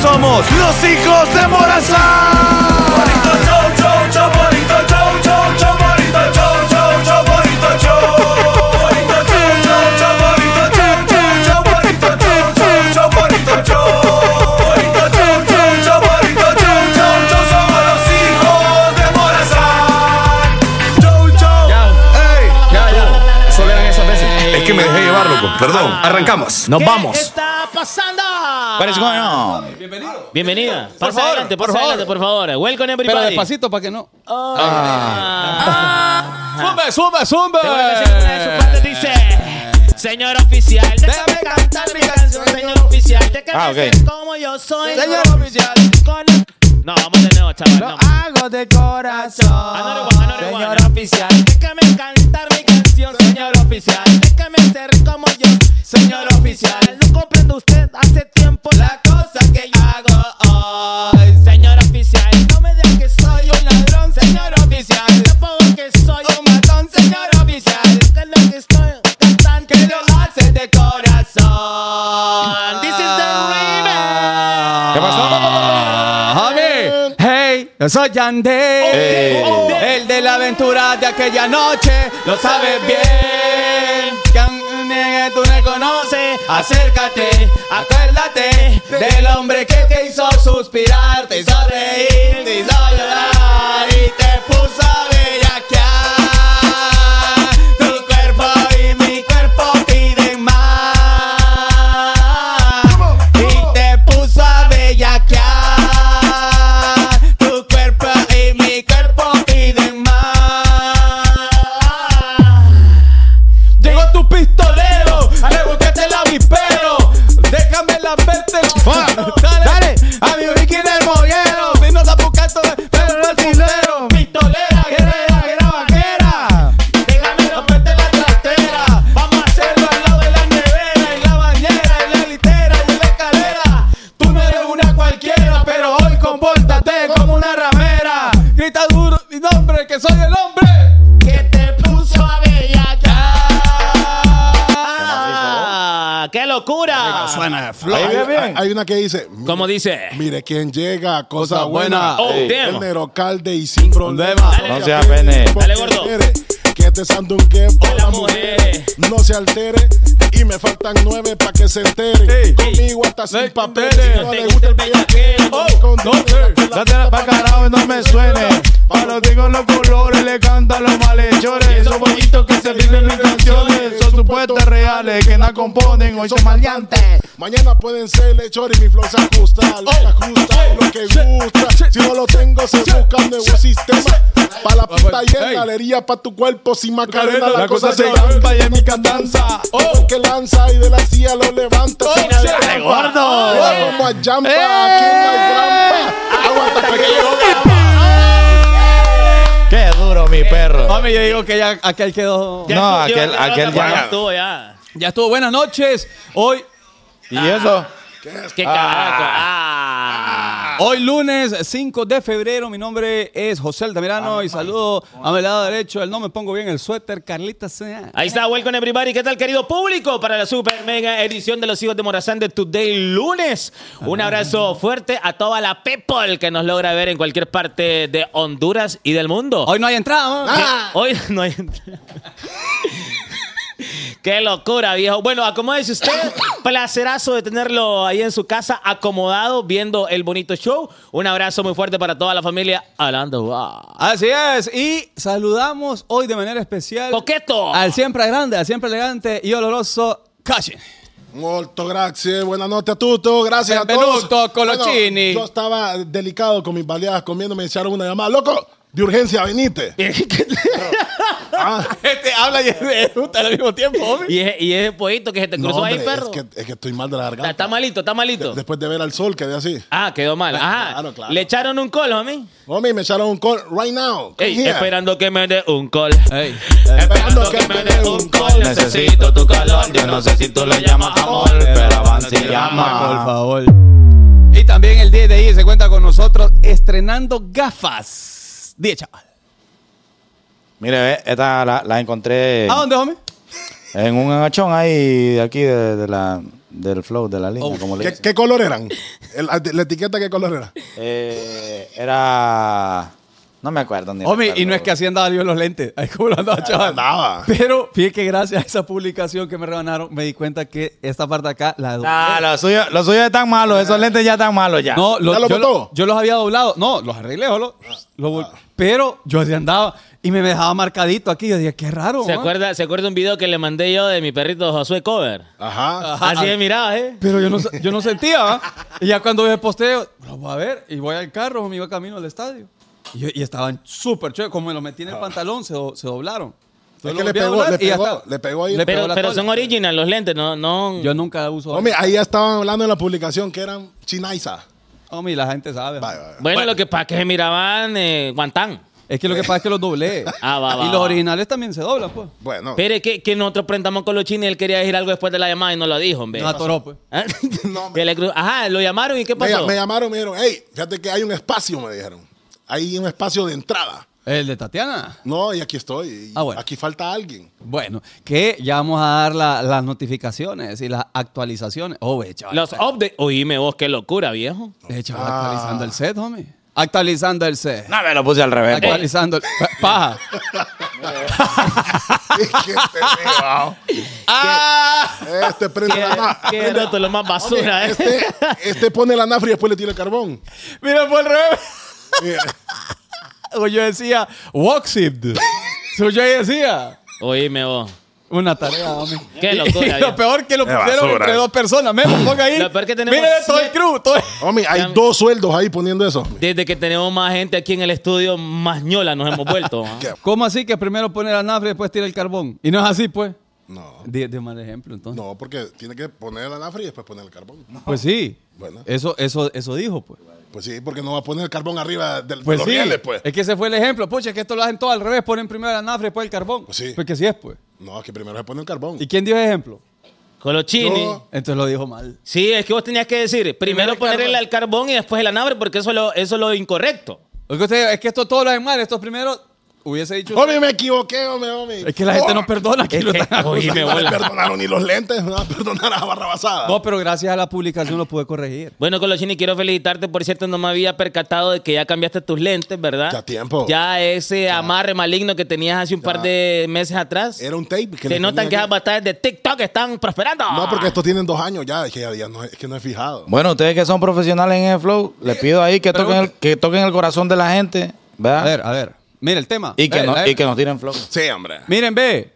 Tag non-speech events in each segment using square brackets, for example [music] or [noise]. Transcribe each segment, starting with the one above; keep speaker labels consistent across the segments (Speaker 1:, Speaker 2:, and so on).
Speaker 1: somos los hijos de Morazán.
Speaker 2: Solo eran esas veces.
Speaker 3: Es que me dejé llevar, loco. Perdón. Arrancamos.
Speaker 2: Nos vamos.
Speaker 4: está pasando?
Speaker 2: What is going on?
Speaker 4: Bienvenida. Pasa
Speaker 2: favor,
Speaker 4: adelante,
Speaker 2: por
Speaker 4: por
Speaker 2: favor.
Speaker 4: favor. adelante, por favor. Welcome everybody. Ah.
Speaker 5: Pero despacito para que no.
Speaker 2: Ah. ¡Zumba, zumba, zumba!
Speaker 4: Tengo la canción, una de sus partes dice, señor oficial, déjame cantar mi canción, señor oficial, te
Speaker 2: Ah,
Speaker 4: ah,
Speaker 2: ok.
Speaker 4: como yo soy.
Speaker 2: Señor oficial.
Speaker 4: Con- No, vamos de nuevo, chaval. No.
Speaker 5: Hago de corazón.
Speaker 4: Another one, another one. oficial, déjame cantar mi canción, señor oficial, déjame ser como yo, señor oficial. No comprendo usted hace tiempo la cosa que yo hago hoy, señor oficial. No me diga que soy un ladrón, señor oficial. Tampoco que soy un matón, señor oficial. Que es lo que estoy cantando, que lo hace de corazón. This is the remix.
Speaker 2: ¿Qué pasó?
Speaker 5: Homie, hey, yo soy Yandel,
Speaker 2: Oh,
Speaker 5: Eh, el de la aventura de aquella noche, lo sabes bien. Que aunque tú reconoces, acércate, acuérdate del hombre que te hizo suspirar, te hizo reír, te hizo llorar y te puso a bellaquear. Tu cuerpo y mi cuerpo piden más y te puso a bellaquear. Tu cuerpo y mi cuerpo piden más. Llegó tu pistolero, rebúscate el avispero. Déjame la verte. Dale, dale, a mi origen del mollero. Vino a buscar todo, pero no es sincero. Pistolera, guerrera, guerra vaquera. Déjame romperte la trastera. Vamos a hacerlo al lado de la nevera, en la bañera, en la litera y en la escalera. Tú no eres una cualquiera, pero hoy compórtate como una ramera. Grita duro mi nombre, que soy el hombre.
Speaker 4: Que te puso a
Speaker 5: Ah.
Speaker 4: Ah, ¡Qué locura!
Speaker 5: Suena de
Speaker 6: Hay,
Speaker 5: flor.
Speaker 6: hay- hay una que dice. mire-
Speaker 4: Como dice.
Speaker 6: Mire quién llega, cosa
Speaker 5: buena.
Speaker 6: buena.
Speaker 4: Oh,
Speaker 2: eh.
Speaker 6: El
Speaker 4: damn.
Speaker 6: nerocalde y sin problema.
Speaker 5: Dale,
Speaker 2: No se apene.
Speaker 4: Dale, gordo.
Speaker 6: Quiere Que este sandungue
Speaker 4: A
Speaker 6: por
Speaker 4: las
Speaker 6: las mujeres
Speaker 4: mujeres.
Speaker 6: no se altere. Y me faltan nueve para que se enteren.
Speaker 5: Ey.
Speaker 6: Conmigo hasta
Speaker 5: Ey.
Speaker 6: sin papel.
Speaker 5: Ey.
Speaker 6: Si no le gusta el bellaqueo,
Speaker 5: Oh,
Speaker 6: con dinero,
Speaker 5: no,
Speaker 6: la
Speaker 5: date la pa' carajo y no me suene. Ahora digo los colores, le cantan los malhechores. Esos bonitos que se viven en canciones. Son supuestas reales que no componen. Hoy son maleantes. Oh,
Speaker 6: Mañana pueden ser lechores y mi flow se ajusta, lo que ajusta, lo que gusta. Si no lo tengo, se busca un nuevo sistema. Pa' la puta y en galería, pa' tu cuerpo sin macarena, la cosa se canta
Speaker 5: y es mi cantanza.
Speaker 6: Oh, que lanza y de la silla lo levanta. Sin
Speaker 5: sí,
Speaker 6: trampa.
Speaker 5: dale, Oh, gordo.
Speaker 6: Ahora Como a Jampa,
Speaker 5: Eh.
Speaker 6: aquí no hay trampa. Aguanta que
Speaker 2: ¡Qué duro, mi perro!
Speaker 5: Mami, yo digo que ya aquel quedó.
Speaker 2: No, aquel- aquel ya-
Speaker 4: ya estuvo ya.
Speaker 5: Ya estuvo. Buenas noches. Hoy,
Speaker 2: ¿Y eso?
Speaker 4: Qué carajo. Ah.
Speaker 5: hoy lunes 5 de febrero. Mi nombre es José Altamirano y saludo a mi lado derecho. El no me pongo bien el suéter. Carlita sea.
Speaker 4: Ahí está, welcome everybody. ¿Qué tal, querido público? Para la super mega edición de Los Hijos de Morazán de Today lunes. Un abrazo fuerte a toda la people que nos logra ver en cualquier parte de Honduras y del mundo.
Speaker 5: Hoy no hay entrada. ¿no?
Speaker 4: Hoy [laughs] no hay. Qué locura, viejo. Bueno, acomódese usted. [coughs] Placerazo de tenerlo ahí en su casa, acomodado, viendo el bonito show. Un abrazo muy fuerte para toda la familia. Alando, ah. wow.
Speaker 5: Así es, y saludamos hoy de manera especial
Speaker 4: ¡Coqueto! [laughs]
Speaker 5: al siempre grande, al siempre elegante y oloroso Calle.
Speaker 6: Molto grazie, buenas noches a tutti, gracias a todos.
Speaker 5: Benvenuto, Colochini.
Speaker 6: yo estaba delicado con mis baleadas comiendo, me echaron una llamada. Loco, de urgencia, venite. Ah,
Speaker 5: Este habla y ejecuta al mismo tiempo, hombre.
Speaker 4: Y ese, y ese pollito que Ah, se te
Speaker 6: no,
Speaker 4: cruzó ahí,
Speaker 6: hombre,
Speaker 4: perro.
Speaker 6: Es, que, es que estoy mal de la
Speaker 4: Está,
Speaker 6: garganta.
Speaker 4: está malito, está malito.
Speaker 6: Después de ver al sol, quedé así.
Speaker 4: Ah, quedó mal. Ajá.
Speaker 6: Claro, claro.
Speaker 4: Le echaron un call, homie.
Speaker 6: Homie, me echaron un call right now. Come
Speaker 4: Ey,
Speaker 6: here.
Speaker 4: esperando que me dé un call.
Speaker 5: Ey,
Speaker 6: Esperando que me dé un call.
Speaker 2: Necesito tu calor. Yo no sé si tú lo llamas amor, pero avance y
Speaker 5: por
Speaker 2: llama.
Speaker 5: favor. Y también el DDI se cuenta con nosotros estrenando gafas. Diez, chaval.
Speaker 2: Mire, ve, esta la, la encontré
Speaker 5: ¿A dónde, hombre?
Speaker 2: en un agachón ahí, de aquí, de, de la,
Speaker 7: del flow, de la línea,
Speaker 5: Oh,
Speaker 7: como le
Speaker 6: ¿Qué,
Speaker 7: dicen.
Speaker 6: qué color eran? El- ah, ¿La etiqueta qué color era?
Speaker 7: Eh, era... No me acuerdo ni
Speaker 5: Homie, y
Speaker 7: recuerdo.
Speaker 5: no es que así andaba yo en los lentes. Ahí como lo andaba,
Speaker 4: Ah.
Speaker 5: chaval.
Speaker 6: andaba.
Speaker 5: Pero fíjate que gracias a esa publicación que me rebanaron, me di cuenta que esta parte de acá la doblé.
Speaker 8: Ah, los suyos los suyos están malos, esos lentes ya están malos ya.
Speaker 5: No, lo-
Speaker 6: ¿Ya lo
Speaker 5: yo,
Speaker 6: botó? Ah.
Speaker 5: lo- yo los había doblado. No, los arreglé, solo. lo vol- pero yo así andaba y me dejaba marcadito aquí. Yo dije, qué raro.
Speaker 4: ¿Se
Speaker 5: man.
Speaker 4: acuerda, ¿Se acuerda un video que le mandé yo de mi perrito Josué Cover?
Speaker 6: Ajá.
Speaker 5: Ajá.
Speaker 4: Así de mirada, ¿eh?
Speaker 5: Pero yo no, sa- yo no sentía, ¿va? Y ya cuando veo el posteo, lo voy a ver y voy al carro, me iba camino al estadio. Y, yo- y estaban súper chéveres. Como me lo metí en el pantalón, se, do- se doblaron. Entonces
Speaker 6: Ah. Es que
Speaker 5: lo
Speaker 6: le
Speaker 5: volví a
Speaker 6: pegó-
Speaker 5: doblar
Speaker 6: le
Speaker 5: y ya
Speaker 6: pegó-
Speaker 5: está.
Speaker 6: le pegó ahí.
Speaker 4: Pero,
Speaker 5: pegó la
Speaker 4: pero
Speaker 5: cola.
Speaker 4: son original los lentes, no, no.
Speaker 5: Yo nunca uso.
Speaker 6: Homie, ahí ya estaban hablando en la publicación que eran chinaiza.
Speaker 5: Homie, la gente sabe.
Speaker 6: Vaya, vaya.
Speaker 4: bueno, lo que pasa es que se miraban eh, guantán.
Speaker 5: Es que lo que pasa es que los doblé.
Speaker 4: [laughs] Ah, va, va,
Speaker 5: Y
Speaker 4: va.
Speaker 5: los originales también se doblan, pues.
Speaker 6: Bueno.
Speaker 4: Pero es que, que nosotros prendamos con los chinos y él quería decir algo después de la llamada y no lo dijo, hombre. [laughs]
Speaker 5: No atoró, pues.
Speaker 4: ¿Ah?
Speaker 6: [laughs] No,
Speaker 4: Que le cru- Ajá, lo llamaron y ¿qué
Speaker 6: Me,
Speaker 4: pasó?
Speaker 6: me llamaron, me dijeron, hey, fíjate que hay un espacio, me dijeron. Hay un espacio de entrada.
Speaker 5: El de Tatiana.
Speaker 6: No, y aquí estoy. Y
Speaker 5: Ah, bueno.
Speaker 6: Aquí falta
Speaker 4: [laughs]
Speaker 6: alguien. [laughs]
Speaker 5: Bueno, que ya vamos a dar la- las notificaciones y las actualizaciones. Oh, ve, chaval.
Speaker 4: Los updates. Oíme vos, qué locura, viejo.
Speaker 5: Eh, chaval, actualizando el set, homie. Actualizando el set.
Speaker 8: No, me lo puse al revés. pues.
Speaker 5: Actualizando el...
Speaker 4: [laughs]
Speaker 5: Paja.
Speaker 6: ¿Qué te digo? Este prende la na-
Speaker 4: Qué rato lo más basura, ¿eh?
Speaker 6: Este, este pone la nafra y después le tira el
Speaker 5: [laughs]
Speaker 6: carbón. Eh,
Speaker 5: Mira, por el revés.
Speaker 6: Mira,
Speaker 5: O yo decía, Woxid. So yo decía,
Speaker 4: Oíme vos.
Speaker 5: una tarea, homie.
Speaker 4: Qué
Speaker 5: Y-
Speaker 4: locura,
Speaker 5: y
Speaker 4: viejo. eh.
Speaker 5: lo peor que lo
Speaker 9: Qué
Speaker 5: pusieron
Speaker 9: basura.
Speaker 5: entre dos personas. Me ponga ahí.
Speaker 4: Lo peor que tenemos
Speaker 5: Miren todo el
Speaker 4: siete-
Speaker 5: crew. todo el-
Speaker 6: Homie, hay dos sueldos ahí poniendo eso.
Speaker 4: Desde que tenemos más gente aquí en el estudio, más ñola nos hemos vuelto. ¿ah?
Speaker 6: ¿Qué?
Speaker 5: ¿Cómo así que primero pone la nafra y después tira el carbón? Y no es así, pues.
Speaker 6: No,
Speaker 5: De, de mal ejemplo, entonces.
Speaker 6: no, porque tiene que poner la nafra y después poner el carbón.
Speaker 5: Pues sí.
Speaker 6: Bueno.
Speaker 5: Eso, eso, eso dijo, pues.
Speaker 6: Pues sí, porque no va a poner el carbón arriba del, de
Speaker 5: Pues
Speaker 6: los
Speaker 5: sí.
Speaker 6: rieles, pues.
Speaker 5: Es que ese fue el ejemplo. Pucha, es que esto lo hacen todo al revés. Ponen primero la nafra y después el carbón.
Speaker 6: Pues sí.
Speaker 5: Porque sí es, pues.
Speaker 6: No, que primero se pone el carbón.
Speaker 5: ¿Y quién dio ejemplo?
Speaker 4: Con los chinis.
Speaker 6: Yo-
Speaker 5: Entonces lo dijo mal.
Speaker 4: Sí, es que vos tenías que decir,
Speaker 5: Primero
Speaker 4: primero
Speaker 5: el
Speaker 4: ponerle
Speaker 5: carbón.
Speaker 4: el carbón y después el anabre, porque eso es lo, eso es lo incorrecto.
Speaker 5: Lo que usted dijo, es que esto todo lo hacen mal. Estos primeros hubiese dicho.
Speaker 6: Homie, me equivoqué, homie, homie.
Speaker 5: Es que la gente
Speaker 6: Oh,
Speaker 5: no
Speaker 6: [laughs]
Speaker 5: perdona que lo están
Speaker 4: Oíme,
Speaker 5: acusando.
Speaker 6: No le
Speaker 4: bola.
Speaker 6: perdonaron ni los lentes, no van a perdonar a barra basada.
Speaker 5: No, pero gracias a la publicación lo pude corregir.
Speaker 4: Bueno, Colochini, quiero felicitarte. Por cierto, no me había percatado de que ya cambiaste tus lentes, ¿verdad?
Speaker 6: Ya tiempo.
Speaker 4: Ya ese amarre maligno que tenías hace un par de meses atrás.
Speaker 6: Era un tape que
Speaker 4: Se
Speaker 6: le
Speaker 4: notan
Speaker 6: tenía
Speaker 4: que
Speaker 6: aquí.
Speaker 4: esas batallas de TikTok están prosperando.
Speaker 6: No, porque estos tienen dos años ya, es que ya, ya no, es que no he fijado.
Speaker 8: Bueno, ustedes que son profesionales en el flow, les pido ahí que toquen el, que toquen el corazón de la gente,
Speaker 5: A
Speaker 8: ¿verdad?
Speaker 5: ver, a ver. Mira el tema.
Speaker 8: y, que
Speaker 5: Eh,
Speaker 8: no-
Speaker 5: eh.
Speaker 8: y que nos tiren flow.
Speaker 6: Sí, hombre.
Speaker 5: Miren, ve.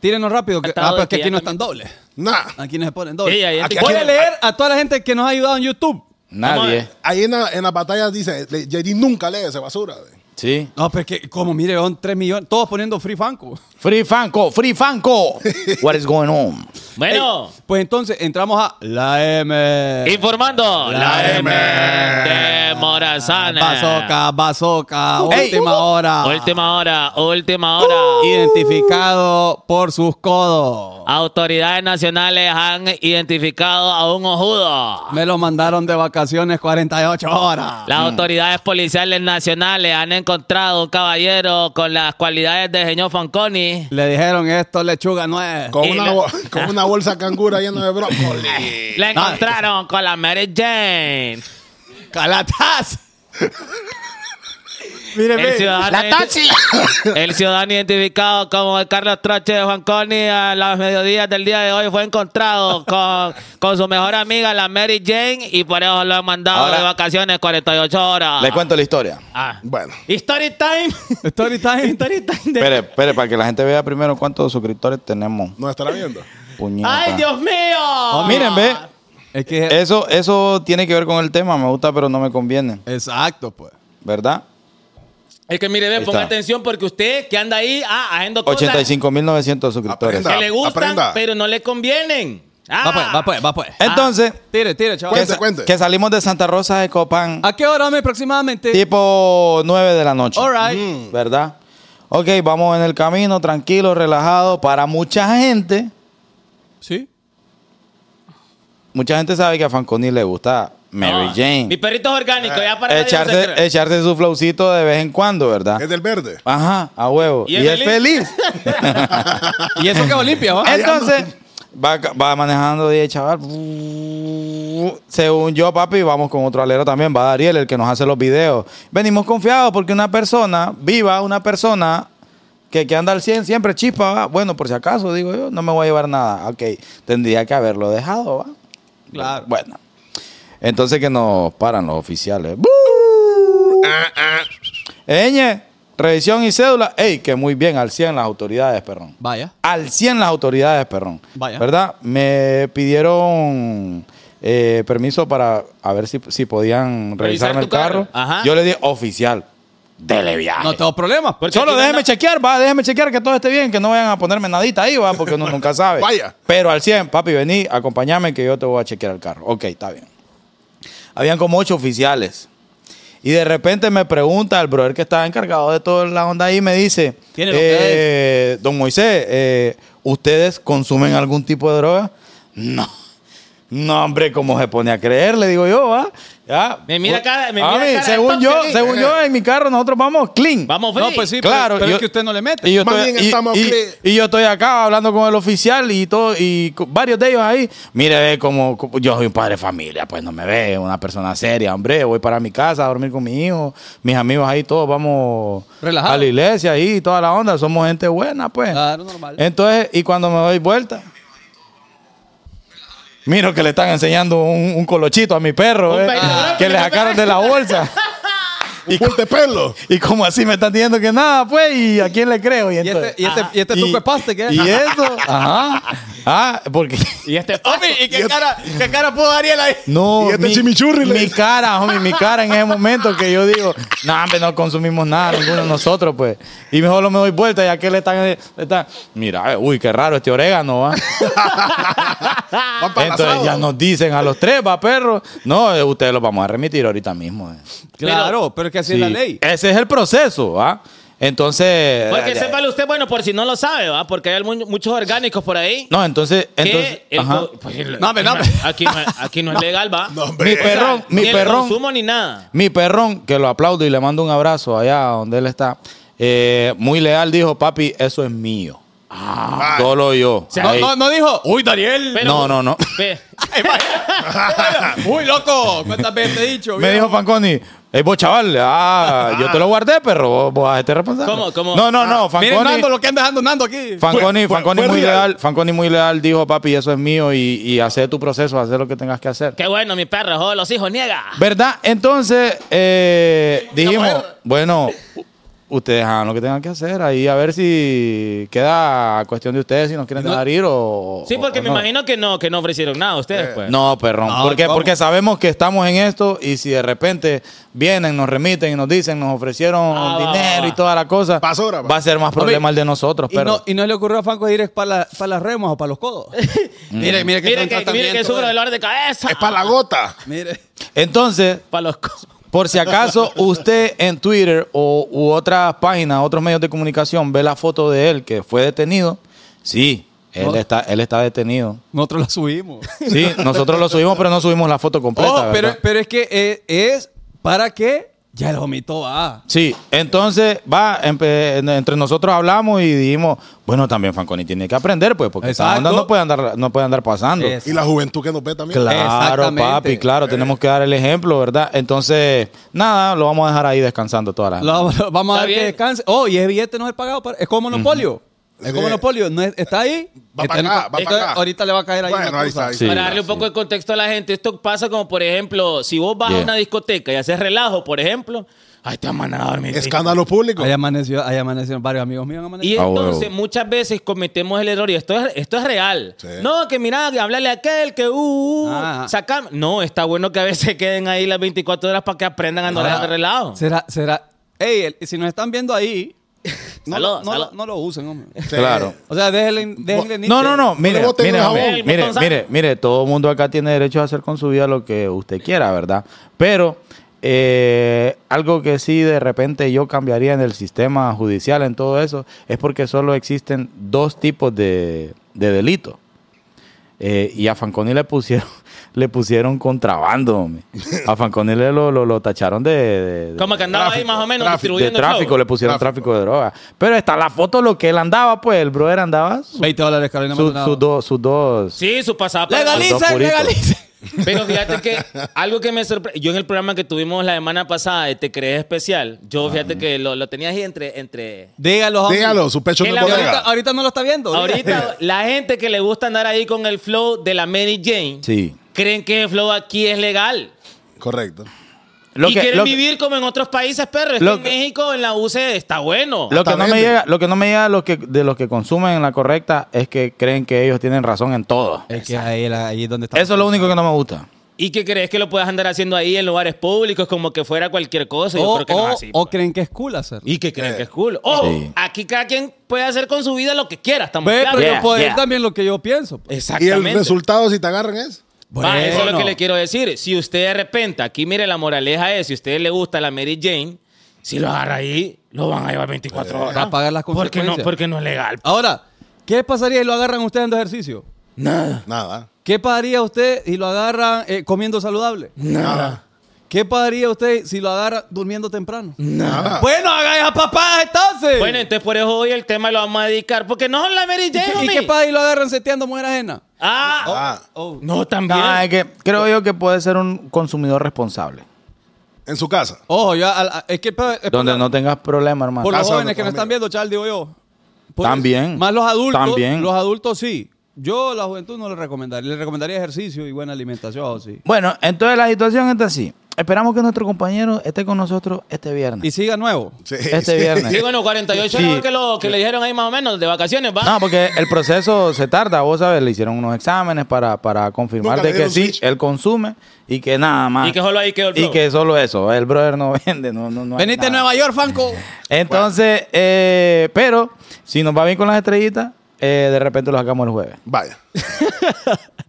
Speaker 5: Tírenos rápido. que-
Speaker 4: Tratado
Speaker 5: ah, pero
Speaker 4: de
Speaker 5: es que
Speaker 4: que
Speaker 5: aquí
Speaker 4: ya
Speaker 5: no están dobles.
Speaker 6: Nah.
Speaker 5: Aquí no se ponen dobles.
Speaker 4: Sí, ya, ya.
Speaker 6: Aquí-
Speaker 5: Voy
Speaker 6: aquí-
Speaker 5: a leer a toda la gente que nos ha ayudado en YouTube.
Speaker 8: Nadie.
Speaker 6: Ahí en, la- en las batallas dice, le- JD nunca lee esa basura. güey.
Speaker 8: Sí.
Speaker 5: No, pero es que, como mire, son 3 millones. Todos poniendo free Funko.
Speaker 8: Free Fanco,
Speaker 5: [laughs]
Speaker 8: Free Fanco. What is going on?
Speaker 4: Bueno,
Speaker 5: Pues entonces entramos a la M.
Speaker 4: informando. La, M de Morazana.
Speaker 5: Bazoca, bazoca, última hora.
Speaker 4: Última hora, última hora.
Speaker 6: Uh.
Speaker 5: Identificado por sus codos.
Speaker 4: Autoridades nacionales han identificado a un ojudo.
Speaker 5: Me lo mandaron de vacaciones 48 horas.
Speaker 8: Mm.
Speaker 4: Las autoridades policiales nacionales han encontrado un caballero con las cualidades de señor Fanconi.
Speaker 5: Le dijeron esto lechuga no es.
Speaker 6: Con,
Speaker 4: Y
Speaker 6: una,
Speaker 4: la-
Speaker 6: bo- [laughs] con una bolsa cangura llena de brócoli.
Speaker 4: Le encontraron con la Mary Jane.
Speaker 5: Calatas. Mire,
Speaker 4: El
Speaker 5: ve.
Speaker 4: ciudadano, identi- [coughs] el ciudadano identificado como el Carlos Troche de Fanconi a las mediodías del día de hoy fue encontrado con, con su mejor amiga, la Mary Jane, y por eso lo han mandado
Speaker 8: Ahora-
Speaker 4: de vacaciones 48 horas.
Speaker 8: Les cuento la historia.
Speaker 4: Ah.
Speaker 6: Bueno,
Speaker 4: Story time.
Speaker 5: Story time.
Speaker 4: [laughs] Story time de-
Speaker 8: Espere, espere, para que la gente vea primero cuántos suscriptores tenemos.
Speaker 6: no estará viendo.
Speaker 8: Puñeta.
Speaker 4: ¡Ay, Dios mío!
Speaker 5: Oh,
Speaker 8: Miren, ve.
Speaker 5: Es que.
Speaker 8: Eso, eso tiene que ver con el tema. Me gusta, pero no me conviene.
Speaker 5: Exacto, pues.
Speaker 8: ¿Verdad?
Speaker 4: Es que mire, ve,
Speaker 8: Ahí
Speaker 4: ponga
Speaker 8: está.
Speaker 4: atención porque usted que anda ahí ah, haciendo cosas
Speaker 8: 85.900 suscriptores.
Speaker 4: que le gustan,
Speaker 6: Aprenda.
Speaker 4: pero no le convienen. Ah,
Speaker 5: Va pues, va pues, va pues.
Speaker 8: Entonces,
Speaker 5: Tire, tire,
Speaker 8: que,
Speaker 5: chaval.
Speaker 6: Cuente,
Speaker 8: sa-
Speaker 6: cuente.
Speaker 8: que salimos de Santa Rosa de Copán
Speaker 5: ¿A qué hora, hombre, aproximadamente?
Speaker 8: tipo 9 de la noche.
Speaker 5: All right.
Speaker 4: Mm.
Speaker 8: ¿Verdad? Ok, vamos en el camino, tranquilo, relajado. Para mucha gente,
Speaker 5: Sí.
Speaker 8: mucha gente sabe que a Fanconi le gusta Mary
Speaker 4: no, Mi
Speaker 8: Jane.
Speaker 4: perrito es orgánico, ya para nadie se
Speaker 8: Echarse,
Speaker 4: cree.
Speaker 8: echarse su flowcito de vez en cuando, ¿verdad?
Speaker 6: Es del verde.
Speaker 8: Ajá, a huevo.
Speaker 4: Y
Speaker 8: Y,
Speaker 4: es
Speaker 8: es feliz.
Speaker 5: Y eso quedó limpio, ¿va?
Speaker 8: Entonces, Va, ca- va manejando 10, chaval. Uh, Según yo, papi, vamos con otro alero también. Va Dariel, el que nos hace los videos. Venimos confiados porque una persona viva, una persona que, que anda al 100 siempre chispa, ¿va? Bueno, por si acaso, digo yo, no me voy a llevar nada. Ok, tendría que haberlo dejado, ¿va? Claro. Bueno. Entonces que nos paran los oficiales. ¡Bú! ah. Eñe, revisión y cédula. Ey, que muy bien, al 100 las autoridades, perdón
Speaker 5: Vaya.
Speaker 8: al 100 las autoridades, perdón.
Speaker 5: Vaya.
Speaker 8: ¿Verdad? Me pidieron eh, permiso para a ver si, si podían
Speaker 4: Revisar
Speaker 8: revisarme
Speaker 4: tu
Speaker 8: el carro.
Speaker 4: carro. Ajá.
Speaker 8: Yo le dije, oficial, dele viaje.
Speaker 5: No tengo problemas.
Speaker 8: Solo
Speaker 4: aquí
Speaker 8: déjeme
Speaker 4: manda-
Speaker 8: chequear, va, déjeme chequear que todo esté bien, que no vayan a ponerme nadita ahí, va,
Speaker 4: [laughs]
Speaker 8: porque uno nunca sabe.
Speaker 6: Vaya.
Speaker 8: Pero al 100, papi, vení, acompáñame que yo te voy a chequear el carro. Ok, está bien. Habían como ocho oficiales. Y de repente me pregunta el brother que estaba encargado de toda la onda ahí, me dice,
Speaker 5: ¿Tienen ustedes?
Speaker 8: eh, don Moisés, eh, ¿ustedes consumen algún tipo de droga? No. No, hombre, ¿cómo se pone a creer? Le digo yo, ¿va? Ya.
Speaker 4: Me mira cara- me mira
Speaker 8: A mí,
Speaker 4: cara de
Speaker 8: según yo,
Speaker 4: tóxico ahí.
Speaker 8: según yo, en mi carro nosotros vamos clean.
Speaker 4: Vamos,
Speaker 5: No,
Speaker 4: Feli.
Speaker 5: pues sí,
Speaker 8: Claro,
Speaker 5: pero, pero
Speaker 8: yo-
Speaker 5: es que usted no le mete.
Speaker 8: Y yo,
Speaker 6: Más
Speaker 8: estoy,
Speaker 6: bien
Speaker 8: y-
Speaker 6: estamos
Speaker 8: y-
Speaker 6: cre-
Speaker 8: y yo estoy acá hablando con el oficial y todo, y co- varios de ellos ahí. Mire, ve como, como- yo soy un padre de familia, pues no me ve, una persona seria, hombre. Voy para mi casa a dormir con mi hijo, mis amigos ahí, todos vamos
Speaker 5: Relajado.
Speaker 8: a la iglesia ahí, toda la onda. Somos gente buena, pues.
Speaker 6: Ah,
Speaker 5: Claro, normal.
Speaker 8: Entonces, y cuando me doy vuelta. Miro que le están enseñando un, un colochito a mi perro, eh,
Speaker 4: peine.
Speaker 8: que le sacaron de la bolsa.
Speaker 6: [laughs] Un corte de pelo.
Speaker 8: Y como así me están diciendo que nada, pues, ¿y a quién le creo? Y, entonces- ah,
Speaker 5: este- y este- y este tuco es paste, ¿qué?
Speaker 8: Y eso, ajá. Ah, porque.
Speaker 4: Y
Speaker 5: [laughs]
Speaker 4: este
Speaker 5: ¿Y qué cara, qué cara pudo Ariel ahí?
Speaker 8: No.
Speaker 6: Y este chimichurri le
Speaker 8: Mi
Speaker 6: dice.
Speaker 8: cara, homie, mi cara en ese momento que yo digo, no, hombre, no consumimos nada, ninguno de nosotros, pues. Y mejor lo me doy vuelta, ya que le están. le están- mira, eh, uy, qué raro este
Speaker 5: [laughs]
Speaker 8: orégano, va.
Speaker 6: Van para el
Speaker 8: Entonces
Speaker 6: asado.
Speaker 8: ya nos dicen a los tres, va, perro. No, eh, ustedes los vamos a remitir ahorita mismo. eh.
Speaker 5: [laughs] Claro, pero es que así
Speaker 8: Sí.
Speaker 5: es la ley.
Speaker 8: Ese es el proceso, ¿va? Entonces.
Speaker 4: Porque
Speaker 8: eh,
Speaker 4: sépale usted, bueno, por si no lo sabe, ¿va? Porque hay mu- muchos orgánicos por ahí.
Speaker 8: No, entonces. entonces
Speaker 4: que el
Speaker 8: ajá.
Speaker 4: co- pues, el-
Speaker 5: No, hombre, no, hombre.
Speaker 4: Aquí, no, es- aquí no es legal, ¿va?
Speaker 6: No, hombre.
Speaker 8: Mi
Speaker 4: O sea,
Speaker 8: perrón,
Speaker 4: ni
Speaker 8: mi
Speaker 4: el
Speaker 8: perrón.
Speaker 4: consumo ni nada.
Speaker 8: Mi perrón, que lo aplaudo y le mando un abrazo allá donde él está, eh, muy leal, dijo, papi, eso es mío.
Speaker 6: Ah.
Speaker 8: Solo yo.
Speaker 5: No,
Speaker 8: Ahí.
Speaker 5: no, no dijo, uy, Dariel.
Speaker 4: Pero-
Speaker 8: No, no, no.
Speaker 4: Ve,
Speaker 5: [laughs] uy, loco, ¿cuántas veces te he dicho?
Speaker 8: Me dijo
Speaker 5: viejo?
Speaker 8: Fanconi, "Ey, vos chaval, ah, yo te lo guardé, perro, vos, vos hazte responsable.
Speaker 4: ¿Cómo, cómo? Ah,
Speaker 8: No, no, no, Fanconi.
Speaker 5: Miren, Nando, lo que anda dejando Nando aquí.
Speaker 8: Fanconi,
Speaker 6: Fue- fue-
Speaker 8: Fanconi
Speaker 6: fue
Speaker 8: muy
Speaker 6: real.
Speaker 8: leal, Fanconi muy leal, dijo, papi, eso es mío y, y hacer tu proceso, hacer lo que tengas que hacer.
Speaker 4: qué bueno, mi perro, joder, los hijos, niega.
Speaker 8: ¿Verdad? Entonces, eh, dijimos,
Speaker 5: mujer.
Speaker 8: bueno, u- ustedes hagan lo que tengan que hacer ahí, a ver si queda a cuestión de ustedes si nos quieren dejar ir o...
Speaker 4: Sí,
Speaker 8: o-
Speaker 4: porque
Speaker 8: o
Speaker 4: me
Speaker 8: no.
Speaker 4: imagino que no, que no ofrecieron nada ustedes,
Speaker 5: Eh,
Speaker 4: pues.
Speaker 8: No, perrón,
Speaker 5: No,
Speaker 8: porque,
Speaker 5: ¿cómo?
Speaker 8: porque sabemos que estamos en esto y si de repente vienen, nos remiten y nos dicen, nos ofrecieron
Speaker 4: Ah, va,
Speaker 8: dinero
Speaker 4: va,
Speaker 8: y
Speaker 4: va.
Speaker 8: toda la cosa,
Speaker 6: Pasora, va.
Speaker 8: va a ser más problema el de nosotros,
Speaker 5: Y no,
Speaker 8: pero...
Speaker 5: y no le ocurrió a Franco ir para la, pa' las remas o para
Speaker 4: [laughs]
Speaker 5: los codos. mire, mire que
Speaker 4: Mire que, mire
Speaker 5: está en
Speaker 4: que
Speaker 5: tratamiento, eh.
Speaker 4: sufro
Speaker 5: vale.
Speaker 4: dolor de cabeza.
Speaker 6: Es para la gota.
Speaker 5: Mire.
Speaker 8: Entonces,
Speaker 4: Pa' los co-
Speaker 8: Por si acaso usted en Twitter o, u otras páginas, otros medios de comunicación ve la foto de él que fue detenido, sí, él,
Speaker 5: No.
Speaker 8: está, él está detenido.
Speaker 5: Nosotros la subimos.
Speaker 8: Sí, nosotros lo subimos, pero no subimos la foto completa.
Speaker 5: Oh, pero,
Speaker 8: ¿verdad?
Speaker 5: pero es que eh, es para que ya el vomito va.
Speaker 8: Sí, entonces va, empe- en- entre nosotros hablamos y dijimos, bueno, también Fanconi tiene que aprender, pues, porque esa
Speaker 5: Exacto.
Speaker 8: onda no puede andar, no puede andar pasando.
Speaker 5: Exacto.
Speaker 6: Y la juventud que nos ve también.
Speaker 8: Claro,
Speaker 5: Exactamente.
Speaker 8: papi, claro, tenemos que dar el ejemplo, ¿verdad? Entonces, nada, lo vamos a dejar ahí descansando toda la
Speaker 5: Lo- lo- [laughs] vamos a
Speaker 4: Está
Speaker 5: ver que
Speaker 4: bien.
Speaker 5: descanse. Oh, y ese billete no es pagado. para- es como monopolio. Es como
Speaker 6: Sí.
Speaker 5: monopolio. No es- está ahí.
Speaker 6: Va
Speaker 5: Está
Speaker 6: para
Speaker 5: en-
Speaker 6: acá, va para
Speaker 5: entonces,
Speaker 6: acá.
Speaker 5: Ahorita le va a caer ahí.
Speaker 6: Bueno,
Speaker 5: una
Speaker 6: ahí
Speaker 5: cosa.
Speaker 6: está, ahí está.
Speaker 8: Sí,
Speaker 4: Para darle un
Speaker 8: sí.
Speaker 4: poco de contexto a la gente, esto pasa como, por ejemplo, si vos vas a
Speaker 8: Yeah.
Speaker 4: una discoteca y haces relajo, por ejemplo, ay, te van a dormir.
Speaker 6: Escándalo público.
Speaker 5: Ahí amaneció, ahí amanecieron varios amigos míos. han amanecido.
Speaker 4: Y
Speaker 8: Ah,
Speaker 4: entonces
Speaker 8: huevo.
Speaker 4: muchas veces cometemos el error y esto es, esto es real. No, que mira, que hablarle a aquel, que uh, uh, uh,
Speaker 5: Ah.
Speaker 4: sacar- No, está bueno que a veces queden ahí las 24 horas para que aprendan a
Speaker 8: Ah.
Speaker 4: no dejar de relajo.
Speaker 5: Será, será. Ey, el- si nos están viendo ahí, no,
Speaker 4: Salud,
Speaker 5: lo- no,
Speaker 4: salud.
Speaker 5: lo- no lo usen, hombre.
Speaker 6: Sí.
Speaker 8: Claro.
Speaker 5: O sea, déjenle, déjenle ni-
Speaker 8: No, no, no, mire,
Speaker 6: le boten
Speaker 8: mire,
Speaker 6: el
Speaker 8: hombre,
Speaker 4: jabón. El
Speaker 8: mire,
Speaker 4: botón
Speaker 8: mire, mire, todo mundo acá tiene derecho a hacer con su vida lo que usted quiera, ¿verdad? Pero eh, algo que sí de repente yo cambiaría en el sistema judicial, en todo eso, es porque solo existen dos tipos de, de delitos. Eh, y a Fanconi le pusieron, [laughs] le pusieron contrabando. hombre. A Fanconi le lo, lo- lo tacharon de, de- de-
Speaker 4: Como que andaba ahí
Speaker 8: tráfico.
Speaker 4: más o menos
Speaker 8: Tráfico,
Speaker 4: distribuyendo
Speaker 8: de
Speaker 4: el show.
Speaker 8: tráfico, le pusieron
Speaker 10: Tráfico.
Speaker 8: tráfico. de droga. Pero está la foto lo que él andaba, pues el brother andaba su-
Speaker 5: 20 dólares, Carolina
Speaker 8: su-
Speaker 5: Maldonado.
Speaker 8: sus dos, sus dos.
Speaker 4: Sí, su pasaporte.
Speaker 5: Legalice,
Speaker 8: Dos puritos. [laughs]
Speaker 5: legalice.
Speaker 4: Pero fíjate que algo que me sorprendió, yo en el programa que tuvimos la semana pasada de Te Crees Especial, yo fíjate que lo, lo tenías ahí entre... entre
Speaker 5: Dígalo, hombre.
Speaker 6: Dígalo, su pecho
Speaker 4: Que
Speaker 6: no
Speaker 4: la
Speaker 6: es
Speaker 5: Ahorita,
Speaker 6: bodega.
Speaker 5: ahorita no lo está viendo.
Speaker 4: ahorita la gente que le gusta andar ahí con el flow de la Mary Jane,
Speaker 8: Sí.
Speaker 4: creen que el flow aquí es legal.
Speaker 6: Correcto.
Speaker 8: Lo
Speaker 4: y
Speaker 8: que-
Speaker 4: quieren
Speaker 8: lo que-
Speaker 4: vivir como en otros países, perro. Es que
Speaker 8: lo
Speaker 4: en
Speaker 8: que-
Speaker 4: México, en la UC, está bueno.
Speaker 8: Lo que, no me
Speaker 6: Exactamente.
Speaker 8: llega, lo que no me llega lo que, de los que consumen en la correcta es que creen que ellos tienen razón en todo.
Speaker 5: Es que ahí, la- ahí es donde está.
Speaker 8: Eso es lo único que no me gusta.
Speaker 4: ¿Y que crees que lo puedas andar haciendo ahí en lugares públicos como que fuera cualquier cosa? Yo
Speaker 5: O,
Speaker 4: creo que no
Speaker 5: o-
Speaker 4: es así. pues.
Speaker 5: o creen que es cool hacerlo.
Speaker 4: y que creen que es cool. O
Speaker 8: Sí.
Speaker 4: aquí cada quien puede hacer con su vida lo que quiera, estamos
Speaker 5: Ve,
Speaker 4: claros.
Speaker 5: pero
Speaker 8: Yeah,
Speaker 5: yo puedo
Speaker 8: yeah.
Speaker 5: decir también lo que yo pienso. pues.
Speaker 6: Y el
Speaker 4: Exactamente.
Speaker 6: resultado, si te agarran, es.
Speaker 4: Va, eso es lo
Speaker 5: Bueno.
Speaker 4: que le quiero decir. Si usted de repente, aquí mire, la moraleja es, si a usted le gusta la Mary Jane, si lo agarra ahí, lo van a llevar 24 horas.
Speaker 5: Va a pagar las
Speaker 4: Porque no,
Speaker 5: consecuencias.
Speaker 4: porque no es legal.
Speaker 5: Ahora, ¿qué pasaría si lo agarran ustedes en ejercicio?
Speaker 6: Nada.
Speaker 5: ¿Qué pasaría usted si lo agarran eh, comiendo saludable?
Speaker 6: Nada.
Speaker 5: ¿Qué pasaría usted si lo agarran durmiendo temprano?
Speaker 6: Nada.
Speaker 5: Bueno, haga esas papadas entonces.
Speaker 4: Bueno, entonces por eso hoy el tema lo vamos a dedicar, porque no son la Mary
Speaker 5: ¿Y
Speaker 4: Jane,
Speaker 5: qué- ¿Y
Speaker 4: homie.
Speaker 5: qué Oh. pasa si lo agarran seteando mujer ajena?
Speaker 4: Ah,
Speaker 6: Ah,
Speaker 4: no, también.
Speaker 8: No, Ah, es que creo yo que puede ser un consumidor responsable.
Speaker 6: en su casa.
Speaker 5: Ojo, yo, al- a- es que el pedo- es
Speaker 8: Donde
Speaker 5: por,
Speaker 8: no tengas problema, hermano.
Speaker 5: por los
Speaker 6: casa
Speaker 5: jóvenes
Speaker 6: donde
Speaker 5: que me
Speaker 6: están
Speaker 5: están viendo, chal, digo yo. Por-
Speaker 8: También.
Speaker 5: Pues, Más los adultos.
Speaker 8: También.
Speaker 5: Los adultos sí. Yo la juventud no les recomendaría. Les recomendaría ejercicio y buena alimentación, oh, sí.
Speaker 8: Bueno, entonces la situación está así. Esperamos que nuestro compañero esté con nosotros este viernes.
Speaker 5: Y siga nuevo.
Speaker 6: Sí,
Speaker 8: Este
Speaker 6: sí.
Speaker 8: viernes.
Speaker 4: Sí, bueno, 48 horas
Speaker 8: Sí.
Speaker 4: que, lo, que le dijeron ahí más o menos de vacaciones, va.
Speaker 8: [laughs] No, porque el proceso se tarda, vos sabes, le hicieron unos exámenes para, para confirmar
Speaker 6: Nunca le
Speaker 8: de que
Speaker 6: dieron
Speaker 8: sí,
Speaker 6: switch.
Speaker 8: él consume y que nada más.
Speaker 4: Y que solo ahí quedó el
Speaker 8: Y
Speaker 4: flow.
Speaker 8: que solo eso, el brother no [laughs] vende, no, no, no hay
Speaker 5: Venite a
Speaker 8: nada.
Speaker 5: Nueva York, Franco.
Speaker 8: Entonces, eh, pero si nos va bien con las estrellitas, eh, de repente lo sacamos el jueves.
Speaker 6: Vaya.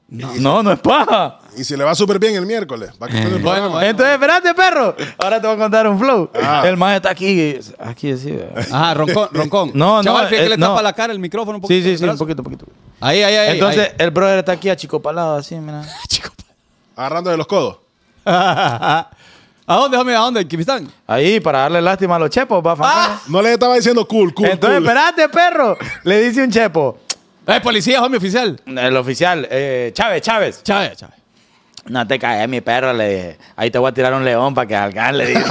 Speaker 8: No, no es paja.
Speaker 6: Y si le va súper bien el miércoles. Va que esté en el programa.
Speaker 8: Entonces, espérate, perro. Ahora te voy a contar un flow.
Speaker 6: Ah.
Speaker 8: El man está aquí. Aquí, sí. eh.
Speaker 5: Ajá,
Speaker 8: [laughs]
Speaker 5: roncón, roncón.
Speaker 8: No, no,
Speaker 5: Chaval, fíjate que
Speaker 8: eh,
Speaker 5: le
Speaker 8: no.
Speaker 5: tapa la cara el micrófono un poquito.
Speaker 8: Sí, sí,
Speaker 5: el
Speaker 8: sí, un
Speaker 5: brazo.
Speaker 8: poquito, poquito.
Speaker 5: Ahí, ahí, ahí. [laughs]
Speaker 8: Entonces, el brother está aquí achicopalado, así, mira.
Speaker 6: Agarrando de los codos.
Speaker 5: ahí. ¿a dónde, homie? [laughs] ¿A dónde? ¿En Kipistán?
Speaker 8: Ahí, para darle lástima a los chepos, va, fanfarrón.
Speaker 5: Ah.
Speaker 6: No le estaba diciendo cool, cool.
Speaker 8: Entonces,
Speaker 6: cool.
Speaker 8: espérate, perro. Le dice un chepo.
Speaker 5: Eh, policía, homie, oficial.
Speaker 8: El oficial, eh, Chávez, Chávez.
Speaker 5: Chávez, Chávez.
Speaker 8: No te caes, mi perro, le dije. Ahí te voy a tirar un león para que salgas,
Speaker 5: [laughs]
Speaker 8: le dije.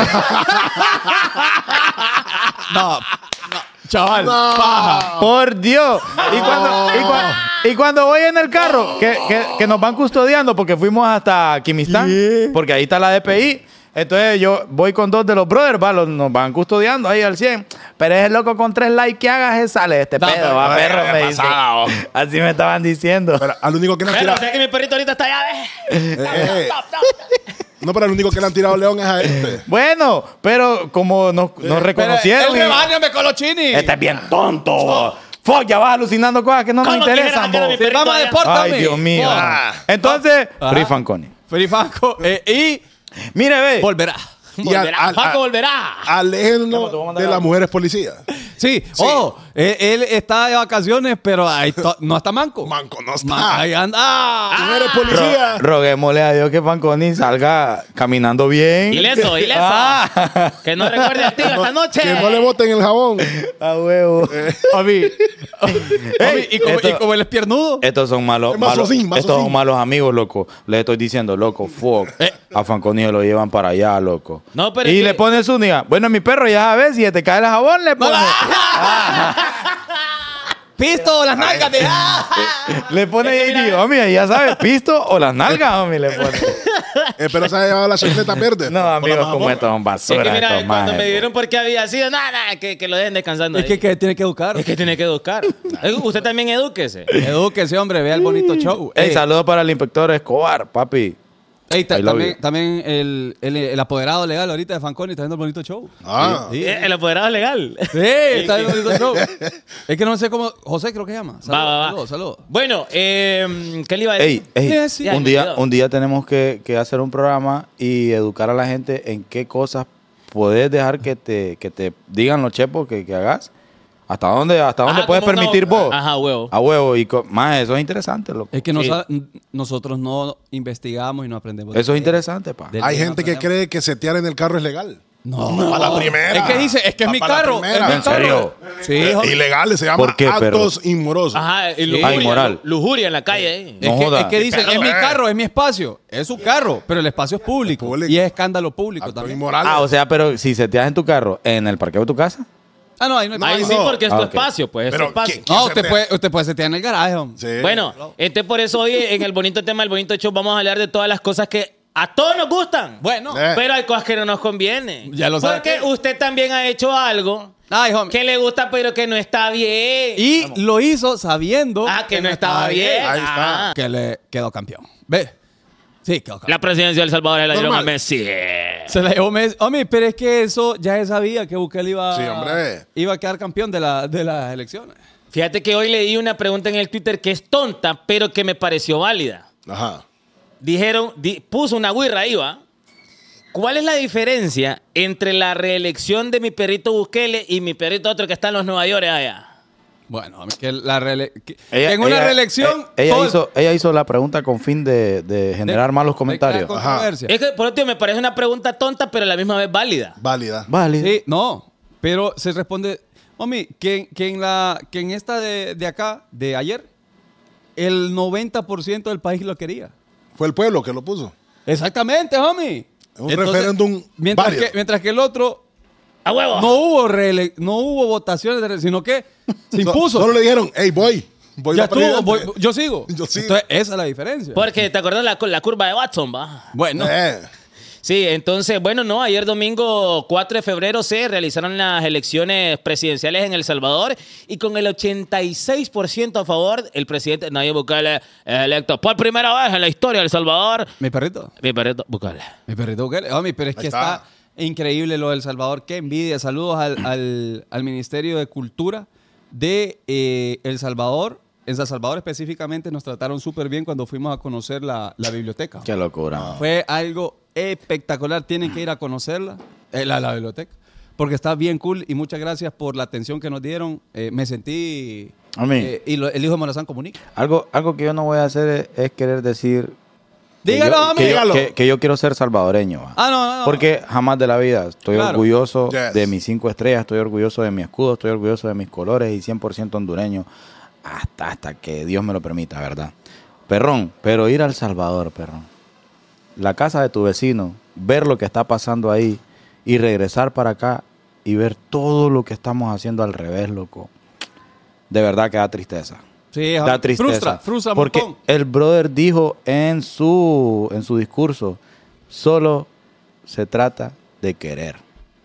Speaker 5: No, no. Chaval, paja.
Speaker 8: Por Dios. Y cuando, y cua- y cuando voy en el carro, que, que- que nos van custodiando porque fuimos hasta Quimistán, porque ahí está la DPI. Entonces yo voy con dos de los brothers, va, los- nos van custodiando ahí al 100. Pero es loco con tres likes que hagas, eh, sale de este
Speaker 5: No,
Speaker 8: pedo,
Speaker 5: pero-
Speaker 8: va,
Speaker 6: no,
Speaker 8: perro,
Speaker 6: qué
Speaker 8: me dice.
Speaker 6: pasada, vos.
Speaker 8: Así me estaban diciendo.
Speaker 6: Pero al único que le han
Speaker 4: Pero, o
Speaker 6: tirado.
Speaker 4: sea que mi perrito ahorita está allá, ¿ves?
Speaker 6: Eh, eh. No, pero al único que le han tirado león es a este.
Speaker 8: Bueno, pero como nos, nos reconocieron.
Speaker 5: El
Speaker 8: y-
Speaker 5: rebaño me colochini.
Speaker 8: Este es bien tonto. vos. Fuck, ya vas alucinando cosas que no nos
Speaker 4: ¿Cómo
Speaker 8: interesan.
Speaker 4: quisiera sacar a
Speaker 8: vos.
Speaker 4: mi perrito
Speaker 5: Vamos a
Speaker 4: allá?
Speaker 5: deporte.
Speaker 8: Ay,
Speaker 5: Córtame.
Speaker 8: Dios mío.
Speaker 5: Ah.
Speaker 8: Entonces,
Speaker 5: Ah.
Speaker 8: Free Fanconi.
Speaker 5: Ferifanco. eh, y
Speaker 8: Mire, [laughs] ve.
Speaker 5: volverá.
Speaker 6: Y al-
Speaker 4: Volverá,
Speaker 6: al-
Speaker 4: Paco
Speaker 6: al-
Speaker 4: volverá.
Speaker 6: aléjenlo
Speaker 8: te voy a mandar
Speaker 6: de las
Speaker 8: algo.
Speaker 6: mujeres policías.
Speaker 5: Sí, ojo, eh, él está de vacaciones, pero ahí to- no está manco.
Speaker 6: Manco, no está.
Speaker 5: Ma- ahí anda. Ah.
Speaker 6: Mujeres policías.
Speaker 8: Roguémosle a Dios que Fanconi salga caminando bien.
Speaker 4: Ileso, ileso.
Speaker 8: Ah, [laughs]
Speaker 4: Que
Speaker 5: [laughs]
Speaker 4: no recuerde a ti esta noche.
Speaker 6: Que no le boten el jabón. Eh,
Speaker 8: a huevo.
Speaker 5: Homie. Homie, y, como,
Speaker 8: esto-
Speaker 5: y como él es piernudo.
Speaker 8: Estos son malos,
Speaker 6: Es más
Speaker 8: malos-
Speaker 6: socin, más
Speaker 8: estos son
Speaker 6: socin.
Speaker 8: malos amigos, loco. Les estoy diciendo, loco, fuck. A Fanconi lo llevan para allá, loco.
Speaker 4: No, pero
Speaker 8: y
Speaker 4: es que-
Speaker 8: le pone su niga. Bueno, mi perro, ya sabes, si te cae el jabón, le pone.
Speaker 5: Pisto, las nalgas de. Ah.
Speaker 8: Le pone y digo, homie, ya sabes, pisto o las nalgas, homie, le pone.
Speaker 6: Eh, pero se ha llevado la chancleta verde.
Speaker 8: No, amigos, como estos son
Speaker 4: Es
Speaker 8: basura.
Speaker 4: que mira,
Speaker 8: estos
Speaker 4: cuando
Speaker 8: majes,
Speaker 4: me
Speaker 8: po.
Speaker 4: dieron por qué había sido, nada, nada, que, que lo dejen descansando.
Speaker 5: Es
Speaker 4: ahí.
Speaker 5: que, que tiene que educar.
Speaker 4: es que tiene que
Speaker 5: [laughs]
Speaker 4: educar. Eh, Usted también edúquese.
Speaker 5: Edúquese, hombre, vea el bonito show.
Speaker 8: Ey,
Speaker 5: Ey,
Speaker 8: saludos para el inspector Escobar, papi.
Speaker 5: ey, ta-
Speaker 8: I love
Speaker 5: también
Speaker 8: you.
Speaker 5: también el, el, el apoderado legal ahorita de Fanconi está viendo el bonito show.
Speaker 6: Ah.
Speaker 5: Sí, sí.
Speaker 4: Eh, El apoderado es legal.
Speaker 5: Sí, está viendo el bonito show. Es que no sé cómo. José creo que se llama.
Speaker 4: Va, va, va.
Speaker 5: [laughs] Saludos, saludos.
Speaker 4: Bueno, eh, ¿qué le iba a decir?
Speaker 8: Ey, ey,
Speaker 5: Sí, sí.
Speaker 8: un,
Speaker 4: Ya,
Speaker 8: día,
Speaker 4: cuidado.
Speaker 8: un día tenemos que, que hacer un programa y educar a la gente en qué cosas podés dejar que te, que te digan los chepos que, que hagas. ¿Hasta dónde, hasta dónde
Speaker 5: Ah,
Speaker 4: Ajá,
Speaker 8: puedes
Speaker 4: como una-
Speaker 8: permitir vos?
Speaker 4: Ajá, huevo.
Speaker 8: A huevo. Y co- más, eso es interesante, loco.
Speaker 5: Es que no sa- nosotros no investigamos y no aprendemos. Eh,
Speaker 8: Eso es
Speaker 5: de-
Speaker 8: interesante, pa.
Speaker 5: del
Speaker 6: Hay
Speaker 5: tema,
Speaker 6: gente que
Speaker 5: aprendemos.
Speaker 6: cree que setear en el carro es legal.
Speaker 5: No.
Speaker 6: Para la primera.
Speaker 4: Es que dice, es que es
Speaker 6: Va
Speaker 4: mi
Speaker 6: para la
Speaker 4: carro. Es
Speaker 6: primera. Eh,
Speaker 4: mi
Speaker 8: ¿En
Speaker 4: carro.
Speaker 8: serio?
Speaker 4: Sí, hijo.
Speaker 6: Ilegales, se llama
Speaker 8: ¿Por qué, pero?
Speaker 6: actos inmorosos.
Speaker 4: Ajá, y
Speaker 11: Sí.
Speaker 4: lujuria.
Speaker 8: inmoral.
Speaker 4: Lujuria en la calle. eh.
Speaker 5: Es,
Speaker 8: No
Speaker 5: que,
Speaker 8: joda.
Speaker 5: es que dice, es mi carro, es mi espacio. Es su carro, pero el espacio es público.
Speaker 6: Público.
Speaker 5: Y es escándalo público
Speaker 6: Actos
Speaker 5: también.
Speaker 6: inmorales.
Speaker 8: Ah, o sea, pero si se te en tu carro, en el parqueo de tu casa.
Speaker 5: Ah, no, ahí no hay
Speaker 4: Ahí
Speaker 5: problema.
Speaker 4: sí, porque es
Speaker 8: Ah,
Speaker 4: tu
Speaker 8: ok.
Speaker 4: espacio, pues. Es tu
Speaker 6: Pero,
Speaker 4: espacio.
Speaker 6: ¿qué-
Speaker 5: No, usted puede, usted puede setear en el garaje, hombre.
Speaker 6: Sí.
Speaker 4: Bueno, entonces por eso hoy en el bonito tema del bonito show vamos a hablar de todas las cosas que a todos nos gustan.
Speaker 5: Bueno.
Speaker 6: Eh.
Speaker 4: Pero hay cosas que no nos convienen.
Speaker 5: Ya lo sabe
Speaker 4: Porque
Speaker 5: que-
Speaker 4: usted también ha hecho algo
Speaker 5: Ay, homie.
Speaker 4: que le gusta pero que no está bien.
Speaker 5: Y lo hizo sabiendo
Speaker 4: Ah, que no estaba bien.
Speaker 6: Ahí está.
Speaker 4: Ah.
Speaker 5: Que le quedó campeón. Ve. Sí, quedó campeón.
Speaker 11: La presidencia de El Salvador es la dieron a
Speaker 6: Normal.
Speaker 11: Messi.
Speaker 5: Se la llevó Messi. Hombre, pero es que eso ya se sabía que Bukele iba,
Speaker 6: Sí, hombre.
Speaker 5: iba a quedar campeón de, la- de las elecciones.
Speaker 4: Fíjate que hoy leí una pregunta en el Twitter que es tonta, pero que me pareció válida.
Speaker 6: Ajá.
Speaker 4: Dijeron, di- puso una guirra ahí, va. ¿Cuál es la diferencia entre la reelección de mi perrito Bukele y mi perrito otro que está en los Nueva York allá?
Speaker 5: Bueno, homie, que la reele- que-
Speaker 8: Ella-
Speaker 5: en una
Speaker 8: ella-
Speaker 5: reelección.
Speaker 8: eh, Ella,
Speaker 5: todo-
Speaker 8: hizo, ella hizo la pregunta con fin de, de
Speaker 5: de-
Speaker 8: generar malos
Speaker 5: de
Speaker 8: comentarios.
Speaker 5: crear
Speaker 6: Ajá.
Speaker 5: controversia.
Speaker 4: Es que, por último, me parece una pregunta tonta, pero a la misma vez válida.
Speaker 6: Válida.
Speaker 8: Vale.
Speaker 5: Sí, no, pero se responde, mami, que, que en, la, que en esta de, de acá, de ayer, el 90% del país lo quería.
Speaker 6: Fue el pueblo que lo puso.
Speaker 5: Exactamente, homie.
Speaker 6: Un referéndum
Speaker 5: mientras
Speaker 6: válido.
Speaker 5: que, mientras que el otro
Speaker 4: ¡A huevo!
Speaker 5: no hubo, reele- no hubo votaciones, de re- sino que se
Speaker 6: [laughs] So-
Speaker 5: impuso.
Speaker 6: Solo le dijeron, hey, voy. Voy
Speaker 5: ya
Speaker 6: pa'
Speaker 5: estuvo,
Speaker 6: presidente".
Speaker 5: voy- yo sigo.
Speaker 6: Yo sigo.
Speaker 5: Entonces, esa es la diferencia.
Speaker 4: Porque te acordás la, cu- la curva de Watson, va.
Speaker 5: Bueno,
Speaker 6: Eh,
Speaker 4: Sí, entonces, bueno, no, ayer domingo 4 de febrero se realizaron las elecciones presidenciales en El Salvador y con el 86% a favor, el presidente Nayib Bukele es electo por primera vez en la historia de El Salvador.
Speaker 5: mi perrito,
Speaker 4: Mi perrito Bukele.
Speaker 5: mi perrito Bukele, homie, pero es
Speaker 6: Ahí
Speaker 5: que
Speaker 6: está.
Speaker 5: está. increíble lo del Salvador, qué envidia. Saludos al, al- al Ministerio de Cultura de eh, El Salvador. En San Salvador específicamente nos trataron súper bien cuando fuimos a conocer la, la biblioteca.
Speaker 8: Qué locura.
Speaker 5: Fue algo espectacular. Tienen que ir a conocerla, eh, la, la biblioteca, porque está bien cool. Y muchas gracias por la atención que nos dieron. Eh, me sentí.
Speaker 8: A mí.
Speaker 5: eh, y lo- el hijo de Morazán comunica.
Speaker 8: Algo, algo que yo no voy a hacer es, es querer decir. que
Speaker 5: Dígalo,
Speaker 8: yo-
Speaker 5: hombre.
Speaker 8: que yo,
Speaker 6: Dígalo.
Speaker 8: que- que yo quiero ser salvadoreño. va.
Speaker 5: Ah, no, no, no.
Speaker 8: Porque jamás de la vida. Estoy
Speaker 5: Claro.
Speaker 8: orgulloso
Speaker 6: Yes.
Speaker 8: de mis cinco estrellas, estoy orgulloso de mi escudo, estoy orgulloso de mis colores y 100% hondureño. Hasta, hasta que Dios me lo permita, ¿verdad? Perrón, pero ir al Salvador, perrón. La casa de tu vecino, ver lo que está pasando ahí y regresar para acá y ver todo lo que estamos haciendo al revés, loco. De verdad que da tristeza
Speaker 5: Sí, ajá.
Speaker 8: da tristeza.
Speaker 5: Frustra, frustra un
Speaker 8: porque
Speaker 5: montón.
Speaker 8: el brother dijo en su en su discurso, solo se trata de querer.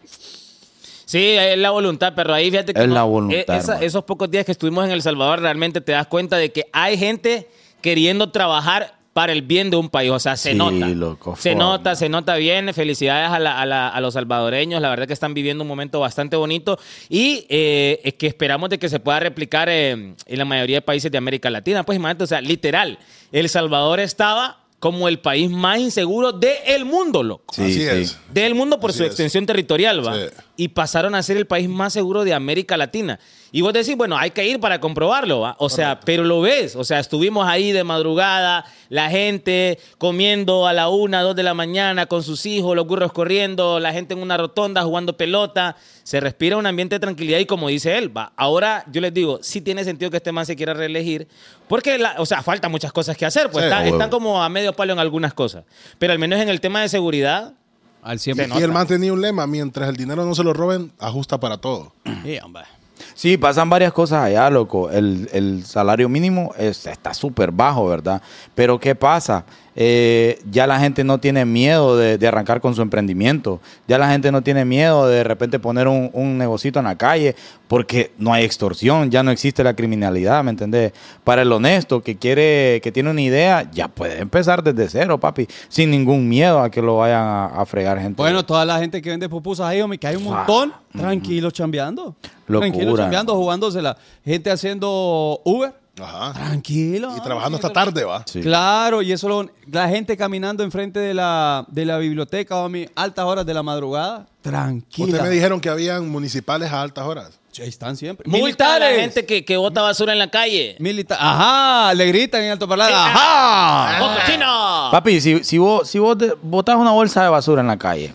Speaker 4: Sí, es la voluntad, pero ahí fíjate que
Speaker 8: Es la voluntad,
Speaker 4: eh, esa-
Speaker 8: hermano.
Speaker 4: esos pocos días que estuvimos en El Salvador realmente te das cuenta de que hay gente queriendo trabajar para el bien de un país, o sea, se
Speaker 8: Sí,
Speaker 4: nota.
Speaker 8: loco,
Speaker 4: se
Speaker 8: forma.
Speaker 4: nota, se nota bien. Felicidades a, la- a la- a los salvadoreños, la verdad que están viviendo un momento bastante bonito y eh, es que esperamos de que se pueda replicar eh, en la mayoría de países de América Latina. Pues imagínate, o sea, literal, El Salvador estaba como el país más inseguro del mundo, loco
Speaker 8: Sí,
Speaker 6: así
Speaker 8: sí.
Speaker 6: es.
Speaker 4: del mundo por
Speaker 6: Así
Speaker 4: su
Speaker 6: es.
Speaker 4: extensión territorial, va.
Speaker 6: Sí.
Speaker 4: Y pasaron a ser el país más seguro de América Latina. Y vos decís, bueno, hay que ir para comprobarlo, va. O sea, pero lo ves. O sea, estuvimos ahí de madrugada, la gente comiendo a la una, dos de la mañana con sus hijos, los burros corriendo, la gente en una rotonda jugando pelota. Se respira un ambiente de tranquilidad y como dice él, va. Ahora yo les digo, sí tiene sentido que este man se quiera reelegir, porque, la- o sea, faltan muchas cosas que hacer, pues
Speaker 6: Sí,
Speaker 4: está-
Speaker 6: a huevo.
Speaker 4: están como a medio palo en algunas cosas. Pero al menos en el tema de seguridad.
Speaker 5: Al 100%.
Speaker 6: Y el man tenía un lema, mientras el dinero no se lo roben, ajusta para todo.
Speaker 5: Sí, hombre.
Speaker 8: Sí, pasan varias cosas allá, loco. El, el salario mínimo es- está súper bajo, ¿verdad? Pero ¿qué pasa? Eh, ya la gente no tiene miedo de, de arrancar con su emprendimiento. Ya la gente no tiene miedo de de repente poner un, un negocito en la calle porque no hay extorsión, ya no existe la criminalidad, ¿me entendés? Para el honesto que quiere, que tiene una idea, ya puede empezar desde cero, papi, sin ningún miedo a que lo vayan a, a fregar gente.
Speaker 5: Bueno, toda la gente que vende pupusas ahí, homie, que hay un montón, tranquilos chambeando.
Speaker 8: Locura.
Speaker 5: Tranquilos chambeando, jugándosela. Gente haciendo Uber,
Speaker 6: Ajá.
Speaker 5: tranquilo.
Speaker 6: Y
Speaker 5: homie.
Speaker 6: trabajando hasta tarde, va.
Speaker 8: Sí.
Speaker 5: Claro, y eso lo- la gente caminando enfrente de la, de la biblioteca, homie, altas horas de la madrugada, tranquila.
Speaker 6: Ustedes me dijeron que habían municipales a altas horas.
Speaker 5: Ahí están siempre.
Speaker 4: Multa a la
Speaker 5: Militares.
Speaker 4: gente que, que bota basura en la calle.
Speaker 5: Milita- Ajá, le gritan en alto parlante.
Speaker 8: ah.
Speaker 5: Ajá.
Speaker 4: ¡Vos, cochino!
Speaker 8: Papi, si, si vos, si vos de- botás una bolsa de basura en la calle,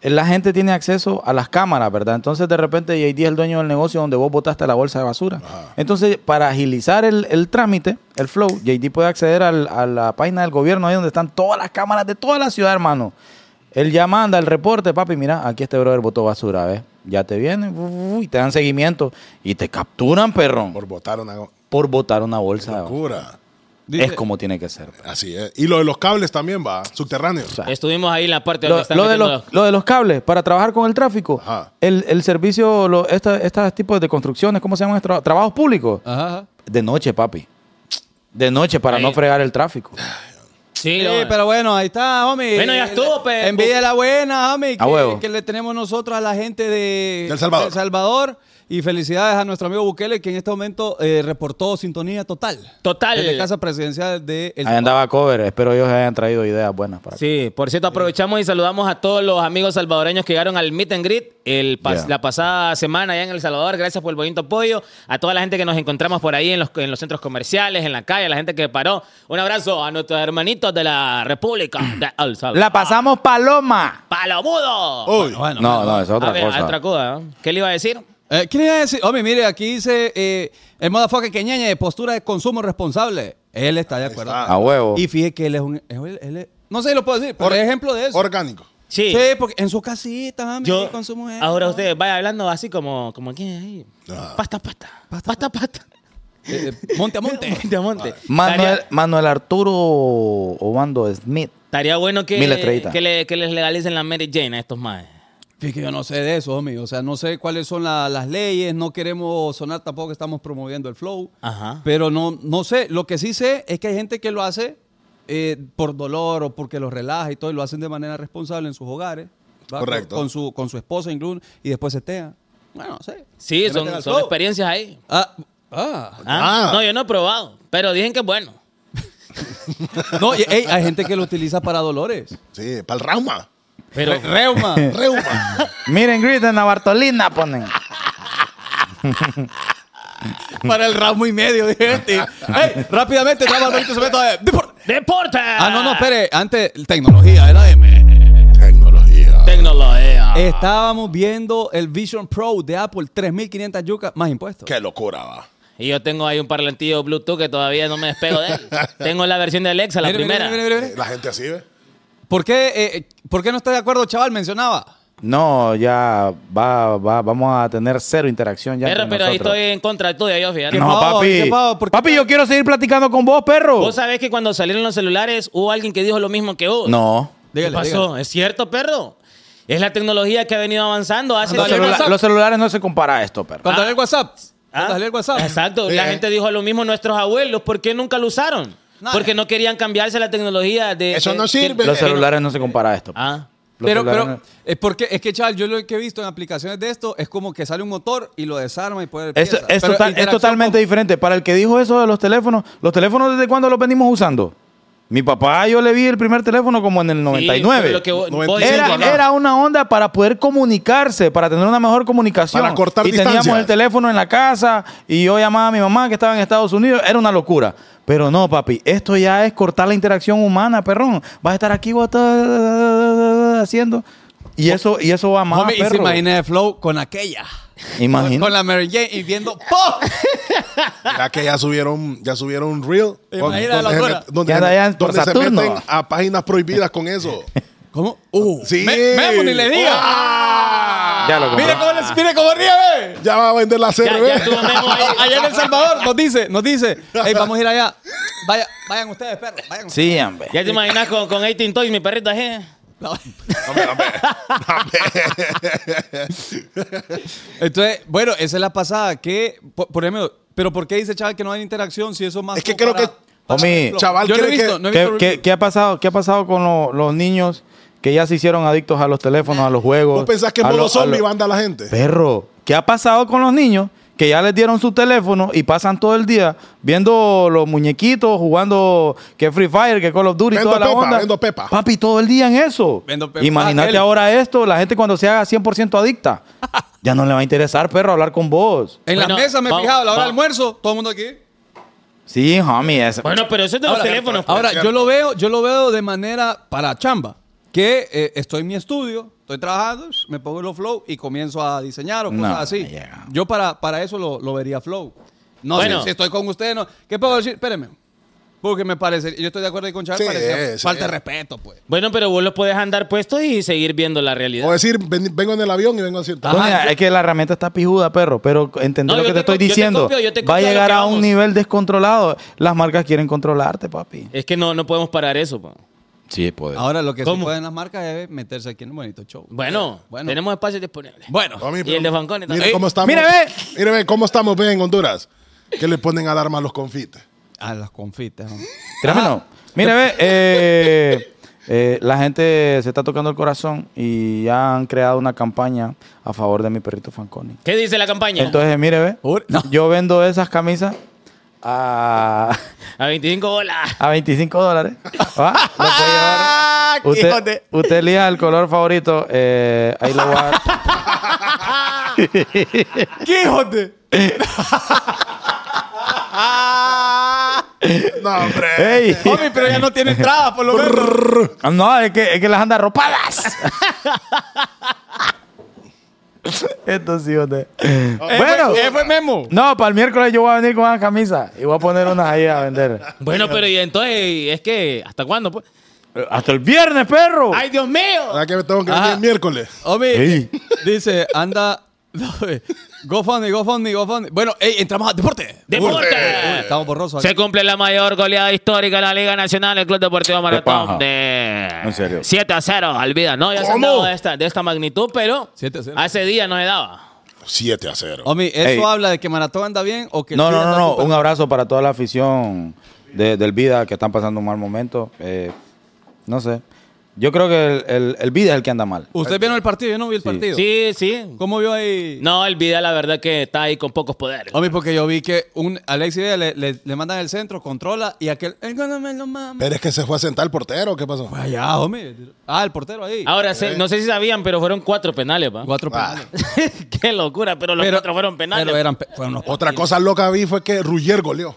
Speaker 8: eh, la gente tiene acceso a las cámaras, ¿verdad? Entonces, de repente, JD es el dueño del negocio donde vos botaste la bolsa de basura. Entonces, para agilizar el, el trámite, el flow, JD puede acceder al- a la página del gobierno, ahí donde están todas las cámaras de toda la ciudad, hermano. Él ya manda el reporte, papi, mira, aquí este brother botó basura, ¿ves? Ya te vienen uh, uh, y te dan seguimiento y te capturan, perrón,
Speaker 6: Por votar una
Speaker 8: por botar una bolsa. de basura.
Speaker 6: locura.
Speaker 5: Dice-
Speaker 8: es como tiene que ser.
Speaker 6: Así es. Y lo de los cables también va, subterráneos.
Speaker 4: Estuvimos ahí en la parte donde
Speaker 8: lo,
Speaker 4: están
Speaker 8: lo de
Speaker 4: metiendo
Speaker 8: los, lo de los cables para trabajar con el tráfico.
Speaker 6: Ajá.
Speaker 8: El, el servicio, lo- esta- estos tipos de construcciones, ¿cómo se llaman? estos tra- trabajos públicos.
Speaker 5: Ajá.
Speaker 8: De noche, papi. De noche para
Speaker 4: Ahí.
Speaker 8: no fregar el tráfico.
Speaker 4: Sí,
Speaker 5: Sí,
Speaker 4: lo-
Speaker 5: pero bueno, ahí está, homie.
Speaker 4: Bueno, ya estuvo, pues, pe-
Speaker 5: Envidia la buena, homie,
Speaker 8: A huevo.
Speaker 5: que, que le tenemos nosotros a la gente de
Speaker 6: De El Salvador.
Speaker 5: de El Salvador. Y felicidades a nuestro amigo Bukele, que en este momento eh, reportó sintonía total.
Speaker 4: Total.
Speaker 5: Desde Casa Presidencial de El
Speaker 8: Ahí andaba cover. Espero ellos hayan traído ideas buenas para
Speaker 4: Sí, por cierto, aprovechamos y saludamos a todos los amigos salvadoreños que llegaron al Meet and Greet el pas-
Speaker 8: Yeah.
Speaker 4: la pasada semana allá en El Salvador. Gracias por el bonito apoyo. A toda la gente que nos encontramos por ahí en los, en los centros comerciales, en la calle, a la gente que paró. Un abrazo a nuestros hermanitos de la República de El Salvador.
Speaker 8: La pasamos paloma.
Speaker 4: ¡Palomudo!
Speaker 6: Uy,
Speaker 5: Bueno,
Speaker 8: No, no, es otra
Speaker 4: a ver,
Speaker 8: cosa.
Speaker 4: otra cosa, ¿no? ¿Qué le iba a decir?
Speaker 5: Eh, ¿Quién iba a decir? Homie, mire, aquí dice eh, el motherfucker que ñañe, postura de consumo responsable. Él está de acuerdo.
Speaker 6: está.
Speaker 8: A huevo.
Speaker 5: Y fíjese que él es un. es- él- él es- no sé si lo puedo decir, pero
Speaker 6: Or-
Speaker 5: es ejemplo de eso.
Speaker 6: orgánico.
Speaker 4: Sí.
Speaker 5: Sí, porque en su casita, homie,
Speaker 4: Yo,
Speaker 5: ahí con su mujer.
Speaker 4: ahora
Speaker 5: ¿no?
Speaker 4: ustedes vaya hablando así como, como ¿quién es ahí?
Speaker 6: Ah.
Speaker 4: Pasta, pasta. Pasta, pasta. [laughs]
Speaker 5: Eh, eh, monte a monte.
Speaker 4: Monte a monte.
Speaker 8: Manuel,
Speaker 4: Estaría-
Speaker 8: Manuel Arturo Obando Smith.
Speaker 4: Estaría bueno que,
Speaker 8: Mil estrellitas.
Speaker 4: que, le- que les legalicen la Mary Jane a estos más.
Speaker 5: Fíjate que yo no sé de eso, homie. O sea, no sé cuáles son la- las leyes. No queremos sonar tampoco que estamos promoviendo el flow.
Speaker 4: Ajá.
Speaker 5: Pero no, no sé. Lo que sí sé es que hay gente que lo hace eh, por dolor o porque los relaja y todo. Y lo hacen de manera responsable en sus hogares. ¿va?
Speaker 6: Correcto.
Speaker 5: Con, con su, con su esposa incluso. Y después se tean. Bueno, no sé.
Speaker 4: Sí,
Speaker 5: Se meten
Speaker 4: son,
Speaker 5: al
Speaker 4: son
Speaker 5: flow.
Speaker 4: experiencias ahí.
Speaker 5: Ah, ah.
Speaker 4: Ah,
Speaker 6: Ah.
Speaker 4: No, yo no he probado, pero dicen que es bueno.
Speaker 5: No, y, ey, hay gente que lo utiliza para dolores.
Speaker 4: [laughs]
Speaker 6: Sí, para el
Speaker 5: [laughs]
Speaker 6: rauma.
Speaker 4: Pero,
Speaker 5: Reuma.
Speaker 6: Reuma.
Speaker 8: Miren, griten a Bartolina, ponen.
Speaker 5: para el ramo y medio, gente. Ey, rápidamente, nada más, ahorita se mete a- ¡Depor-
Speaker 4: ¡Deporte!
Speaker 5: Ah, no, no, espere. Antes, tecnología, era M.
Speaker 6: Tecnología.
Speaker 4: Tecnología.
Speaker 5: Estábamos viendo el Vision Pro de Apple, 3.500 yucas más impuestos.
Speaker 6: Qué locura va.
Speaker 4: Y yo tengo ahí un parlantillo Bluetooth que todavía no me despego de
Speaker 8: [laughs]
Speaker 4: él. tengo la versión de Alexa, la
Speaker 5: Mire, mire,
Speaker 4: primera.
Speaker 5: mire, mire, mire.
Speaker 6: Eh, La gente así ve.
Speaker 5: ¿Por qué, eh, eh, ¿Por qué no está de acuerdo, chaval? Mencionaba.
Speaker 8: No, ya va, va, vamos a tener cero interacción ya.
Speaker 4: Perro,
Speaker 8: entre
Speaker 4: pero ahí
Speaker 8: nosotros.
Speaker 4: estoy en contra tuya, yo fíjate.
Speaker 5: ¿Qué
Speaker 8: No,
Speaker 5: pavo,
Speaker 8: papi.
Speaker 5: qué pavo, ¿por qué?
Speaker 8: Papi, yo quiero seguir platicando con vos, perro.
Speaker 4: Vos sabés que cuando salieron los celulares hubo alguien que dijo lo mismo que vos.
Speaker 8: No.
Speaker 5: Dígale,
Speaker 4: ¿Qué pasó?
Speaker 5: dígale.
Speaker 4: ¿Es cierto, perro? Es la tecnología que ha venido avanzando hace
Speaker 5: Cuando
Speaker 8: Los,
Speaker 5: Dale,
Speaker 8: celula-
Speaker 5: WhatsApp.
Speaker 8: los celulares no se compara a esto, perro.
Speaker 5: Cuando salió el WhatsApp.
Speaker 4: Ah,
Speaker 5: Cuando salió el WhatsApp.
Speaker 4: Exacto.
Speaker 6: Sí,
Speaker 4: la
Speaker 6: eh.
Speaker 4: gente dijo lo mismo nuestros abuelos. ¿Por qué nunca lo usaron?
Speaker 5: No,
Speaker 4: Porque
Speaker 5: eh.
Speaker 4: no querían cambiarse la tecnología de...
Speaker 6: Eso
Speaker 4: de-
Speaker 6: no
Speaker 4: de-
Speaker 6: sirve.
Speaker 8: Los celulares no se compara a esto. perro.
Speaker 4: Ah.
Speaker 8: Los
Speaker 5: Pero,
Speaker 8: celulares
Speaker 5: pero
Speaker 8: no-
Speaker 5: es porque es que, chaval, yo lo que he visto en aplicaciones de esto es como que sale un motor y lo desarma y puede.
Speaker 8: Esto-
Speaker 5: pieza.
Speaker 8: es,
Speaker 5: Pero
Speaker 8: total- es
Speaker 5: interacción
Speaker 8: totalmente
Speaker 5: con-
Speaker 8: diferente. Para el que dijo eso de los teléfonos, ¿los teléfonos desde cuándo los venimos usando? Mi papá, yo le vi el primer teléfono como en el
Speaker 4: Sí,
Speaker 8: 99.
Speaker 4: pero lo que vos- vos
Speaker 6: 95
Speaker 4: decís,
Speaker 8: Era,
Speaker 6: acá.
Speaker 4: ¿no?
Speaker 8: era una onda para poder comunicarse, para tener una mejor comunicación.
Speaker 6: Para cortar
Speaker 8: y teníamos
Speaker 6: distancias.
Speaker 8: el teléfono en la casa y yo llamaba a mi mamá que estaba en Estados Unidos. Era una locura. Pero no, papi, esto ya es cortar la interacción humana, perrón. Vas a estar aquí vos ta- haciendo. Y eso, y eso va más.
Speaker 5: Homie, y se
Speaker 8: perro.
Speaker 5: imagina el flow con aquella.
Speaker 8: Imagina.
Speaker 5: Con la Mary Jane y viendo. ¡pop!
Speaker 6: Ya que ya subieron, ya subieron un reel.
Speaker 5: Imagina la
Speaker 6: donde se,
Speaker 5: locura.
Speaker 6: met- donde
Speaker 8: Ya
Speaker 6: se,
Speaker 8: anda allá
Speaker 6: met-
Speaker 8: en- por
Speaker 6: donde se
Speaker 8: Saturno.
Speaker 6: meten a páginas prohibidas con
Speaker 8: [laughs]
Speaker 6: eso.
Speaker 5: ¿Cómo? Uh,
Speaker 6: Sí.
Speaker 5: me- Memo, ni le diga.
Speaker 8: Ya lo compré.
Speaker 5: Mire cómo,
Speaker 6: Ah.
Speaker 5: les- mire cómo ríe, ve.
Speaker 6: Ya va a vender la
Speaker 4: Ya, ya estuvo
Speaker 6: [laughs] CRB.
Speaker 4: Memo ahí.
Speaker 5: Allá en El Salvador nos dice, nos dice, hey, vamos a ir allá. Vaya, vayan ustedes, perro. Vayan ustedes.
Speaker 8: Sí, hombre.
Speaker 4: Ya te imaginas con, con 18 Toys, mi perrito ¿eh? ajé.
Speaker 6: Dame, dame, dame.
Speaker 5: Entonces, bueno, esa es la pasada. Que, por, por ejemplo, pero ¿por qué dice Chaval que no hay interacción si eso es más.
Speaker 6: Es que
Speaker 5: como
Speaker 6: creo que-
Speaker 8: Homie,
Speaker 6: Chaval
Speaker 5: Yo no he
Speaker 6: cree
Speaker 5: visto,
Speaker 6: que-
Speaker 5: no he
Speaker 8: ¿Qué,
Speaker 5: visto.
Speaker 8: qué- qué ha pasado, ¿Qué ha pasado con lo- los niños que ya se hicieron adictos a los teléfonos, a los juegos?
Speaker 6: ¿Vos pensás que
Speaker 8: a
Speaker 6: en modo
Speaker 8: los- a
Speaker 6: zombie
Speaker 8: los-
Speaker 6: banda la gente?
Speaker 8: Perro, ¿qué ha pasado con los niños que ya les dieron su teléfono y pasan todo el día viendo los muñequitos, jugando que Free Fire, que Call of Duty,
Speaker 6: Vendo
Speaker 8: toda la
Speaker 6: pepa,
Speaker 8: onda?
Speaker 6: vendo pepa.
Speaker 8: Papi, todo el día en eso.
Speaker 5: Vendo pepa.
Speaker 4: Ah,
Speaker 8: Imagínate
Speaker 4: [laughs]
Speaker 5: Él.
Speaker 8: ahora esto, la gente cuando se haga 100% adicta. Ya no le va a interesar, perro, hablar con vos.
Speaker 5: En
Speaker 4: Bueno,
Speaker 5: las mesas me he
Speaker 4: vamos,
Speaker 5: fijado, a la hora del
Speaker 4: vamos.
Speaker 5: almuerzo, todo el mundo aquí.
Speaker 8: Sí, homie, es-
Speaker 4: Bueno, pero eso es de los teléfonos. pues.
Speaker 5: Ahora, yo lo veo, yo lo veo de manera para chamba. Que eh, estoy en mi estudio, estoy trabajando, sh, me pongo en los flow y comienzo a diseñar o cosas
Speaker 8: No,
Speaker 5: así.
Speaker 8: me llega.
Speaker 5: Yo para, para eso lo, lo vería flow. No
Speaker 4: Bueno.
Speaker 5: sé si estoy con ustedes, no. ¿Qué puedo decir? Espérenme. Porque me parece, yo estoy de acuerdo ahí con Chávez,
Speaker 6: Sí,
Speaker 5: parece
Speaker 6: sí.
Speaker 5: falta de respeto, pues.
Speaker 4: Bueno, pero vos los puedes andar puestos y seguir viendo la realidad.
Speaker 6: O decir, ven- vengo en el avión y vengo sentado.
Speaker 8: Doña, es que la herramienta está pijuda, perro, pero
Speaker 4: No,
Speaker 8: entender lo
Speaker 4: yo
Speaker 8: que te,
Speaker 4: te
Speaker 8: estoy
Speaker 4: co- yo te
Speaker 8: diciendo.
Speaker 4: copio, yo te
Speaker 8: va a
Speaker 4: copio lo
Speaker 8: llegar
Speaker 4: que
Speaker 8: a
Speaker 4: vamos.
Speaker 8: un nivel descontrolado. Las marcas quieren controlarte, papi.
Speaker 4: Es que no, no podemos parar eso. po.
Speaker 8: Sí, puede.
Speaker 5: Ahora lo que se
Speaker 4: ¿Cómo?
Speaker 5: pueden las marcas es meterse aquí en un bonito show.
Speaker 4: Bueno,
Speaker 5: Bueno.
Speaker 4: tenemos espacios disponibles.
Speaker 5: Bueno,
Speaker 6: Mami,
Speaker 4: Y el
Speaker 6: pero-
Speaker 4: de Fanconi también.
Speaker 6: Mire cómo estamos.
Speaker 8: mire, ve.
Speaker 6: Mire, ve cómo estamos ven, en Honduras. Que le ponen alarma a los confites.
Speaker 5: a las confites.
Speaker 8: [laughs]
Speaker 5: ¿no?
Speaker 8: Trámelo. Mire, ve, eh, eh, la gente se está tocando el corazón y ya han creado una campaña a favor de mi perrito Fanconi.
Speaker 4: ¿Qué dice la campaña?
Speaker 8: Entonces, mire, ve,
Speaker 5: Ur-
Speaker 8: [laughs]
Speaker 5: no.
Speaker 8: yo vendo esas camisas a,
Speaker 4: A 25 bolas.
Speaker 8: a 25 dólares. ¿va? Lo puede llevar. Usted, usted elija el color favorito. eh, ahí lo voy a dar.
Speaker 5: ¿Qué hijos de-
Speaker 6: No, hombre.
Speaker 8: ¡Ey!
Speaker 5: Homie, [laughs] pero ya no tiene entrada, por lo menos.
Speaker 8: Ah, No, es que, es que las anda arropadas. [laughs] Estos hijos de. Bueno,
Speaker 5: ¿Qué fue Memo?
Speaker 8: no, para el miércoles yo voy a venir con una camisa y voy a poner unas ahí a vender.
Speaker 4: Bueno, pero y entonces, es que, ¿hasta cuándo? pues?
Speaker 8: Hasta el viernes, perro.
Speaker 4: ¡Ay, Dios mío!
Speaker 6: ¿Verdad que me tengo que
Speaker 5: Ajá.
Speaker 6: venir el miércoles?
Speaker 5: Homie, dice, anda. [laughs] eh, GoFundMe, GoFundMe, GoFundMe. Bueno, ey, entramos a deporte. Uy,
Speaker 4: ¡Deporte!
Speaker 5: Estamos borrosos.
Speaker 4: Eh, Se
Speaker 5: aquí.
Speaker 4: cumple la mayor goleada histórica de la Liga Nacional, el Club Deportivo Maratón. De
Speaker 8: En serio.
Speaker 4: 7 a 0, al vida. No, ya se han
Speaker 6: ¿Cómo?
Speaker 4: dado de esta, de esta magnitud, pero
Speaker 5: 7 a 0.
Speaker 4: hace días no se daba.
Speaker 6: 7 a 0.
Speaker 5: Homie, ¿eso
Speaker 8: Ey.
Speaker 5: habla de que Maratón anda bien o que
Speaker 8: No,
Speaker 5: el
Speaker 8: no,
Speaker 5: Vida
Speaker 8: no,
Speaker 5: anda
Speaker 8: no.
Speaker 5: súper
Speaker 8: Un abrazo para toda la afición de- del Vida que están pasando un mal momento. Eh, no sé. Yo creo que el, el- el Vida es el que anda mal.
Speaker 5: ¿Ustedes vieron el partido? Yo no vi el partido.
Speaker 4: Sí, sí.
Speaker 5: ¿Cómo vio ahí?
Speaker 4: No, el Vida la verdad que está ahí con pocos poderes.
Speaker 5: Homie, porque yo vi que un Alexis Vega le, le, le mandan el centro, controla y aquel. "El gol no me lo mama".
Speaker 6: Pero es que se fue a sentar el portero, ¿qué pasó?
Speaker 5: Allá, homie. Ah, el portero ahí.
Speaker 4: Ahora, se- no sé si sabían, pero fueron cuatro penales, pa.
Speaker 5: Cuatro penales.
Speaker 4: [laughs] Qué locura, pero los cuatro fueron penales.
Speaker 5: Pero eran pe- fueron los
Speaker 6: Otra cosa loca vi fue que Ruyer goleó.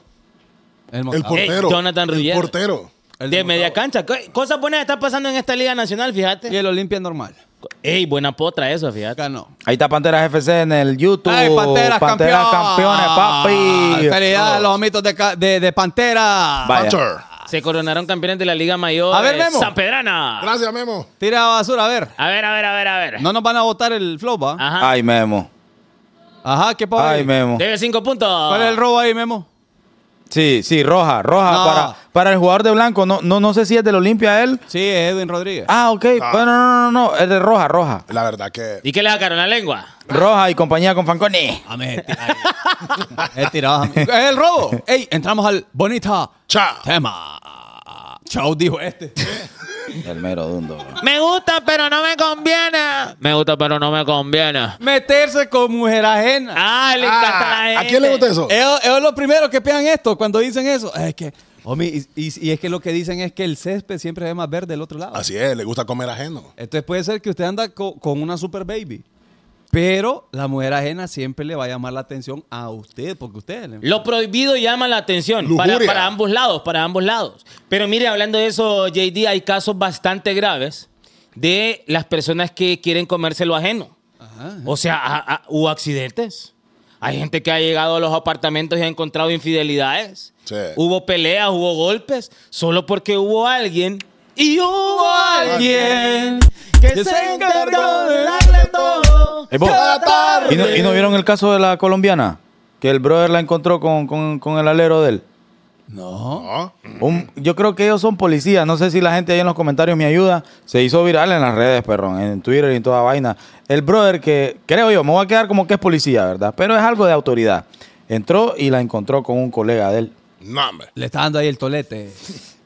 Speaker 6: El
Speaker 5: portero.
Speaker 6: portero.
Speaker 4: Jonathan Ruggiero.
Speaker 6: El portero.
Speaker 4: de media cancha. Co- Cosas buenas están pasando en esta Liga Nacional,
Speaker 5: Y
Speaker 4: fíjate.
Speaker 5: el Olimpia normal.
Speaker 4: Ey, buena potra eso, fíjate.
Speaker 5: Ganó.
Speaker 8: Ahí está Panteras FC en el YouTube.
Speaker 5: ¡Ay, Panteras,
Speaker 8: Panteras
Speaker 5: campeón! Ah,
Speaker 8: campeones, papi.
Speaker 5: ¡Felicidades a los amitos de, ca- de, de Pantera!
Speaker 8: Vaya.
Speaker 6: Pancher.
Speaker 4: Se coronaron campeones de la Liga Mayor.
Speaker 5: A ver,
Speaker 4: eh,
Speaker 5: Memo.
Speaker 4: San Pedrana.
Speaker 6: Gracias, Memo.
Speaker 5: Tira la basura, a ver.
Speaker 4: A ver, a ver, a ver, a ver.
Speaker 5: No nos van a votar el flow, ¿va?
Speaker 4: Ajá.
Speaker 8: Ay, Memo.
Speaker 5: Ajá, ¿qué pasa?
Speaker 8: Ay, Memo.
Speaker 4: Debe cinco puntos.
Speaker 5: ¿Cuál es el robo ahí, Memo?
Speaker 8: Sí, sí, roja, roja.
Speaker 5: No.
Speaker 8: Para, para el jugador de blanco, no, no, no sé si es del Olimpia él.
Speaker 5: Sí, es Edwin Rodríguez.
Speaker 8: Ah, ok. Bueno, no, no, no, no, es de roja, roja.
Speaker 6: La verdad que.
Speaker 4: ¿Y qué le sacaron la lengua?
Speaker 8: Roja y compañía con Fanconi.
Speaker 5: A mí me tira- He tirado a mí. [laughs] ¡Es el robo! ¡Ey! Entramos al bonita
Speaker 6: Chao.
Speaker 5: tema. Chao, dijo este.
Speaker 8: El mero dundo.
Speaker 4: Me gusta, pero no me conviene. Me gusta, pero no me conviene.
Speaker 5: Meterse con mujer ajena.
Speaker 4: Ah, le encanta la
Speaker 6: Ah,
Speaker 4: gente.
Speaker 6: ¿A quién le gusta eso?
Speaker 5: Ellos, ellos los primeros que pegan esto cuando dicen eso. Es que, homie, y, y- y es que lo que dicen es que el césped siempre es más verde del otro lado.
Speaker 6: Así es, le gusta comer ajeno.
Speaker 5: Entonces puede ser que usted anda co- con una super baby, pero la mujer ajena siempre le va a llamar la atención a usted, porque usted le...
Speaker 4: Lo prohibido llama la atención para,
Speaker 6: Lujuria.
Speaker 4: para ambos lados, para ambos lados. Pero mire, hablando de eso, JD, hay casos bastante graves de las personas que quieren comerse lo ajeno. O sea, a- a- hubo accidentes. Hay gente que ha llegado a los apartamentos y ha encontrado infidelidades.
Speaker 6: Sí.
Speaker 4: Hubo peleas, hubo golpes, solo porque hubo alguien y hubo
Speaker 6: Ah.
Speaker 4: alguien que se encargó de darle todo.
Speaker 8: Eh, vos.
Speaker 4: cada tarde.
Speaker 8: ¿Y no, y no vieron el caso de la colombiana? Que el brother la encontró con, con- con el alero de él. Ah.
Speaker 6: No.
Speaker 8: Un- yo creo que ellos son policías. No sé si la gente ahí en los comentarios me ayuda. Se hizo viral en las redes, perrón, en Twitter y en toda vaina. El brother que, creo yo, me voy a quedar como que es policía, ¿verdad? Pero es algo de autoridad. Entró y la encontró con un colega de él.
Speaker 6: No, hombre.
Speaker 5: Le está dando ahí el tolete.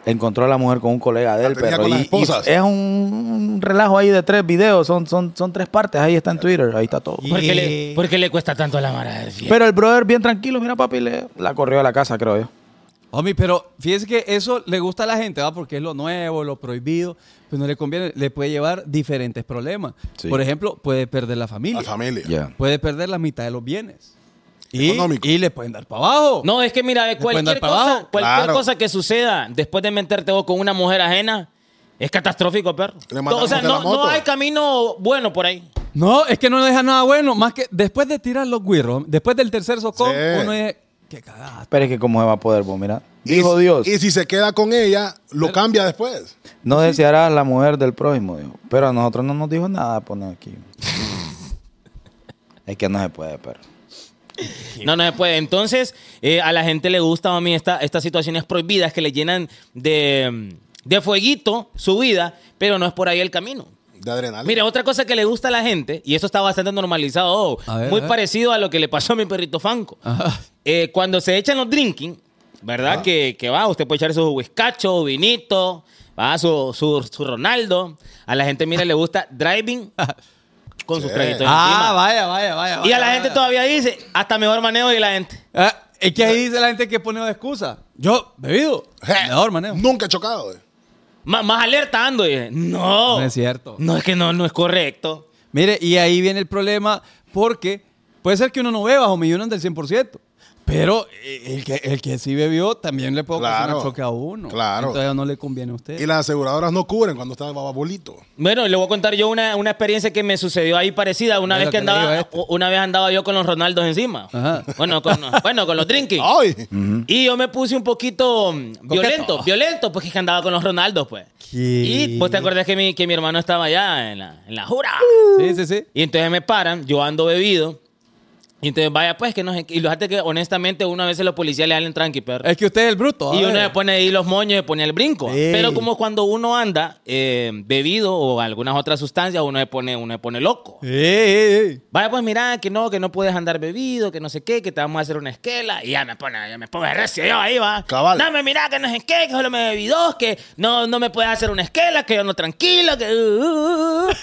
Speaker 8: Encontró a la mujer con un colega de él,
Speaker 6: tenía
Speaker 8: perro.
Speaker 6: con las
Speaker 8: y- y
Speaker 6: esposas.
Speaker 8: es un, un relajo ahí de tres videos. Son, son, son tres partes. Ahí está en Twitter. Ahí está todo.
Speaker 4: ¿Por qué, le, por qué le cuesta tanto a la mara del fiel?
Speaker 8: Pero el brother bien tranquilo, mira papi, le, la corrió a la casa, creo yo.
Speaker 5: Homie, pero fíjese que eso le gusta a la gente, ¿va? Porque es lo nuevo, lo prohibido, pues no le conviene, le puede llevar diferentes problemas.
Speaker 8: Sí.
Speaker 5: Por ejemplo, puede perder la familia,
Speaker 6: La familia.
Speaker 8: Ya.
Speaker 5: puede perder la mitad de los bienes. Y,
Speaker 6: Económico.
Speaker 5: y le pueden dar para abajo.
Speaker 4: No, es que mira, de
Speaker 5: Le pueden
Speaker 4: cualquier
Speaker 5: dar para
Speaker 4: cosa,
Speaker 5: abajo.
Speaker 4: cualquier
Speaker 6: Claro.
Speaker 4: cosa que suceda después de meterte vos con una mujer ajena, es catastrófico, perro.
Speaker 6: Le
Speaker 4: No, O sea,
Speaker 6: matamos de la
Speaker 4: no, no
Speaker 6: moto.
Speaker 4: hay camino bueno por ahí.
Speaker 5: No, es que no deja nada bueno, más que después de tirar los guirros, después del tercer socón,
Speaker 6: Sí.
Speaker 5: uno es, qué cagada.
Speaker 8: Pero es que cómo se va a poder, vos, mira.
Speaker 6: Y
Speaker 8: Dijo
Speaker 6: si-
Speaker 8: Dios,
Speaker 6: Y si se queda con ella, lo cambia después.
Speaker 8: no desearás la mujer del prójimo, dijo. Pero a nosotros no nos dijo nada poner aquí. es que no se puede, pero.
Speaker 4: No, no se puede. Entonces, eh, a la gente le gusta, a mí, estas situaciones prohibidas que le llenan de, de fueguito su vida, pero no es por ahí el camino.
Speaker 6: De adrenalina.
Speaker 4: Mira, otra cosa que le gusta a la gente, y eso está bastante normalizado, oh,
Speaker 5: A ver,
Speaker 4: muy
Speaker 5: a ver.
Speaker 4: parecido a lo que le pasó a mi perrito Fanco.
Speaker 5: Ajá.
Speaker 4: Eh, cuando se echan los drinking, ¿verdad? Que, que va, usted puede echar su whiskacho, vinito, va, su, su, su Ronaldo. A la gente, mira, le
Speaker 5: [laughs]
Speaker 4: gusta driving con sus
Speaker 6: Sí.
Speaker 4: traguitos
Speaker 5: Ah,
Speaker 4: encima.
Speaker 5: vaya, vaya, vaya.
Speaker 4: Y a
Speaker 5: vaya,
Speaker 4: la gente
Speaker 5: vaya.
Speaker 4: todavía dice, hasta mejor manejo y la gente.
Speaker 5: Ah, es que ahí dice la gente que pone de excusa. Eh, Yo, bebido.
Speaker 6: Je,
Speaker 5: Mejor manejo.
Speaker 6: Nunca he chocado. eh.
Speaker 4: Má- más alerta ando. dije, no.
Speaker 5: No es cierto.
Speaker 4: No, es que no, no es correcto.
Speaker 5: Mire, y ahí viene el problema porque puede ser que uno no beba o millones del 100%, pero eh, el que, el que sí bebió también le puede causar
Speaker 6: Claro.
Speaker 5: un choque a uno.
Speaker 6: Claro.
Speaker 5: Entonces no le conviene a usted.
Speaker 6: Y las aseguradoras no cubren cuando está el bababolito.
Speaker 4: Bueno, le voy a contar yo una, una experiencia que me sucedió ahí parecida. Una vez
Speaker 5: Mira lo
Speaker 4: que
Speaker 5: que le digo
Speaker 4: andaba,
Speaker 5: a este.
Speaker 4: u- una vez andaba yo con los Ronaldos encima.
Speaker 5: Ajá.
Speaker 4: Bueno, con, bueno, con los
Speaker 5: [laughs]
Speaker 4: drinking.
Speaker 6: ¡Ay!
Speaker 4: Y yo me puse un poquito mm, violento, violento, porque es que andaba con los Ronaldos, pues.
Speaker 5: ¿Qué?
Speaker 4: Y vos te acordás que mi, que mi hermano estaba allá en la, en la jura.
Speaker 5: Sí, sí, sí.
Speaker 4: Y entonces me paran, yo ando bebido. Y entonces, vaya, pues, que no sé qué. Y lo que, honestamente, una vez los policías le dan tranqui, perro.
Speaker 5: Es que usted es el bruto. a
Speaker 4: Y uno
Speaker 5: ver.
Speaker 4: le pone ahí los moños y pone el brinco.
Speaker 5: Ey.
Speaker 4: Pero como cuando uno anda eh, bebido o algunas otras sustancias, uno le pone, uno le pone loco.
Speaker 5: Ey, ey, ey.
Speaker 4: Vaya, pues mira, que no, que no puedes andar bebido, que no sé qué, que te vamos a hacer una esquela. Y ya me pone, ya me pongo recio yo ahí, va.
Speaker 6: Cabal.
Speaker 4: Dame, mira, que no sé qué, que solo me bebí dos, que no, no me puedes hacer una esquela, que yo no tranquilo, que... uh, uh, uh.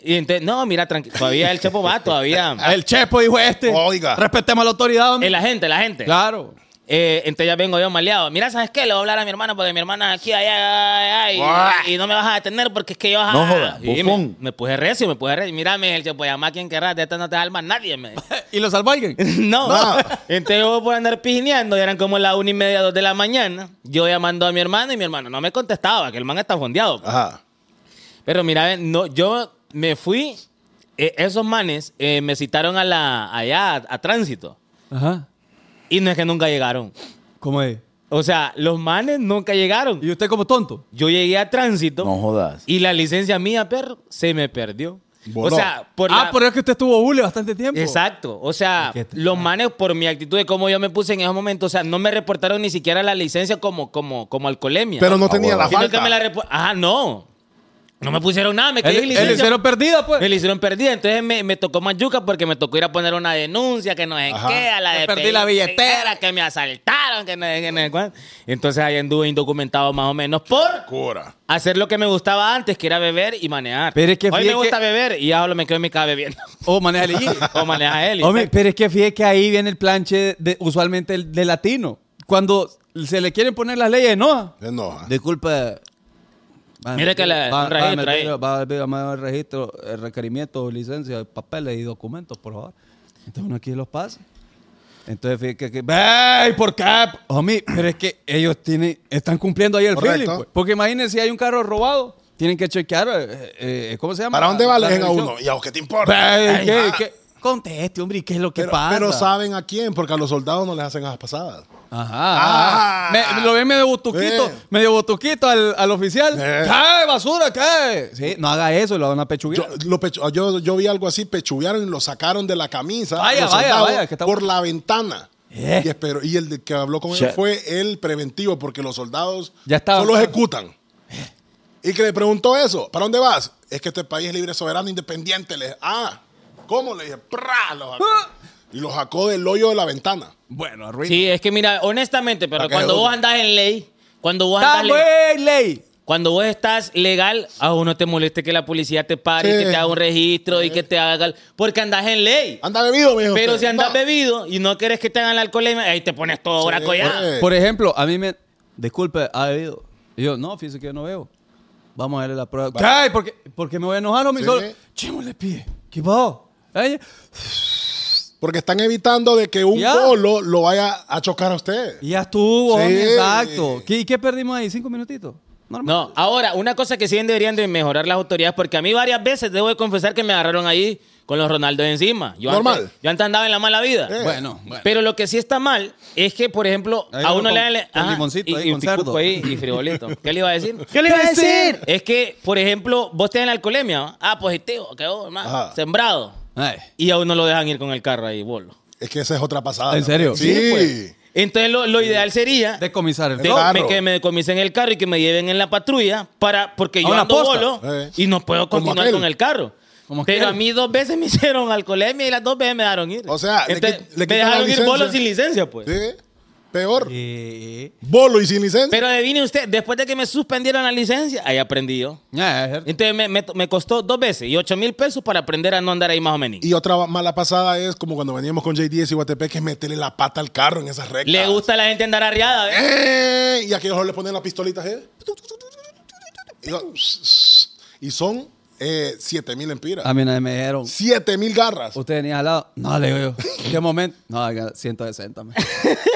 Speaker 4: Y entonces, no, mira, tranquilo. Todavía el chapo
Speaker 8: [laughs]
Speaker 4: va, todavía...
Speaker 5: Ah, El chepo dijo este.
Speaker 6: Oiga.
Speaker 5: Respetemos a la autoridad. hombre.
Speaker 4: Eh, La gente, la gente.
Speaker 5: Claro.
Speaker 4: Eh, entonces ya vengo yo maleado. Mira, ¿sabes qué? Le voy a hablar a mi hermana porque mi hermana es aquí, allá, allá, y, y no me vas a detener porque es que yo...
Speaker 8: No jodas,
Speaker 4: Y me,
Speaker 8: bufón.
Speaker 4: me puse recio, me puse recio. Mira, me dice el chapo, llama a quien querrás, de esta no te alma nadie, me dice.
Speaker 5: ¿Y lo salvó alguien?
Speaker 4: [laughs] No.
Speaker 6: No.
Speaker 4: Entonces yo por andar pijineando, y eran como las una y media, dos de la mañana. Yo llamando a mi hermano y mi hermano no me contestaba, que el man está fondeado.
Speaker 6: Ajá.
Speaker 4: Pero mira, ve, no, yo me fui, eh, esos manes eh, me citaron a la, allá, a, a tránsito.
Speaker 5: Ajá.
Speaker 4: Y no es que nunca llegaron.
Speaker 5: ¿Cómo es?
Speaker 4: O sea, los manes nunca llegaron.
Speaker 5: ¿Y usted como tonto?
Speaker 4: Yo llegué a tránsito
Speaker 8: No jodas.
Speaker 4: y la licencia mía, perro, se me perdió.
Speaker 6: Voló.
Speaker 4: O sea, por
Speaker 5: ah,
Speaker 4: la-
Speaker 5: pero es que usted estuvo bule bastante tiempo.
Speaker 4: Exacto. O sea,
Speaker 5: Es que-
Speaker 4: los manes, por mi actitud de cómo yo me puse en esos momentos, o sea, no me reportaron ni siquiera la licencia como, como, como alcoholemia.
Speaker 6: Pero no tenía la
Speaker 4: Sino que
Speaker 6: falta.
Speaker 4: me la repo- Ajá, no. No me pusieron nada, me quedé
Speaker 5: El,
Speaker 4: sin
Speaker 5: el
Speaker 4: licencia.
Speaker 5: cero perdida, pues.
Speaker 4: Me la hicieron perdida, entonces me, me tocó más yuca porque me tocó ir a poner una denuncia, que no sé
Speaker 6: Ajá.
Speaker 4: qué, a la
Speaker 5: Que
Speaker 4: de
Speaker 5: perdí
Speaker 4: pedir
Speaker 5: la billetera.
Speaker 4: primera, que me asaltaron, que no sé qué, no sé cuánto. Entonces ahí anduve indocumentado más o menos por
Speaker 6: Cura.
Speaker 4: hacer lo que me gustaba antes, que era beber y manejar.
Speaker 5: Pero es que
Speaker 4: Hoy me
Speaker 5: fíjate
Speaker 4: gusta
Speaker 5: que-
Speaker 4: beber y ya solo me quedo en mi casa bebiendo.
Speaker 5: O maneja el
Speaker 4: [laughs] o maneja él. y-
Speaker 5: Hombre, pero es que fíjate que ahí viene el planche de, usualmente el de latino. Cuando se le quieren poner las leyes, ¿no?
Speaker 6: No. ajá.
Speaker 5: Disculpe. Va,
Speaker 4: Mira que la-
Speaker 5: va,
Speaker 4: un
Speaker 5: va a
Speaker 4: registro
Speaker 5: meter-
Speaker 4: ahí.
Speaker 5: va a pedir más registro, eh, requerimientos, licencias, papeles y documentos, por favor. Entonces uno aquí los pasa. Entonces fíjate que... ¡Ey! ¿Por qué? Homie, pero es que ellos tienen, están cumpliendo ahí el
Speaker 6: Correcto.
Speaker 5: feeling. pues. Porque imagínense, si hay un carro robado, tienen que chequear... eh, eh, ¿Cómo se llama?
Speaker 6: ¿Para dónde
Speaker 5: La-
Speaker 6: va?
Speaker 5: la
Speaker 6: Le dejen a
Speaker 5: revisión.
Speaker 6: uno. ¿Y a vos qué te importa?
Speaker 5: Ve, ¿qué-
Speaker 6: ah.
Speaker 5: qué? Conteste, hombre, ¿y ¿qué es lo que
Speaker 6: Pero,
Speaker 5: pasa?
Speaker 6: pero saben a quién, porque a los soldados no les hacen esas pasadas.
Speaker 5: Ajá.
Speaker 6: Ah.
Speaker 5: Me- lo ven medio botuquito,
Speaker 6: Eh.
Speaker 5: medio botuquito al, al oficial.
Speaker 6: Eh.
Speaker 5: ¡Cae, basura, cae! Sí, no haga eso, lo van a
Speaker 6: Yo,
Speaker 5: pechuguear.
Speaker 6: lo pechu- yo, yo vi algo así, pechuguearon y lo sacaron de la camisa
Speaker 5: Vaya,
Speaker 6: los
Speaker 5: vaya,
Speaker 6: soldados,
Speaker 5: vaya, que está-
Speaker 6: por la ventana.
Speaker 5: Eh.
Speaker 6: Y, espero, y el de- que habló con él
Speaker 8: Shit.
Speaker 6: fue el preventivo, porque los soldados
Speaker 5: Ya estaba-
Speaker 6: solo ejecutan. Y que le preguntó eso, ¿para dónde vas? Es que este país es libre, soberano, independiente. Le dije, ah, ¿cómo? Le dije, ¡prá! Lo sacó.
Speaker 5: Ah.
Speaker 6: Y lo sacó del hoyo de la ventana.
Speaker 5: Bueno, arruina.
Speaker 4: Sí, es que mira, honestamente, pero
Speaker 6: Para que
Speaker 4: cuando
Speaker 6: dude.
Speaker 4: vos andás en ley, cuando vos andás
Speaker 5: ¡Está
Speaker 4: ley,
Speaker 5: ley! ley!
Speaker 4: Cuando vos estás legal, a vos no te moleste que la policía te pare
Speaker 6: Sí. Ah,
Speaker 4: y que te haga un registro y que te haga... el- Porque andás en ley.
Speaker 6: Anda bebido, mijo.
Speaker 4: Pero
Speaker 6: usted.
Speaker 4: si andas
Speaker 6: Va.
Speaker 4: bebido y no querés que te hagan la alcoholemia, ahí te pones todo
Speaker 6: Sí.
Speaker 4: bracollado.
Speaker 6: Eh.
Speaker 5: Por ejemplo, a mí me. Disculpe, ha bebido. Y yo, no, fíjese que yo no veo. Vamos a darle la prueba. ¿Qué? ¿Por qué, por qué me voy a enojar, homie?
Speaker 6: Sí.
Speaker 5: Solo- Chimo le pide. ¿Qué pasó? Ella-
Speaker 6: Porque están evitando de que un
Speaker 5: Ya.
Speaker 6: bolo lo vaya a chocar a usted.
Speaker 5: Y ya estuvo,
Speaker 6: Sí.
Speaker 5: homie, exacto. ¿Qué- ¿Y qué perdimos ahí? ¿Cinco minutitos? Normal.
Speaker 4: No, ahora, una cosa que siguen deberían de mejorar las autoridades, porque a mí varias veces debo de confesar que me agarraron ahí con los Ronaldos encima. Yo
Speaker 6: Normal.
Speaker 4: Antes, yo antes andaba en la mala vida.
Speaker 5: Bueno, bueno.
Speaker 4: Pero lo que sí está mal es que, por ejemplo,
Speaker 5: Ahí
Speaker 4: a
Speaker 5: uno
Speaker 4: uno
Speaker 5: con-
Speaker 4: le dan... le-
Speaker 5: con
Speaker 4: ajá,
Speaker 5: limoncito
Speaker 4: y,
Speaker 5: ahí,
Speaker 4: y
Speaker 5: con
Speaker 4: picuco
Speaker 5: cerdo.
Speaker 4: ahí y frivolito. ¿Qué le iba a decir?
Speaker 8: ¿Qué le iba a decir?
Speaker 4: Es que, por ejemplo, vos tenés la alcoholemia. ¿va? Ah, positivo, quedó más
Speaker 6: Ajá.
Speaker 4: sembrado.
Speaker 5: Ay.
Speaker 4: Y a uno lo dejan ir con el carro ahí, bolo. pues.
Speaker 6: Es que esa es otra pasada.
Speaker 5: ¿En
Speaker 6: ¿no?
Speaker 5: serio?
Speaker 6: Sí.
Speaker 5: Sí, pues.
Speaker 4: Entonces, lo, lo ideal sería...
Speaker 5: Decomisar el
Speaker 4: de-
Speaker 5: carro.
Speaker 6: carro.
Speaker 4: me, que me decomisen el carro y que me lleven en la patrulla para porque
Speaker 5: A
Speaker 4: yo
Speaker 5: una
Speaker 4: ando
Speaker 5: posta.
Speaker 4: bolo
Speaker 6: Eh.
Speaker 4: y no puedo
Speaker 6: Como
Speaker 4: continuar
Speaker 6: aquel.
Speaker 4: con el carro.
Speaker 5: Como
Speaker 4: Pero
Speaker 5: aquel.
Speaker 4: a mí dos veces me [laughs] hicieron alcoholemia y las dos veces me dejaron ir.
Speaker 6: O sea, le
Speaker 4: Entonces,
Speaker 6: quit- le
Speaker 4: me
Speaker 6: quitan la
Speaker 4: dejaron ir
Speaker 6: licencia.
Speaker 4: bolo sin licencia, pues.
Speaker 6: Sí. Peor.
Speaker 5: Eh,
Speaker 6: Bolo y sin licencia.
Speaker 4: Pero adivine usted, después de que me suspendieron la licencia, ahí aprendí yo.
Speaker 5: ya, es cierto.
Speaker 4: Entonces me, me- me costó dos veces y ocho mil pesos para aprender a no andar ahí más o menos.
Speaker 6: Y otra mala pasada es como cuando veníamos con JDS y Guatepec, que es meterle la pata al carro en esas rectas.
Speaker 4: Le gusta a la gente andar arriada, ¿eh?
Speaker 6: ¡Eh! Y aquellos le ponen las pistolitas, ¿eh? Y, yo, y son eh, 7 mil empiras.
Speaker 5: A mí nadie me dijeron.
Speaker 6: 7 mil garras.
Speaker 5: ¿Usted venía al lado? No, le digo
Speaker 6: [laughs]
Speaker 5: yo. ¿Qué momento? No, oiga, 160. man.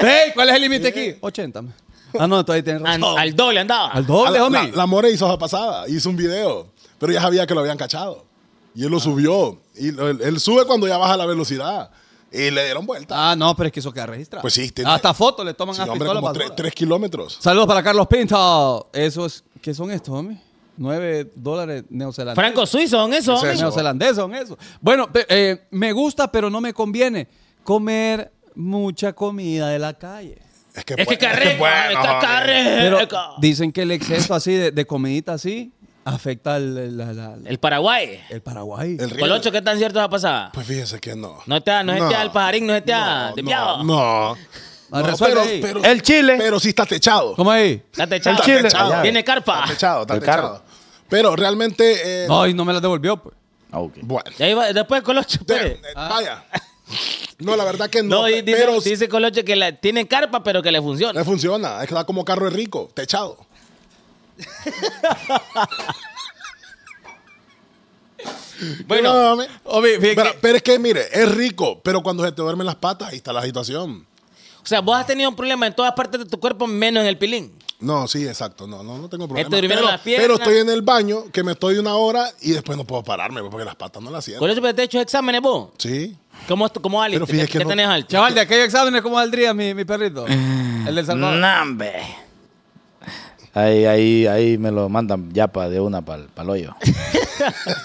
Speaker 5: Ey, ¿Cuál es el límite aquí? 80. man. Ah, no, todavía tienes
Speaker 4: An-
Speaker 5: razón.
Speaker 4: al doble andaba.
Speaker 5: Al
Speaker 6: A
Speaker 5: doble,
Speaker 6: la,
Speaker 5: homie.
Speaker 6: la- la More hizo esa pasada, hizo un video, pero ya sabía que lo habían cachado. Y él lo subió. Y lo- él, él sube cuando ya baja la velocidad. Y le dieron vuelta.
Speaker 5: Ah, no, pero es que eso queda registrado.
Speaker 6: Pues sí, te-
Speaker 5: Hasta fotos le toman
Speaker 6: Sí,
Speaker 5: a
Speaker 6: hombre,
Speaker 5: pistola
Speaker 6: como
Speaker 5: basura.
Speaker 6: 3 kilómetros.
Speaker 5: Saludos para Carlos Pinto. Esos, ¿qué son estos, homie? 9 dólares neozelandeses.
Speaker 4: Franco suizo son eso,
Speaker 6: Es
Speaker 4: hombre.
Speaker 6: eso.
Speaker 5: Neozelandeses son esos. Bueno, pe- eh, me gusta, pero no me conviene comer mucha comida de la calle.
Speaker 6: que,
Speaker 4: Es que
Speaker 6: bueno,
Speaker 4: carrega,
Speaker 6: bueno,
Speaker 4: está
Speaker 6: hombre.
Speaker 5: Pero
Speaker 4: carrega.
Speaker 5: dicen que el exceso así de, de comidita así afecta el, la- la- la-
Speaker 4: El Paraguay.
Speaker 5: el Paraguay.
Speaker 6: El río-
Speaker 4: Colocho, ¿qué tan cierto esa pasada?
Speaker 6: Pues fíjese que no.
Speaker 4: No está, no es este al pajarín, no es este al- de
Speaker 6: No,
Speaker 4: miado.
Speaker 6: no.
Speaker 5: Ah,
Speaker 6: No,
Speaker 5: resuelve
Speaker 6: pero-
Speaker 5: ahí.
Speaker 6: pero-
Speaker 8: El chile.
Speaker 6: Pero sí está techado.
Speaker 5: ¿Cómo ahí?
Speaker 4: Está techado.
Speaker 8: El chile.
Speaker 4: Está techado. Tiene carpa.
Speaker 6: Está techado, está
Speaker 8: El carro.
Speaker 6: techado. Pero realmente. eh,
Speaker 5: No, y no me la devolvió, pues.
Speaker 8: Ah,
Speaker 6: Bueno.
Speaker 4: Y ahí va- después Colocho,
Speaker 6: De-
Speaker 4: espere.
Speaker 6: eh, Vaya. No, la verdad que no.
Speaker 4: No, y dice,
Speaker 6: pero sí
Speaker 4: dice Colocho que la, tiene carpa, pero que le
Speaker 6: le
Speaker 4: funciona.
Speaker 6: funciona. Es que da como carro de rico, techado.
Speaker 4: [laughs] Bueno,
Speaker 6: No, mami.
Speaker 5: Oh,
Speaker 6: pero, pero es que, mire, es rico, pero cuando se te duermen las patas, ahí está la agitación.
Speaker 4: o sea, vos has tenido un problema en todas partes de tu cuerpo, menos en el pilín.
Speaker 6: No, sí, exacto. No, no, no tengo
Speaker 4: te
Speaker 6: problema.
Speaker 4: durmieron
Speaker 6: pero,
Speaker 4: las piernas.
Speaker 6: pero estoy en el baño, que me estoy una hora y después no puedo pararme pues, porque las patas no las siento.
Speaker 4: Colocho, pero te he hecho exámenes vos.
Speaker 6: Sí.
Speaker 4: ¿Cómo, es tu- cómo valiste?
Speaker 6: Pero fíjate
Speaker 4: ¿Qué,
Speaker 6: que
Speaker 4: qué
Speaker 6: no-
Speaker 4: tenés al
Speaker 5: Chaval, de aquellos exámenes, ¿cómo saldría mi, mi perrito? El del Salvador.
Speaker 8: Nambe. Ahí, ahí, ahí me lo mandan ya pa- de una para el hoyo.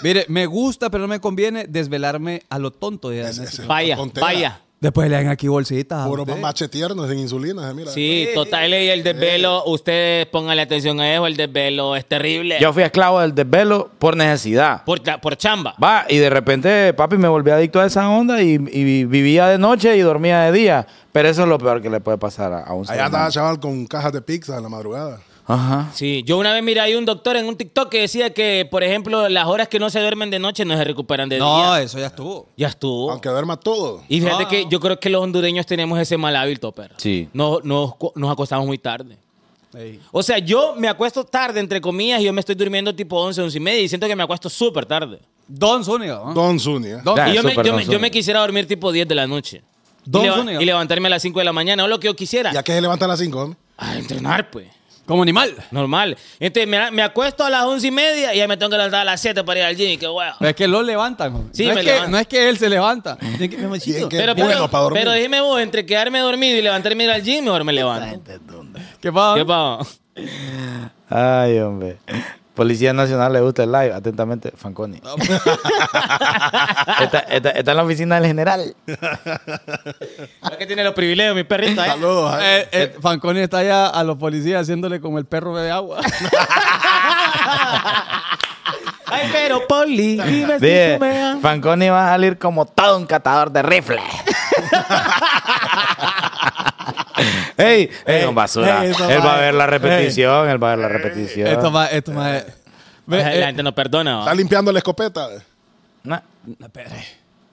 Speaker 5: Mire, me gusta, pero no me conviene desvelarme a lo tonto. ya.
Speaker 6: Ese- ese-
Speaker 4: Vaya,
Speaker 6: con tela.
Speaker 4: vaya.
Speaker 5: Después le dan aquí bolsitas. a
Speaker 6: Puro
Speaker 5: usted.
Speaker 6: mache tierno, sin insulina, eh, mira.
Speaker 4: Sí, total, y el desvelo, ustedes pónganle atención a eso, el desvelo es terrible.
Speaker 8: Yo fui esclavo del desvelo por necesidad.
Speaker 4: Por, cha- por chamba.
Speaker 8: Va, y de repente, papi, me volví adicto a esa onda y, y vivía de noche y dormía de día. Pero eso es lo peor que le puede pasar a, a un ser
Speaker 6: Allá
Speaker 8: humano.
Speaker 6: estaba chaval con cajas de pizza en la madrugada.
Speaker 8: Ajá.
Speaker 4: Sí, yo una vez miré ahí un doctor en un TikTok que decía que, por ejemplo, las horas que no se duermen de noche no se recuperan de
Speaker 5: No,
Speaker 4: día.
Speaker 5: eso ya estuvo.
Speaker 4: Ya estuvo.
Speaker 6: eh. Aunque duerma todo.
Speaker 4: Y fíjate
Speaker 5: Ah.
Speaker 4: que yo creo que los hondureños tenemos ese mal hábito, perro.
Speaker 8: Sí.
Speaker 4: No- Nos, cu- nos acostamos muy tarde.
Speaker 5: Ey.
Speaker 4: O sea, yo me acuesto tarde, entre comillas, y yo me estoy durmiendo tipo 11, 11 y media, y siento que me acuesto súper tarde.
Speaker 5: Don Zúñiga.
Speaker 4: Ah.
Speaker 5: ¿no?
Speaker 6: Don eh. Zunia.
Speaker 5: Don-
Speaker 8: Ya,
Speaker 4: y yo me,
Speaker 8: súper
Speaker 4: yo me-
Speaker 8: consumo.
Speaker 4: yo me quisiera dormir tipo 10 de la noche. Y
Speaker 5: Don
Speaker 4: leva-
Speaker 5: Zúñiga.
Speaker 4: y, levantarme a las 5 de la mañana, o lo que yo quisiera.
Speaker 6: Ya que se levanta a las 5,
Speaker 4: A entrenar, pues.
Speaker 5: Como animal.
Speaker 4: Normal. Entonces, me, me acuesto a las 11 y media y ya me tengo que levantar a las 7 para ir al gym. Qué guau.
Speaker 5: Pero es que lo levantan. hombre.
Speaker 4: Sí,
Speaker 5: no,
Speaker 4: me
Speaker 5: es que,
Speaker 4: levantan.
Speaker 5: no es que él se levanta. Tiene que- Memochito,
Speaker 6: Bien, Qué bueno pa' dormir.
Speaker 4: pero dime vos, entre quedarme dormido y levantarme a ir al gym, mejor me levanto.
Speaker 5: ¿Qué pasa?
Speaker 4: ¿Qué pasa?
Speaker 8: Ay, hombre. Policía Nacional le gusta el live. Atentamente, Fanconi. [laughs] está, está- está en la oficina del general.
Speaker 4: Es que tiene los privilegios, mi perrito. ¿eh?
Speaker 6: Saludos. ay.
Speaker 5: Eh, eh, Fanconi está allá a los policías haciéndole como el perro de
Speaker 4: [laughs]
Speaker 5: agua. [laughs]
Speaker 4: Ay, pero Poli, dime si
Speaker 8: Dije,
Speaker 4: tú me amas.
Speaker 8: Fanconi va a salir como todo un catador de rifles. Ey, ey,
Speaker 12: no, basura.
Speaker 5: ey, eso
Speaker 12: él va
Speaker 5: va.
Speaker 12: a ver la repetición, él va a ver la repetición.
Speaker 5: Esto más, esto más. Ve,
Speaker 4: La
Speaker 5: eh,
Speaker 4: gente no perdona.
Speaker 6: Está
Speaker 4: ¿va?
Speaker 6: limpiando la escopeta.
Speaker 8: Nah.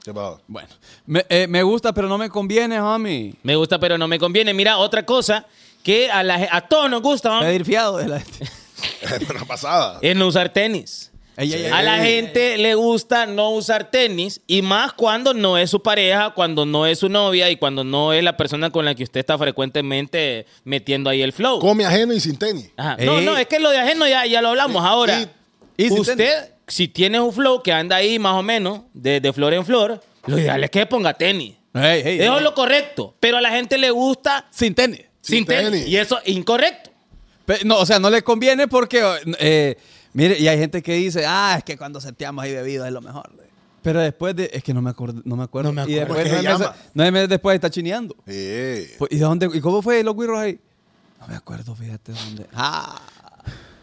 Speaker 6: ¿Qué
Speaker 4: [laughs]
Speaker 6: pasó? [laughs]
Speaker 5: bueno, me, eh, me gusta, pero no me conviene, homie.
Speaker 4: Me gusta, pero no me conviene. Mira, otra cosa que a, la, ge- a todos nos gusta ¿va?
Speaker 5: Pedir fiado de la
Speaker 4: [laughs]
Speaker 6: Una pasada.
Speaker 4: es no usar tenis.
Speaker 5: [laughs] Ey, ey, ey,
Speaker 4: A la
Speaker 5: ey,
Speaker 4: gente le gusta no usar tenis y más cuando no es su pareja, cuando no es su novia y cuando no es la persona con la que usted está frecuentemente metiendo ahí el flow.
Speaker 6: Come ajeno y sin tenis.
Speaker 4: Ajá. No,
Speaker 5: Eh.
Speaker 4: no, es que lo de ajeno ya, ya lo hablamos ahora.
Speaker 5: y si
Speaker 4: usted, si tiene un flow que anda ahí más o menos, de, de flor en flor, lo ideal es que ponga tenis.
Speaker 5: Ey, ey,
Speaker 4: Eso
Speaker 5: ey.
Speaker 4: es lo correcto. Pero a la gente le gusta
Speaker 5: Sin tenis.
Speaker 4: sin,
Speaker 6: Sin
Speaker 4: tenis.
Speaker 6: tenis.
Speaker 4: Y eso es incorrecto.
Speaker 5: Pe- no, o sea, no le conviene porque, eh, mire, y hay gente que dice, ah, es que cuando sentíamos ahí bebido es lo mejor. güey". Pero después de, es que no me acuerdo, no me acuerdo.
Speaker 4: No me
Speaker 5: Y
Speaker 4: acuerdo.
Speaker 5: después,
Speaker 6: ¿Cómo es que
Speaker 5: nueve,
Speaker 6: se
Speaker 5: meses,
Speaker 6: llama?
Speaker 5: nueve meses después está chineando.
Speaker 6: Sí.
Speaker 5: Pues, ¿Y de dónde? ¿Y cómo fue los guirros ahí? No me acuerdo, fíjate dónde. Ah.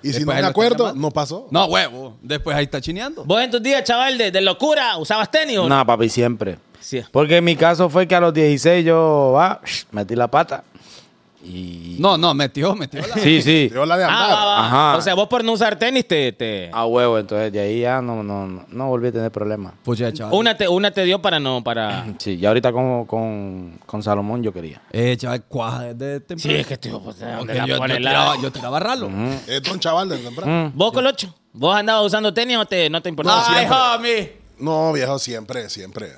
Speaker 6: Y si
Speaker 5: Después
Speaker 6: no
Speaker 5: ahí
Speaker 6: me
Speaker 5: lo
Speaker 6: acuerdo,
Speaker 5: están
Speaker 6: no pasó.
Speaker 5: No, huevo. Después ahí está chineando.
Speaker 4: Vos en tus días, chaval, de, de locura, ¿usabas tenis o no?
Speaker 8: No, Ah, papi, siempre.
Speaker 4: Sí.
Speaker 8: Porque en mi caso fue que a los 16 yo va, metí la pata. Y.
Speaker 5: No, no, metió, metió la...
Speaker 8: Sí, sí.
Speaker 6: Yo la de
Speaker 4: Ah,
Speaker 6: andar.
Speaker 4: va, va.
Speaker 8: Ajá. Ah.
Speaker 4: O sea, vos por no usar tenis te... te-
Speaker 8: A huevo, entonces de ahí ya no, no, no, no volví a tener problemas.
Speaker 5: Pues ya, chaval.
Speaker 4: Una, te, una te dio para no, para...
Speaker 8: Sí, y ahorita con, con, con Salomón yo quería.
Speaker 5: Eh, chaval, cuaja desde temprano.
Speaker 4: Sí, es que tío, pues, ¿de dónde
Speaker 5: Porque
Speaker 4: la
Speaker 5: yo, yo
Speaker 4: pone la-
Speaker 5: tiraba, yo tiraba ralo.
Speaker 6: Es don chaval de temprano.
Speaker 4: Vos, Colocho, ¿vos andabas usando tenis o te, no te importaba?
Speaker 5: Ay,
Speaker 4: Siempre.
Speaker 5: homie.
Speaker 6: No, viejo, siempre, siempre.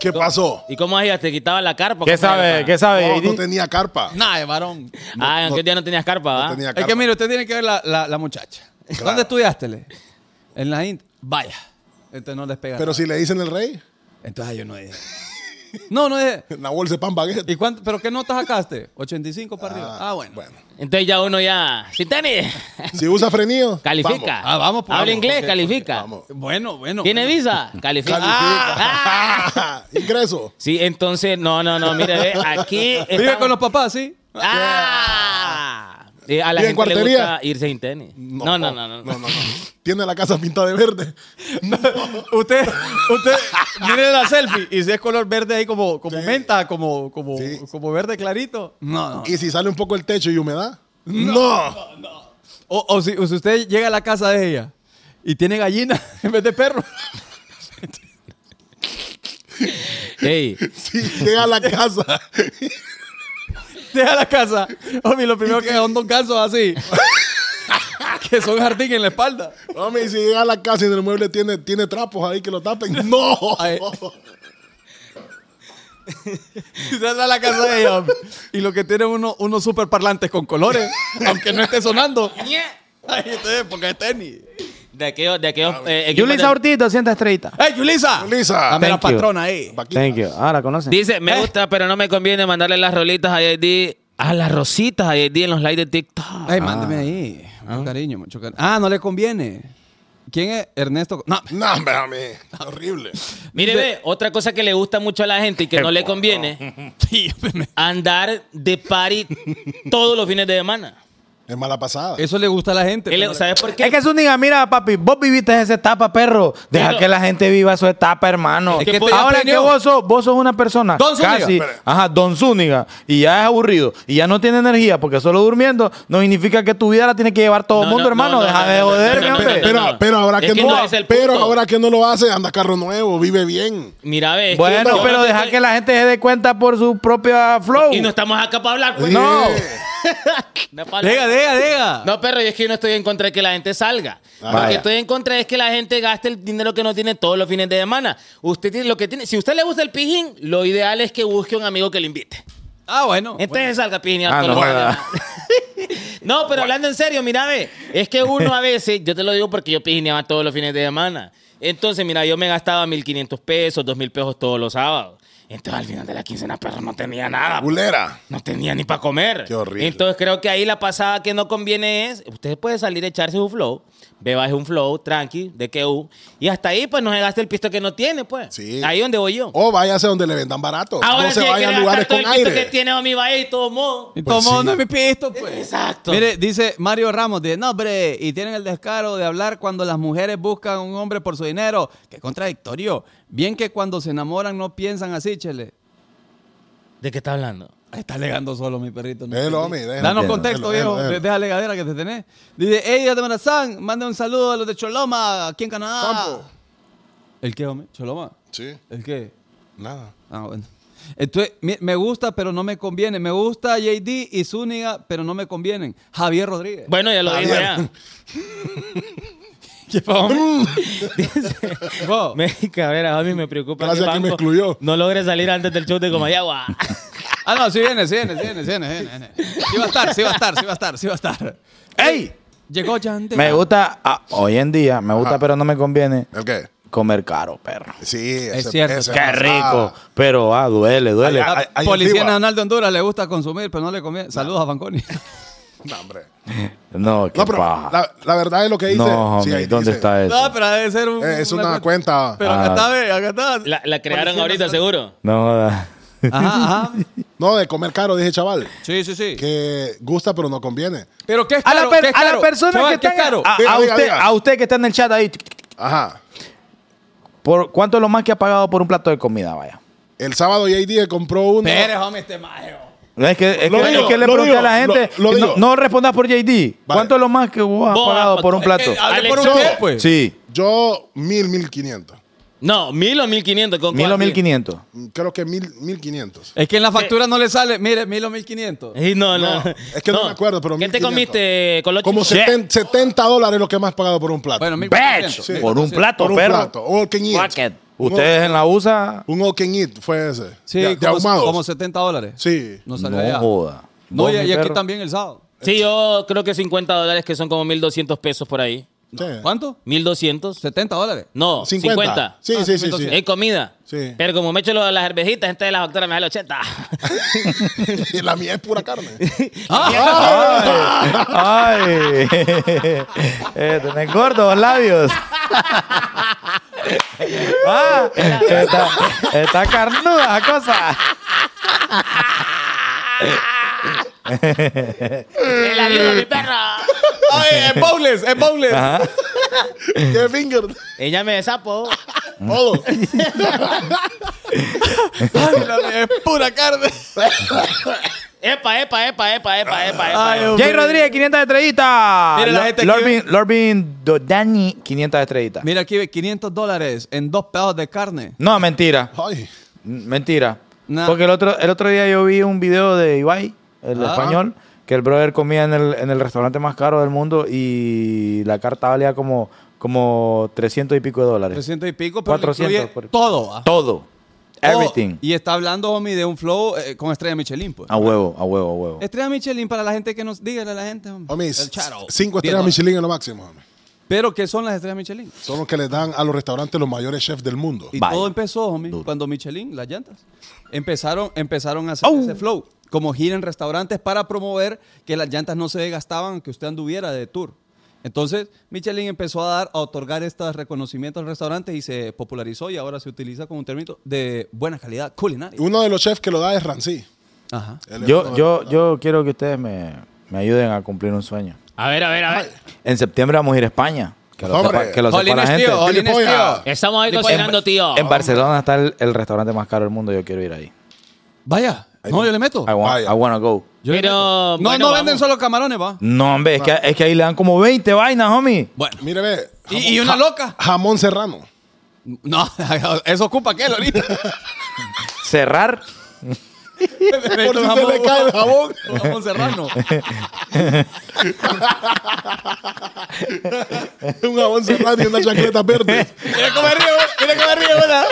Speaker 6: ¿Qué pasó?
Speaker 4: ¿Y cómo hacías? ¿Te quitabas la carpa?
Speaker 8: ¿Qué
Speaker 4: ¿Cómo era
Speaker 8: sabe?
Speaker 4: para-
Speaker 8: ¿Qué sabe?
Speaker 6: No, no
Speaker 8: JD?
Speaker 6: tenía carpa.
Speaker 5: Nah, eh, varón.
Speaker 4: Ah,
Speaker 5: No-
Speaker 4: en aquel día no tenías carpa, ¿va?
Speaker 6: tenía
Speaker 5: Es
Speaker 6: carpa.
Speaker 5: que mire, usted tiene que ver la, la, la muchacha. ¿Dónde estudiaste? Le? En la India. Vaya. Entonces no les pega.
Speaker 6: Pero
Speaker 5: nada.
Speaker 6: si le dicen el rey, [laughs]
Speaker 5: Entonces yo no dije. No, no dije.
Speaker 6: en la bolsa de pan baguette.
Speaker 5: ¿Y cuánto, ¿Pero qué nota sacaste? 85 para arriba. Ah, bueno.
Speaker 4: Entonces ya uno ya... Sin tenis, [laughs]
Speaker 6: Si usa frenillo,
Speaker 4: califica.
Speaker 5: Ah, vamos, pues,
Speaker 4: Habla
Speaker 5: vamos,
Speaker 4: inglés,
Speaker 5: porque-
Speaker 4: califica.
Speaker 6: vamos.
Speaker 5: Bueno, bueno.
Speaker 4: ¿Tiene
Speaker 5: bueno.
Speaker 4: visa? Califica. Ah, ah.
Speaker 6: Califica. Ingreso.
Speaker 4: [laughs] Sí, entonces, no, no, no, mire, ve, aquí...
Speaker 5: Vive
Speaker 4: estamos-
Speaker 5: con los papás, ¿sí?
Speaker 4: ¡Ah! Eh, a la
Speaker 6: ¿Y en
Speaker 4: gente le
Speaker 6: cuartería?
Speaker 4: gusta irse sin tenis. No, no, no, no.
Speaker 6: no, no. Tiene la casa pintada de verde.
Speaker 5: Usted, usted, mire la selfie y si es color verde ahí como, como menta, como, como,
Speaker 6: Sí.
Speaker 5: como verde clarito. No, no.
Speaker 6: Y si sale un poco el techo y humedad. [laughs] No.
Speaker 5: O, o si, o si usted llega a la casa de ella y tiene gallina [laughs] en vez de perro.
Speaker 4: Ey,
Speaker 6: Si llega a la casa.
Speaker 5: Deja la casa. Homie, lo primero que son dos gansos [laughs] así. que son jardín en la espalda.
Speaker 6: Hombre, y si llega a la casa y en el mueble tiene, tiene trapos ahí que lo tapen. No.
Speaker 5: Ay. Y se entra a la casa de ella. homie. Y lo que tiene uno, unos super parlantes con colores, aunque no esté sonando. Ay, entonces, porque es tenis.
Speaker 4: [laughs] de aquellos, de
Speaker 6: Ah,
Speaker 4: aquellos eh, equipos
Speaker 8: Yulisa
Speaker 4: de-
Speaker 8: Ortiz, 230.
Speaker 5: ¡Hey, Yulisa!
Speaker 6: Yulisa.
Speaker 5: Dame la
Speaker 8: Thank you.
Speaker 5: patrona ahí.
Speaker 6: Vaquita.
Speaker 8: Thank you. Ah, la conocen.
Speaker 4: Dice, me gusta, pero no me conviene mandarle las rolitas a JD. A las rositas a JD en los likes de TikTok.
Speaker 5: Ay, mándeme ahí. Ah. Mucho cariño, mucho cariño. Ah, no le conviene. ¿Quién es Ernesto? No, [laughs]
Speaker 6: No, hombre, hombre. Horrible.
Speaker 4: Mire, ve, otra cosa que le gusta mucho a la gente y que no le conviene,
Speaker 5: sí, me-
Speaker 4: andar de party todos los fines de semana.
Speaker 6: Es mala pasada.
Speaker 5: eso le gusta a la gente.
Speaker 4: Él-
Speaker 5: pero no le-
Speaker 4: ¿Sabes por qué?
Speaker 8: Es que es diga, mira, papi, vos viviste esa etapa, perro. Deja
Speaker 4: Pero-
Speaker 8: que la gente viva su etapa, hermano.
Speaker 5: Es que te-
Speaker 8: Ahora que
Speaker 5: aprendió.
Speaker 8: vos sos, vos sos una persona
Speaker 5: Don Zúñiga.
Speaker 8: casi,
Speaker 5: Espere.
Speaker 8: ajá, Don Zúñiga, y ya es aburrido, y ya no tiene energía, porque solo durmiendo no significa que tu vida la tiene que llevar todo el
Speaker 4: No,
Speaker 8: mundo,
Speaker 4: no,
Speaker 8: hermano.
Speaker 4: no, no,
Speaker 8: Deja
Speaker 4: no,
Speaker 8: de
Speaker 4: no, no,
Speaker 8: joderme,
Speaker 4: no, no,
Speaker 8: hombre.
Speaker 4: no,
Speaker 6: Pero,
Speaker 4: no, no.
Speaker 6: pero ahora
Speaker 4: Es
Speaker 6: que,
Speaker 4: que
Speaker 6: no,
Speaker 4: no es el
Speaker 6: pero
Speaker 4: punto.
Speaker 6: ahora que no lo hace, anda carro nuevo, vive bien.
Speaker 4: Mira, ve. es que yo
Speaker 8: Bueno,
Speaker 4: no
Speaker 8: pero
Speaker 4: te
Speaker 8: deja
Speaker 4: estoy-
Speaker 8: que la gente se dé cuenta por su propia flow.
Speaker 4: Y no estamos acá para hablar, pues.
Speaker 8: No.
Speaker 6: Eh,
Speaker 4: No, para-
Speaker 5: Dega, dega, dega.
Speaker 4: No, perro, y es que yo no estoy en contra de que la gente salga. Lo que
Speaker 8: Vaya.
Speaker 4: estoy en contra es que la gente gaste el dinero que no tiene todos los fines de semana. Usted tiene lo que tiene. Si a usted le gusta el pijín, lo ideal es que busque un amigo que le invite.
Speaker 5: Ah, bueno.
Speaker 4: Entonces salga pijín y a
Speaker 8: Ah,
Speaker 4: todos
Speaker 8: no,
Speaker 4: los fines de
Speaker 8: joda.
Speaker 4: semana. [laughs] No, pero hablando en serio, mira, ve. Es que uno a veces, yo te lo digo porque yo pijineaba todos los fines de semana. Entonces, mira, yo me gastaba 1.500 pesos, 2.000 pesos todos los sábados. Entonces, al final de la quincena, perro, no tenía nada. pues.
Speaker 6: Bulera.
Speaker 4: No tenía ni para comer.
Speaker 6: Qué horrible.
Speaker 4: Entonces creo que ahí la pasada que no conviene es, usted puede salir a echarse un flow, bebas un flow, tranqui, de que u, y hasta ahí pues no se gaste el pisto que no tiene, pues.
Speaker 6: Sí.
Speaker 4: Ahí donde voy yo.
Speaker 6: O váyase donde le vendan barato.
Speaker 4: Ahora
Speaker 6: no se
Speaker 4: sí,
Speaker 6: vaya
Speaker 4: que
Speaker 6: a lugares
Speaker 4: todo el
Speaker 6: con
Speaker 4: pisto
Speaker 6: aire.
Speaker 4: que tiene a mi valle y todo modo.
Speaker 5: Y
Speaker 6: Pues
Speaker 5: tomó
Speaker 6: sí.
Speaker 5: no es mi pisto, pues.
Speaker 4: Exacto.
Speaker 5: Mire, dice Mario Ramos, de, no, hombre, y tienen el descaro de hablar cuando las mujeres buscan a un hombre por su dinero. Qué contradictorio. Bien que cuando se enamoran no piensan así, chele.
Speaker 4: ¿De qué está hablando?
Speaker 5: Ahí está alegando solo mi perrito. no
Speaker 6: Déjelo,
Speaker 5: entendí.
Speaker 6: homí, déjelo.
Speaker 5: Danos
Speaker 6: Déjelo,
Speaker 5: contexto,
Speaker 6: déjelo,
Speaker 5: viejo.
Speaker 6: déjelo,
Speaker 5: de-
Speaker 6: déjelo.
Speaker 5: Deja la legadera que te tenés. Dice, hey, de Marazán, manda un saludo a los de Choloma, aquí en Canadá.
Speaker 6: Campo.
Speaker 5: ¿El qué, hombre? ¿Choloma?
Speaker 6: Sí,
Speaker 5: ¿El qué?
Speaker 6: nada.
Speaker 5: Ah, bueno. Entonces, mi- me gusta, pero no me conviene. Me gusta JD y Zúñiga, pero no me convienen. Javier Rodríguez.
Speaker 4: Bueno, ya lo dije ya.
Speaker 5: ¿Qué pasó,
Speaker 6: Mm.
Speaker 4: [laughs]
Speaker 5: hombre? [laughs] Vos.
Speaker 4: Me, cabrera, a mí me preocupa.
Speaker 6: Gracias que me excluyó.
Speaker 4: No logre salir antes del show de Comayagua.
Speaker 5: Ah, no, sí viene, sí viene, sí viene, sí viene, sí viene. Sí va a estar, sí va a estar, sí va a estar, sí va a estar.
Speaker 8: ¡Ey!
Speaker 5: Llegó Yandel.
Speaker 8: Me gusta, ah, hoy en día, me gusta,
Speaker 6: Ajá.
Speaker 8: pero no me conviene
Speaker 6: ¿El qué?
Speaker 8: comer caro, perro.
Speaker 6: Sí, ese-
Speaker 5: cierto.
Speaker 6: ese-
Speaker 8: Qué
Speaker 6: ah,
Speaker 8: rico. Pero, ah, duele, duele.
Speaker 6: Ay, ay,
Speaker 5: La
Speaker 6: ay, ahí
Speaker 5: Policía
Speaker 6: arriba.
Speaker 5: Nacional de Honduras le gusta consumir, pero no le conviene. Saludos
Speaker 6: [laughs]
Speaker 5: a Fanconi.
Speaker 6: No, hombre.
Speaker 8: No, qué
Speaker 6: No, pero
Speaker 8: paja.
Speaker 6: la, la verdad es lo que dice.
Speaker 8: no,
Speaker 6: sí,
Speaker 8: homie,
Speaker 6: ahí
Speaker 8: ¿dónde
Speaker 6: dice.
Speaker 8: está eso?
Speaker 5: No, pero debe ser un,
Speaker 6: Eh, es una cuenta.
Speaker 5: Pero
Speaker 8: Ah.
Speaker 5: acá está, ve, acá está.
Speaker 4: La, la crearon ahorita, seguro.
Speaker 8: No, joda. [laughs]
Speaker 5: Ajá, Ah, ajá.
Speaker 6: No, de comer caro, dije chaval.
Speaker 5: Sí, sí, sí.
Speaker 6: Que gusta, pero no conviene.
Speaker 5: Pero ¿qué es
Speaker 8: A
Speaker 5: caro?
Speaker 8: la, per-
Speaker 5: ¿Qué es
Speaker 8: a la
Speaker 5: caro?
Speaker 8: persona
Speaker 5: Chaval,
Speaker 8: que
Speaker 5: ¿qué es
Speaker 8: tenga- Ah,
Speaker 5: caro?
Speaker 8: A,
Speaker 6: Diga,
Speaker 8: a
Speaker 6: diga,
Speaker 8: usted,
Speaker 6: diga.
Speaker 8: a usted que está en el chat ahí.
Speaker 6: Ajá.
Speaker 8: ¿por ¿Cuánto es lo más que ha pagado por un plato de comida? Vaya.
Speaker 6: El sábado JD compró uno.
Speaker 5: Pérez, hombre, este mayo.
Speaker 8: Es que, es
Speaker 6: Lo
Speaker 8: que-
Speaker 6: digo,
Speaker 8: es que le
Speaker 6: lo
Speaker 8: pregunté a
Speaker 6: digo,
Speaker 8: la gente.
Speaker 6: lo- lo
Speaker 8: no-
Speaker 6: digo.
Speaker 8: no, respondas por JD. ¿Cuánto es lo más que vos has
Speaker 4: Vos,
Speaker 8: pagado
Speaker 4: ah,
Speaker 8: por un plato?
Speaker 5: Eh, hable por un
Speaker 6: Alex,
Speaker 5: pie,
Speaker 6: yo-
Speaker 5: pues.
Speaker 8: Sí,
Speaker 6: Yo, mil, mil quinientos.
Speaker 4: No, mil o mil quinientos. ¿con
Speaker 8: mil o
Speaker 4: cuál?
Speaker 8: mil quinientos.
Speaker 6: Creo que mil, mil quinientos.
Speaker 5: Es que en la factura no le sale, mire, mil o mil
Speaker 8: Eh,
Speaker 5: quinientos.
Speaker 4: Sí, no, no.
Speaker 6: No, es que no me acuerdo, pero
Speaker 4: ¿Qué te
Speaker 6: 1500.
Speaker 4: comiste, Colocho?
Speaker 6: Como seten- 70 dólares lo que más pagado por un plato.
Speaker 5: Bueno, mil
Speaker 8: Bitch,
Speaker 5: cuatrocientos.
Speaker 6: Sí.
Speaker 8: por un plato,
Speaker 6: por un
Speaker 8: perro.
Speaker 6: plato. All can eat.
Speaker 8: Fuck it. Ustedes en la USA.
Speaker 6: Un all can eat fue ese.
Speaker 5: Sí,
Speaker 6: de, de
Speaker 5: como,
Speaker 6: ahumados.
Speaker 5: como 70 dólares.
Speaker 6: sí.
Speaker 5: No salió allá.
Speaker 8: No joda.
Speaker 5: No,
Speaker 8: Vos,
Speaker 5: y,
Speaker 8: mi
Speaker 5: y aquí
Speaker 8: perro.
Speaker 5: también el sábado.
Speaker 4: Sí, yo creo que 50 dólares, que son como 1200 pesos por ahí.
Speaker 6: sí.
Speaker 5: ¿Cuánto?
Speaker 4: 1200.
Speaker 5: 70
Speaker 8: [laughs]
Speaker 5: dólares.
Speaker 4: No, 50.
Speaker 6: 50. Sí, sí, sí, sí.
Speaker 4: En comida.
Speaker 6: Sí.
Speaker 4: Pero como me echo lo- las herbejitas, gente de la factura me da el 80.
Speaker 6: [laughs] Y la mía es pura
Speaker 5: [laughs]
Speaker 6: carne.
Speaker 8: Ah,
Speaker 5: Ah,
Speaker 8: Ay, [laughs] eh, tenés gordos labios. ah, está, está carnuda la cosa.
Speaker 4: ¡El amigo de mi perro!
Speaker 5: ¡Ay, es boneless! ¡Es boneless!
Speaker 8: Ah.
Speaker 6: ¡Qué finger!
Speaker 4: Ella me sapo.
Speaker 6: Todo.
Speaker 5: Ay, la mía, es pura
Speaker 8: [laughs]
Speaker 5: carne!
Speaker 4: Epa, epa, epa, epa, epa, epa, epa.
Speaker 5: Ay, hombre.
Speaker 8: Jay Rodríguez, 500 estrellitas.
Speaker 5: Mira la
Speaker 8: Lo-
Speaker 5: gente
Speaker 8: Lord
Speaker 5: que-
Speaker 8: Bean- Lord Bean Dodani, 500 estrellitas.
Speaker 5: Mira aquí, ve, 500 dólares en dos pedazos de carne.
Speaker 8: No, mentira.
Speaker 6: Ay.
Speaker 8: M- Mentira.
Speaker 5: Nah.
Speaker 8: Porque el otro, el otro día yo vi un video de Ibai, el
Speaker 5: Ah.
Speaker 8: español, que el brother comía en el, en el restaurante más caro del mundo y la carta valía como, como 300 y pico de dólares.
Speaker 5: 300 y pico, pero
Speaker 8: 400
Speaker 5: le incluye
Speaker 8: por-
Speaker 5: todo. ¿va?
Speaker 8: Todo. Everything. Ah,
Speaker 5: Todo. Y está hablando, homie, de un flow eh, con estrella Michelin, pues.
Speaker 8: A huevo, a huevo, a huevo.
Speaker 5: Estrella Michelin, para la gente que nos... Dígale a la gente, homie.
Speaker 6: Homie,
Speaker 5: El charo.
Speaker 6: cinco
Speaker 5: 10
Speaker 6: estrellas
Speaker 5: dólares.
Speaker 6: Michelin en lo máximo. homie.
Speaker 5: Pero, ¿qué son las estrellas Michelin?
Speaker 6: Son los que le dan a los restaurantes los mayores chefs del mundo.
Speaker 5: Y
Speaker 8: Vaya.
Speaker 5: todo empezó, homie,
Speaker 8: Duro.
Speaker 5: cuando Michelin, las llantas, empezaron, empezaron a hacer
Speaker 8: Oh.
Speaker 5: ese flow, como gira en restaurantes para promover que las llantas no se gastaban, que usted anduviera de tour. Entonces, Michelin empezó a dar, a otorgar estos reconocimientos al restaurante y se popularizó y ahora se utiliza como un término de buena calidad culinaria.
Speaker 6: Uno de los chefs que lo da es Rancy.
Speaker 5: Ajá.
Speaker 6: Él es uno
Speaker 8: Yo,
Speaker 6: de-
Speaker 8: yo, yo quiero que ustedes me, me ayuden a cumplir un sueño.
Speaker 4: A ver, a ver, a ver.
Speaker 8: En septiembre vamos a ir a España. Que lo
Speaker 6: Hombre.
Speaker 8: sepa, que lo sepa la
Speaker 5: Jolines,
Speaker 8: gente.
Speaker 5: tío, jolines,
Speaker 6: Gilipollas.
Speaker 5: tío.
Speaker 4: Estamos ahí cocinando, tío.
Speaker 8: En Barcelona está el, el restaurante más caro del mundo. Yo quiero ir ahí.
Speaker 5: Vaya, no, yo le meto.
Speaker 8: I want,
Speaker 6: Vaya.
Speaker 8: I wanna go.
Speaker 5: Yo le
Speaker 4: Pero,
Speaker 5: meto. No,
Speaker 4: bueno,
Speaker 5: no venden
Speaker 4: vamos.
Speaker 5: solo camarones, va.
Speaker 8: No, hombre, es que, es que ahí le dan como 20 vainas, homie.
Speaker 5: Bueno.
Speaker 6: Mire, ve.
Speaker 5: Y- y una
Speaker 6: ja-
Speaker 5: loca.
Speaker 6: Jamón
Speaker 5: [laughs]
Speaker 6: serrano.
Speaker 5: No, eso ocupa aquel ahorita.
Speaker 8: Cerrar.
Speaker 6: Por si se le cae el jabón. [laughs]
Speaker 5: Vamos serrano.
Speaker 6: un jabón serrano y una chancleta verde.
Speaker 5: [laughs] Mira cómo me río, mira cómo me río, ¿verdad?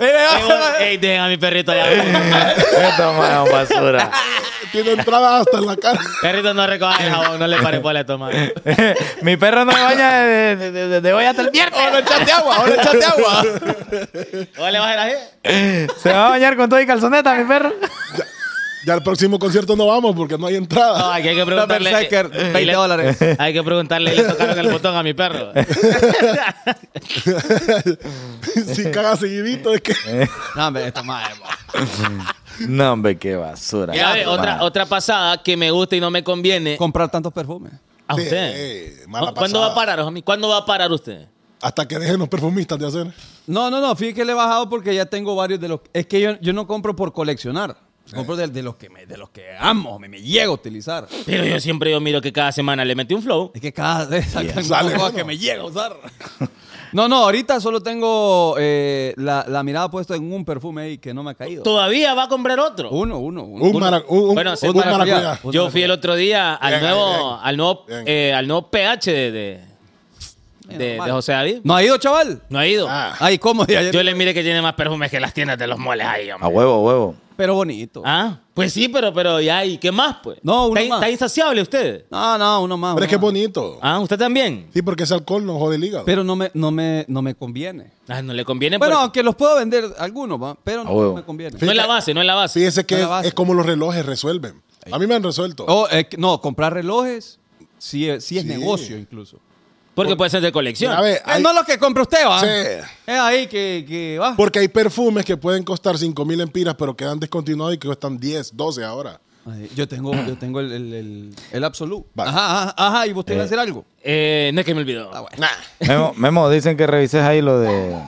Speaker 4: Ey, bueno, Ey, dejen a mi
Speaker 6: [laughs]
Speaker 4: perrito allá.
Speaker 8: [laughs] Esto más
Speaker 4: [laughs]
Speaker 8: es basura.
Speaker 6: Tiene entrada hasta en la cara.
Speaker 4: perrito no recoja el jabón, no le pare por la toma.
Speaker 8: Mi perro no me baña de- de- de- de- de hoy hasta el viernes.
Speaker 5: Ahora echate agua, ahora echate agua.
Speaker 4: ¿O le vas a ir así?
Speaker 8: Se va a bañar con todo y calzoneta, mi perro.
Speaker 6: Ya al próximo concierto no vamos porque no hay
Speaker 4: No,
Speaker 6: entrada.
Speaker 4: aquí hay que
Speaker 5: Dame el
Speaker 4: preguntarle.
Speaker 5: shaker,
Speaker 4: eh,
Speaker 5: 20
Speaker 4: le-
Speaker 5: dólares.
Speaker 4: Hay que preguntarle, le tocaron el botón a
Speaker 6: [laughs]
Speaker 4: mi perro.
Speaker 6: [laughs] si caga seguidito es que...
Speaker 5: No, hombre, esta madre, mo.
Speaker 8: No, hombre, qué basura.
Speaker 4: Ya ve, otra,
Speaker 8: Man.
Speaker 4: otra pasada que me gusta y no me conviene.
Speaker 5: Comprar tantos perfumes.
Speaker 4: [laughs] A
Speaker 6: Sí,
Speaker 4: usted.
Speaker 6: eh, mala
Speaker 4: ¿Cuándo
Speaker 6: pasada.
Speaker 4: va a parar, homie? ¿Cuándo va a parar usted?
Speaker 6: Hasta que dejen los perfumistas de hacer.
Speaker 5: No, no, no, fíjate que le he bajado porque ya tengo varios de los... Es que yo, yo no compro por coleccionar. Compro de, de los que me, de los que amo, homie, me, llega a utilizar.
Speaker 4: Pero yo siempre yo miro que cada semana le metí un flow.
Speaker 5: Es que cada vez sacan una
Speaker 6: Sale,
Speaker 5: cosa
Speaker 6: mano.
Speaker 5: que me llega a usar. No, no, ahorita solo tengo eh, la, la mirada puesta en un perfume ahí que no me ha caído.
Speaker 4: Todavía va a comprar otro.
Speaker 5: Uno, uno, uno.
Speaker 6: Un,
Speaker 5: Uno.
Speaker 6: mara- un, un-
Speaker 4: Bueno, sí,
Speaker 6: un
Speaker 4: maracuyá.
Speaker 6: maracuyá.
Speaker 5: Puta
Speaker 4: Yo
Speaker 5: la
Speaker 4: fui el otro día al
Speaker 6: Bien,
Speaker 4: nuevo,
Speaker 6: bien.
Speaker 4: Al, nuevo
Speaker 6: Bien.
Speaker 4: eh, al nuevo PH de, de, de- de
Speaker 5: normal.
Speaker 4: José David.
Speaker 5: ¿No ha ido, chaval?
Speaker 4: No ha ido.
Speaker 6: Ah.
Speaker 5: Ay, ¿cómo? [laughs] De ayer.
Speaker 4: Yo le miré que tiene más perfumes que las tiendas de los moles ahí,
Speaker 5: Ah,
Speaker 4: hombre.
Speaker 8: A huevo, huevo.
Speaker 5: Pero bonito.
Speaker 4: Ah, pues sí, pero, pero ya, ¿y qué más, pues?
Speaker 5: No, uno
Speaker 4: ¿Está,
Speaker 5: más.
Speaker 4: está insaciable usted?
Speaker 5: No, no, uno más.
Speaker 6: Pero es que
Speaker 5: uno
Speaker 6: es
Speaker 5: más.
Speaker 6: bonito.
Speaker 4: Ah, ¿usted también?
Speaker 6: Sí, porque ese alcohol no jode el hígado.
Speaker 5: Pero no me, no me, no me conviene.
Speaker 4: Ah, no le conviene
Speaker 5: Bueno,
Speaker 4: porque-
Speaker 5: aunque los puedo vender algunos, va, pero no,
Speaker 8: A huevo.
Speaker 5: me conviene.
Speaker 4: No es la base, no es la base. Oh,
Speaker 6: Fíjese que
Speaker 5: Pero
Speaker 6: es,
Speaker 5: la base.
Speaker 6: es como los relojes resuelven. A mí me han resuelto.
Speaker 5: O, eh, que- no, comprar relojes sí, es- sí es
Speaker 6: Sí.
Speaker 5: negocio incluso.
Speaker 4: Porque puede ser de colección.
Speaker 6: Mira, a ver,
Speaker 5: Eh,
Speaker 6: hay-
Speaker 5: no lo que compra usted, va.
Speaker 6: Sí.
Speaker 5: Es ahí que, que va.
Speaker 6: porque hay perfumes que pueden costar 5 mil empiras, pero quedan descontinuados y que cuestan 10, 12 ahora.
Speaker 5: Ay, Yo tengo, yo tengo el, el, el, el absolute.
Speaker 6: Vale.
Speaker 5: Ajá, ajá, ajá, y usted va a
Speaker 6: [laughs]
Speaker 5: hacer algo.
Speaker 4: Eh, no es que me olvidó.
Speaker 5: Ah,
Speaker 8: Memo, Memo, dicen que revises ahí lo de.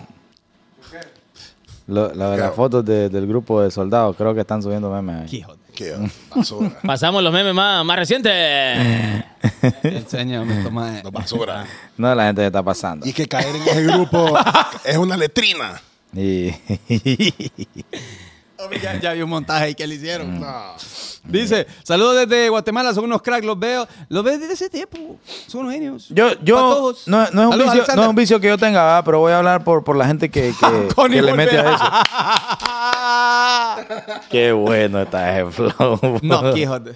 Speaker 8: Lo, lo de las
Speaker 6: Claro.
Speaker 8: fotos de- del grupo de soldados. Creo que están subiendo memes ahí.
Speaker 6: Qué
Speaker 4: Mm.
Speaker 6: basura.
Speaker 4: Pasamos los memes más, más
Speaker 5: Eh,
Speaker 4: recientes.
Speaker 5: Enséñame, toma.
Speaker 6: No,
Speaker 4: [laughs]
Speaker 6: basura.
Speaker 8: No, la gente se está pasando.
Speaker 6: Y que caer en ese grupo es una letrina.
Speaker 8: Y-
Speaker 5: [laughs]
Speaker 8: [laughs]
Speaker 5: Ya, ya vi un montaje ahí que le hicieron. Dice, saludos desde Guatemala, son unos cracks, los veo. Los veo desde ese tiempo. Son unos genios.
Speaker 8: yo, yo,
Speaker 5: Patojos.
Speaker 8: no, no es
Speaker 5: Saludos,
Speaker 8: un vicio, no es
Speaker 5: Alexander. Ah,
Speaker 8: un vicio que yo tenga, ¿verdad? pero voy a hablar por, por la gente que,
Speaker 5: [laughs]
Speaker 8: que-
Speaker 5: Connie
Speaker 8: que le mete
Speaker 5: Volpe.
Speaker 8: a eso. Qué bueno está ese flow.
Speaker 5: [laughs] No, Quijote.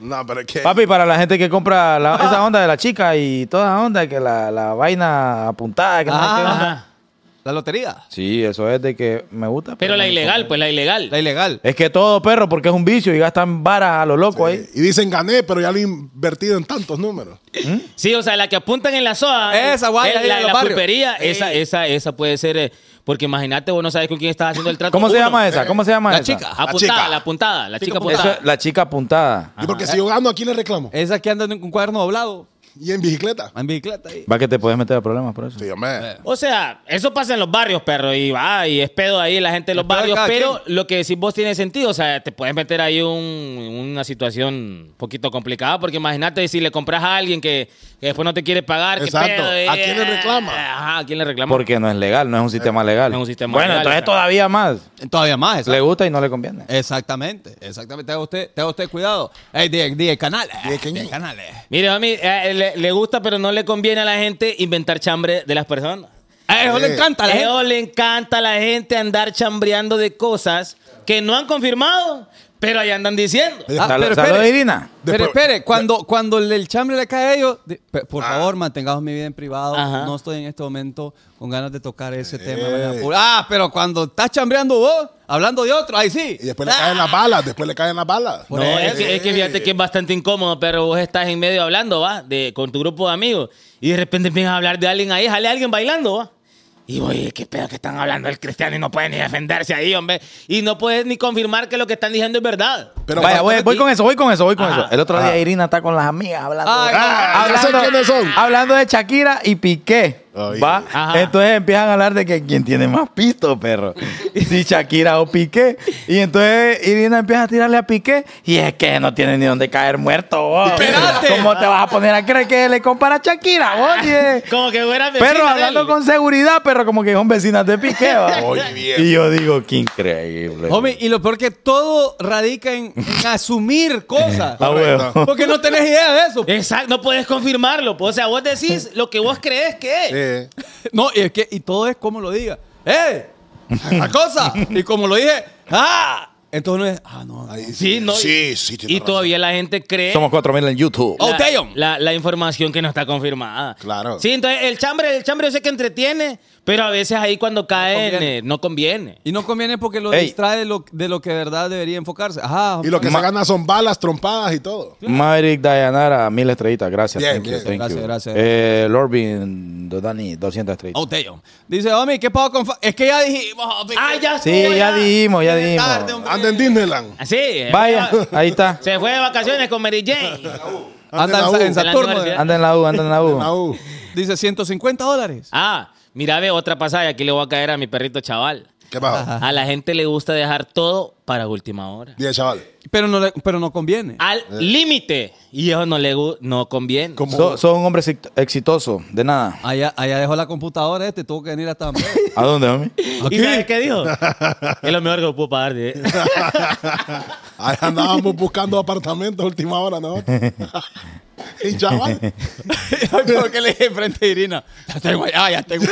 Speaker 6: No, pero es que.
Speaker 8: [laughs] Papi, para la gente que compra la-
Speaker 5: Ah.
Speaker 8: esa onda de la chica y toda esa onda, que la, la vaina apuntada, que no sé qué onda.
Speaker 5: Ah, Ajá. La lotería.
Speaker 8: Sí, eso es de que me gusta.
Speaker 4: Pero la
Speaker 8: me-
Speaker 4: ilegal, pues la ilegal.
Speaker 5: La ilegal.
Speaker 8: Es que todo perro, porque es un vicio y gastan varas a lo loco ahí.
Speaker 6: Eh, Y dicen gané, pero ya lo he invertido en tantos números.
Speaker 4: Sí, o sea, la que apuntan en la soda.
Speaker 5: Esa, guay,
Speaker 4: eh,
Speaker 5: ahí
Speaker 4: La,
Speaker 5: en los
Speaker 4: la
Speaker 5: barrios.
Speaker 4: pulpería, esa, esa, esa puede ser. eh, porque imagínate, vos no sabes con quién estás haciendo el trato.
Speaker 8: ¿Cómo se
Speaker 4: Uno,
Speaker 8: llama esa? ¿Cómo se llama
Speaker 5: La
Speaker 8: esa?
Speaker 5: chica.
Speaker 4: Apuntada, la,
Speaker 6: chica.
Speaker 4: apuntada, la chica
Speaker 8: Eso
Speaker 4: apuntada.
Speaker 8: es la chica apuntada.
Speaker 6: Y porque si yo gano, aquí le reclamo?
Speaker 5: Esa que anda en un cuaderno doblado,
Speaker 6: Y en bicicleta.
Speaker 5: en bicicleta. ahí.
Speaker 8: Va que te puedes meter a problemas por eso.
Speaker 6: Sí, hombre.
Speaker 4: O sea, eso pasa en los barrios, perro, y va, y es pedo ahí la gente de los
Speaker 5: Es pedo de
Speaker 4: barrios,
Speaker 5: cada
Speaker 4: pero lo que decís vos tiene sentido, o sea, te puedes meter ahí un, una situación un poquito complicada, porque imagínate si le compras a alguien que, que después no te quiere pagar, ¿qué
Speaker 6: Exacto.
Speaker 4: pedo? eh,
Speaker 6: ¿A quién le reclama?
Speaker 4: Ajá, ¿a quién le reclama?
Speaker 8: Porque no es legal, no es un sistema legal.
Speaker 4: Eh, no es un sistema
Speaker 8: bueno,
Speaker 4: legal,
Speaker 8: entonces
Speaker 4: exacto.
Speaker 8: todavía más.
Speaker 5: Todavía más. esa-
Speaker 8: Le gusta y no le conviene.
Speaker 6: Eh,
Speaker 5: Exactamente, exactamente. Tenga usted, tenga usted cuidado. Ey, 10 10 canales.
Speaker 6: Diez que-
Speaker 5: 10 canales.
Speaker 4: Mire, mami, eh, le, le gusta, pero no le conviene a la gente inventar chambre de las personas.
Speaker 5: A eso le Eh, encanta.
Speaker 4: A
Speaker 5: la gente.
Speaker 4: ellos le encanta a la gente andar chambreando de cosas que no han confirmado, pero ahí andan diciendo.
Speaker 5: Ah,
Speaker 8: Sal-
Speaker 5: pero
Speaker 8: Saludos,
Speaker 5: espere.
Speaker 8: Irina.
Speaker 5: Pero
Speaker 6: Después- Ah.
Speaker 5: espere, cuando, cuando el- el chambre le cae a ellos, de- pe- por favor, mantengamos mi vida en privado.
Speaker 4: Ajá.
Speaker 5: No estoy en este momento con ganas de tocar
Speaker 6: Eh.
Speaker 5: ese tema. me apuro. Ah, pero cuando estás chambreando vos, hablando de otro, ahí sí. Ah.
Speaker 6: Y después le caen las balas, después le caen las balas.
Speaker 5: Por
Speaker 4: no,
Speaker 5: eso.
Speaker 4: es que, es que fíjate que es bastante incómodo, pero vos estás en medio hablando, ¿va? De, con tu grupo de amigos. Y de repente empiezas a hablar de alguien ahí, sale alguien bailando, ¿va? Y oye, qué pedo que están hablando el cristiano y no pueden ni defenderse ahí, hombre. Y no puedes ni confirmar que lo que están diciendo es verdad. [laughs]
Speaker 6: Pero
Speaker 8: Vaya, voy,
Speaker 6: falta-
Speaker 8: voy con eso, voy con eso, voy con
Speaker 4: Ajá.
Speaker 8: eso. El otro día Irina está con las amigas hablando.
Speaker 5: Ay,
Speaker 8: de,
Speaker 5: no,
Speaker 6: Ah, ya sé quiénes son.
Speaker 8: hablando de Shakira y Piqué.
Speaker 6: Ay.
Speaker 8: ¿va?
Speaker 4: Ajá.
Speaker 8: Entonces empiezan a hablar de que quién tiene más pisto,
Speaker 6: [laughs]
Speaker 8: perro. si Shakira o Piqué. Y entonces Irina empieza a tirarle a Piqué. Y es que no tiene ni dónde caer muerto, vos.
Speaker 5: Espérate.
Speaker 8: ¿Cómo te vas a poner a creer que le compara a Shakira, vos? Y es-
Speaker 4: Como que fuera vecina
Speaker 8: Perro,
Speaker 4: de
Speaker 8: hablando
Speaker 4: él.
Speaker 8: con seguridad, perro, como que son vecinas de Piqué, ¿va? y yo digo, qué increíble.
Speaker 5: Homie, y lo peor que todo radica en, en
Speaker 6: [laughs]
Speaker 5: asumir cosas.
Speaker 8: Ah, huevo.
Speaker 5: Porque no tenés idea de eso.
Speaker 4: Exacto, no puedes confirmarlo. pues. O sea, vos decís lo que vos crees que es.
Speaker 6: Eh,
Speaker 5: No, y es que, y todo es como lo diga. ¡Eh! La cosa. Y como lo dije, ¡ah! Entonces uno es, ah, no.
Speaker 6: ahí
Speaker 4: Sí, no.
Speaker 6: Sí, sí, tiene
Speaker 4: Y
Speaker 6: razón.
Speaker 4: todavía la gente cree.
Speaker 8: Somos 4000 en YouTube.
Speaker 5: Oh,
Speaker 4: la-
Speaker 5: damn.
Speaker 4: La, la información que no está confirmada.
Speaker 6: Claro.
Speaker 4: Sí, entonces el chambre, el chambre yo sé que entretiene, pero a veces ahí cuando cae en,
Speaker 5: conviene.
Speaker 4: eh, no conviene.
Speaker 5: Y no conviene porque lo
Speaker 8: Ey.
Speaker 5: distrae de lo, de lo que de verdad debería enfocarse. Ajá.
Speaker 6: Y lo que se gana son balas, trompadas y todo.
Speaker 8: [laughs] Maverick Dayanara, mil estrellitas, gracias.
Speaker 6: Bien,
Speaker 8: thank you,
Speaker 6: bien.
Speaker 8: thank
Speaker 5: Gracias,
Speaker 8: you.
Speaker 5: gracias.
Speaker 8: Eh, Lorbin, Dani, 200 estrellitas.
Speaker 5: Oh, damn. Dice, homie, ¿qué pago con... fa- Es que ya dijimos, homie,
Speaker 4: Ah,
Speaker 5: que-
Speaker 4: ya
Speaker 8: Sí,
Speaker 4: estuvo,
Speaker 8: ya dijimos, ya
Speaker 5: Viene
Speaker 8: dijimos.
Speaker 5: tarde, hombre.
Speaker 6: Anda en Disneyland.
Speaker 4: Ah, Sí, eh,
Speaker 8: Vaya,
Speaker 4: ya-
Speaker 8: ahí está.
Speaker 4: Se fue de vacaciones con Mary Jane.
Speaker 5: Anda en
Speaker 6: Anda
Speaker 5: Sa- en,
Speaker 6: en Ah, la
Speaker 4: U.
Speaker 5: Saturno.
Speaker 4: En la
Speaker 8: Anda en la U, anda en la
Speaker 6: Ah,
Speaker 8: U.
Speaker 6: uh.
Speaker 5: Dice, 150 dólares.
Speaker 4: Ah, mira, ve otra pasada. Aquí le voy a caer a mi perrito chaval.
Speaker 6: ¿Qué pasó?
Speaker 4: A la gente le gusta dejar todo para última
Speaker 8: Eh.
Speaker 4: hora.
Speaker 6: Dile, chaval.
Speaker 5: Pero no, le- pero no conviene.
Speaker 4: Al límite. Y eso no le gu- no conviene.
Speaker 8: So- sos un hombre exit- exitoso, de nada.
Speaker 5: Allá, allá dejó la computadora este, tuvo que venir hasta...
Speaker 8: [laughs] ¿A dónde, homie?
Speaker 4: ¿Y sabes qué
Speaker 8: [laughs]
Speaker 4: dijo? es lo mejor que lo puedo pagar. de-
Speaker 6: Ahí andábamos buscando apartamentos a última hora, ¿no? [laughs] y chaval.
Speaker 5: Creo que le dije frente a Irina. Ya tengo allá, ya tengo.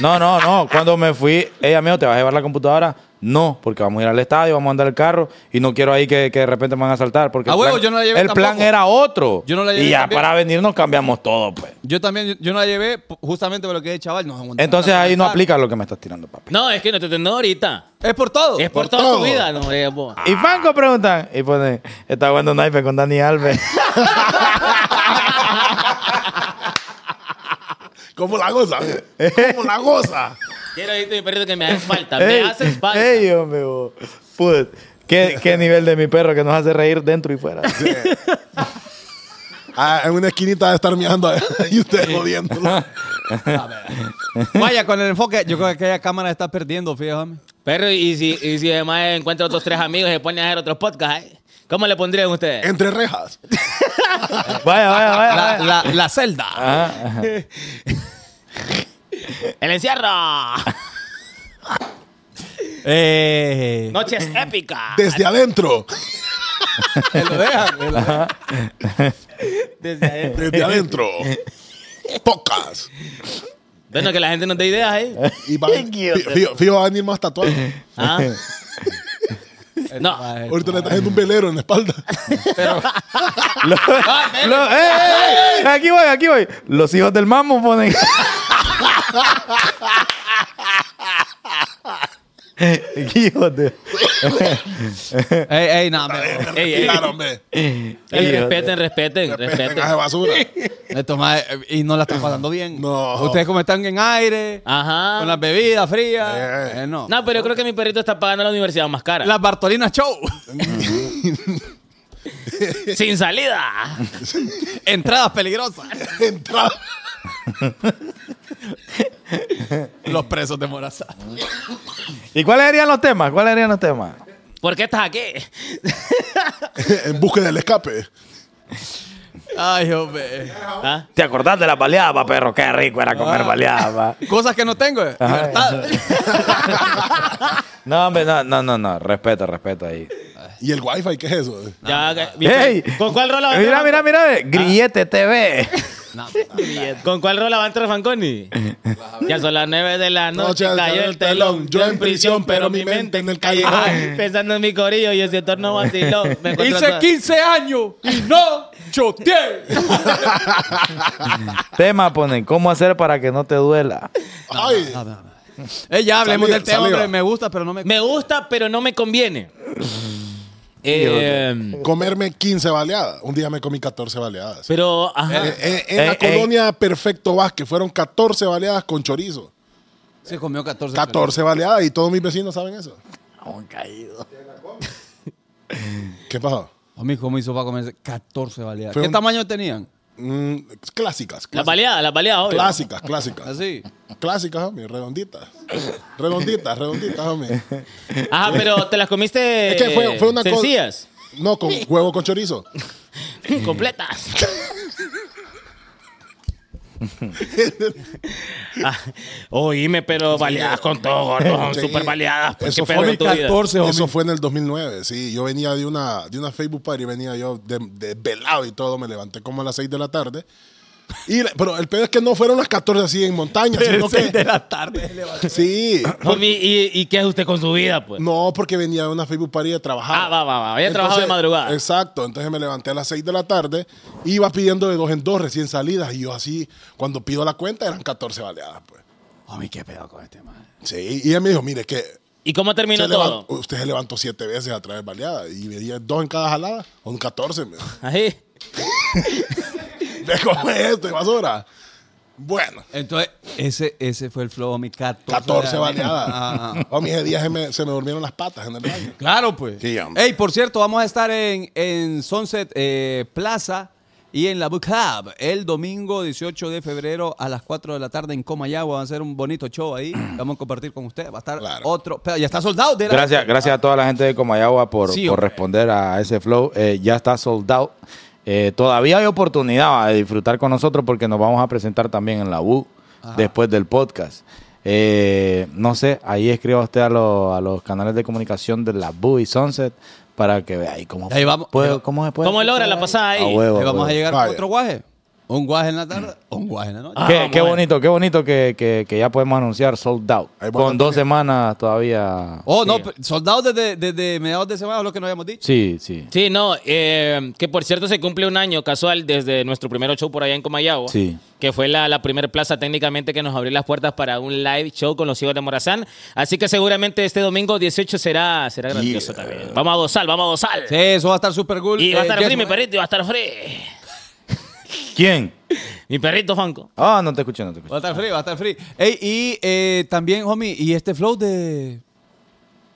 Speaker 8: No, no, no. Cuando me fui, ella me dijo, ¿te vas a llevar la computadora? No, porque vamos a ir al estadio, vamos a andar el carro y no quiero ahí que, que de repente me van a saltar. Porque
Speaker 5: A
Speaker 8: el
Speaker 5: Ah, huevo,
Speaker 8: plan-
Speaker 5: yo no la llevé
Speaker 8: El plan
Speaker 5: tampoco.
Speaker 8: era otro.
Speaker 5: Yo no la
Speaker 8: Y
Speaker 5: llevé
Speaker 8: ya
Speaker 5: también.
Speaker 8: para venirnos cambiamos todo, pues.
Speaker 5: Yo también, yo, yo no la llevé p- justamente por lo que es chaval. nos aguantamos
Speaker 8: Entonces
Speaker 5: hasta
Speaker 8: ahí no
Speaker 5: tarde.
Speaker 8: aplica lo que me estás tirando, papi.
Speaker 4: No, es que no te tengo ahorita.
Speaker 5: Es por todo.
Speaker 4: Es por,
Speaker 6: Por
Speaker 4: toda
Speaker 6: todo.
Speaker 4: tu vida, no, hombre, vos.
Speaker 8: Y Franco preguntan, y pone, está jugando naipe con Dani Alves.
Speaker 6: ¿Cómo la goza? ¿Cómo la goza?
Speaker 4: Quiero decirte, mi perrito, que me haces falta.
Speaker 8: Ey,
Speaker 4: me haces falta.
Speaker 8: ey, hombre, vos. Put. ¿Qué, qué nivel de mi perro que nos hace reír dentro
Speaker 5: [laughs]
Speaker 8: y fuera.
Speaker 6: Ah, en una esquinita de estar mirando a- [laughs] y usted jodiéndolo.
Speaker 5: [laughs] Vaya, con el enfoque, yo creo que aquella cámara está perdiendo, fíjame.
Speaker 4: Perro, y si, y si además encuentra otros tres amigos y se pone a hacer otros podcasts, ¿eh? ¿cómo le pondrían ustedes?
Speaker 6: Entre rejas.
Speaker 8: Vaya, vaya, vaya.
Speaker 5: La,
Speaker 8: vaya.
Speaker 5: la, la celda.
Speaker 8: Ajá.
Speaker 4: [laughs] ¡El encierro!
Speaker 5: Eh,
Speaker 4: ¡Noches épicas!
Speaker 6: Desde adentro.
Speaker 5: te lo dejan, te lo dejan.
Speaker 6: Desde adentro. Pocas.
Speaker 4: Bueno, que la gente no te ideas, ¿eh?
Speaker 6: Y va, Fío- Fío, Fío va a venir más tatuado.
Speaker 4: ¿Ah? No,
Speaker 5: Ay,
Speaker 6: Ahorita le está haciendo un velero en la espalda.
Speaker 8: Lo- ey, ey, ey, Aquí voy, aquí voy. Los hijos del mambo [laughs] ponen. hijos de.
Speaker 5: Ey, ey, nada, me-
Speaker 4: ey, ey.
Speaker 6: Claro, hombre.
Speaker 4: Ey, respeten, respeten, respeten.
Speaker 6: Venga de
Speaker 4: [laughs]
Speaker 6: basura.
Speaker 5: esto más, eh, y no la están pasando bien.
Speaker 6: No.
Speaker 5: Ustedes como están en aire,
Speaker 4: Ajá.
Speaker 5: con las bebidas frías.
Speaker 6: Eh.
Speaker 5: eh, no.
Speaker 4: No, pero yo creo que mi perrito está pagando la universidad más cara.
Speaker 5: Las Bartolinas Show. [laughs]
Speaker 4: ¡Sin salida!
Speaker 5: Entradas peligrosas.
Speaker 6: Entra.
Speaker 5: Los presos de Morazá.
Speaker 8: ¿Y cuáles serían los temas? ¿Cuáles serían los temas?
Speaker 4: ¿Por qué estás aquí?
Speaker 6: En busca del escape.
Speaker 5: Ay, hombre.
Speaker 4: ¿Ah?
Speaker 8: ¿Te acordás de la baleada, perro? Qué rico era comer baleada.
Speaker 5: Cosas que no tengo. eh.
Speaker 4: [laughs]
Speaker 5: Libertad.
Speaker 8: No, hombre, no, no, no, no. Respeto, respeto ahí.
Speaker 6: ¿Y el wifi qué es eso?
Speaker 4: Ya, que- mi
Speaker 8: ¡Ey!
Speaker 4: perrito- ¿Con cuál rola va a
Speaker 8: Mira,
Speaker 4: entrar
Speaker 8: mira, mira. eh, Grillete [laughs] TV.
Speaker 4: ¿Con cuál rola va a entrar Fanconi? Ya son las 9 de la noche,
Speaker 6: Noche,
Speaker 4: cayó el telón. Yo en prisión, pero mi mente en el callejón. Ah. Pensando en mi corillo y ese torno [laughs] vaciló. Me encontró
Speaker 5: Hice
Speaker 4: todo-
Speaker 5: 15 años y no choteé.
Speaker 8: Tema ponen, ¿cómo hacer para que no te duela?
Speaker 6: Ay,
Speaker 5: Ey, Eh, ya hablemos
Speaker 6: Saliva,
Speaker 5: del tema,
Speaker 6: saliva.
Speaker 5: hombre. Me gusta, pero no me.
Speaker 4: Me gusta, pero no me conviene. Eh,
Speaker 6: comerme 15 baleadas. Un día me comí 14 baleadas.
Speaker 4: pero, ajá.
Speaker 6: Eh, eh, en la
Speaker 8: eh,
Speaker 6: colonia Perfecto Vázquez fueron 14 baleadas con chorizo.
Speaker 5: Se comió 14.
Speaker 6: 14 baleadas y todos mis vecinos saben eso. ¿Qué pasó?
Speaker 5: Homie, ¿cómo Oh, hizo para comerse 14 baleadas?
Speaker 6: Fue
Speaker 5: ¿Qué
Speaker 6: un-
Speaker 5: tamaño tenían?
Speaker 6: Mm, clásicas.
Speaker 4: Las
Speaker 6: Clásicas,
Speaker 4: baleadas, las baleadas, obvio.
Speaker 6: clásicas, clásicas.
Speaker 5: Así.
Speaker 6: Clásicas, homie, redonditas. Redonditas, redonditas, homie.
Speaker 4: Ajá, pero te las comiste
Speaker 6: Es que fue- fue una cosa-
Speaker 4: sencillas,
Speaker 6: No, con huevo con chorizo.
Speaker 4: completas. [laughs] Ah, oíme, pero baleadas con todo, gordo, son
Speaker 6: eh, Sí.
Speaker 4: súper baleadas. pues,
Speaker 6: Eso
Speaker 4: qué
Speaker 6: fue
Speaker 4: pedo
Speaker 6: mi
Speaker 4: en tu vida.
Speaker 6: Eso fue en el 2009, sí. Yo venía de una, de una Facebook party, venía yo de- desvelado y todo. Me levanté como a las 6 de la tarde. Y, la- pero el pedo es que no fueron las 14 así en montaña, sino que...
Speaker 5: de la tarde.
Speaker 6: Sí.
Speaker 4: Homie, ¿Y, y qué hace usted con su vida, pues?
Speaker 6: No, porque venía de una Facebook party de trabajar.
Speaker 4: Ah, va, va, va. Había trabajado de madrugada.
Speaker 6: Exacto, entonces me levanté a las 6 de la tarde, iba pidiendo de dos en dos recién salidas y yo así, cuando pido la cuenta eran 14 baleadas, pues.
Speaker 5: Homie, Oh, qué pedo con este man.
Speaker 6: Sí, y ella me dijo, mire que
Speaker 4: ¿Y cómo terminó
Speaker 6: se
Speaker 4: todo?
Speaker 6: levantó- usted se levantó siete veces a través de baleadas y venía dos en cada jalada, son 14, me dijo. [laughs]
Speaker 4: Ahí.
Speaker 6: ¿Ve cómo es esto, basura? Bueno,
Speaker 5: Entonces, ese, ese fue el flow, homie. 14,
Speaker 6: 14
Speaker 5: Ah,
Speaker 6: baleadas.
Speaker 5: ah.
Speaker 6: A mí ese día se me, se me durmieron las patas en el baño.
Speaker 5: Claro, pues.
Speaker 6: Sí, hombre.
Speaker 5: Ey, por cierto, vamos a estar en, en Sunset eh, Plaza Y en la Book Hub, el domingo 18 de febrero a las 4 de la tarde en Comayagua. Va a ser un bonito show
Speaker 6: [clears throat]
Speaker 5: ahí. Vamos a compartir con ustedes. Va a estar
Speaker 6: Claro.
Speaker 5: otro. Pero ya está soldado. de la-
Speaker 8: Gracias, gracias a toda la gente de Comayagua por,
Speaker 5: eh, ah. Sí,
Speaker 8: por
Speaker 5: hombre.
Speaker 8: responder a ese flow. Eh, ya está sold out. Eh, todavía hay oportunidad de disfrutar con nosotros porque nos vamos a presentar también en la U después del podcast. Eh, no sé, ahí escriba usted a, los- a los canales de comunicación de la U y Sunset para que vea ahí cómo,
Speaker 5: Ahí vamos.
Speaker 8: puede-
Speaker 5: Ahí va-
Speaker 8: cómo se
Speaker 6: Pues,
Speaker 8: puede.
Speaker 4: ¿Cómo logra
Speaker 6: ah,
Speaker 4: la pasada ahí?
Speaker 8: A huevo,
Speaker 5: Ahí vamos
Speaker 8: huevo.
Speaker 5: a llegar
Speaker 6: Vaya.
Speaker 5: con otro guaje. Un guaje en la
Speaker 6: [clears throat]
Speaker 5: tarde, un guaje en la noche.
Speaker 4: Ah,
Speaker 8: Qué, qué
Speaker 4: bueno.
Speaker 8: bonito, qué bonito que, que- que ya podemos anunciar sold out.
Speaker 6: Ahí vamos
Speaker 8: Con dos semanas todavía.
Speaker 5: Oh, no, pero soldados desde, desde mediados de semana, lo que nos habíamos dicho.
Speaker 8: Sí, sí.
Speaker 4: Sí, no, eh, que por cierto se cumple un año casual desde nuestro primer show por allá en Comayagua,
Speaker 8: Sí.
Speaker 4: que fue la, la primera plaza técnicamente que nos abrió las puertas para un live show con los hijos de Morazán. Así que seguramente este domingo 18 será, será grandioso también. Vamos a gozar, vamos a gozar.
Speaker 5: Sí, eso va a estar super cool.
Speaker 4: Y va a
Speaker 5: Eh,
Speaker 4: estar
Speaker 5: Jess,
Speaker 4: free, mi
Speaker 5: ¿no?
Speaker 4: perrito, y va a estar free.
Speaker 8: ¿Quién?
Speaker 4: Mi perrito Fanco.
Speaker 8: Ah, no te escuché, no te escuché.
Speaker 5: Va a estar free, va a estar free. Ey, y eh, también, homie, y este flow de.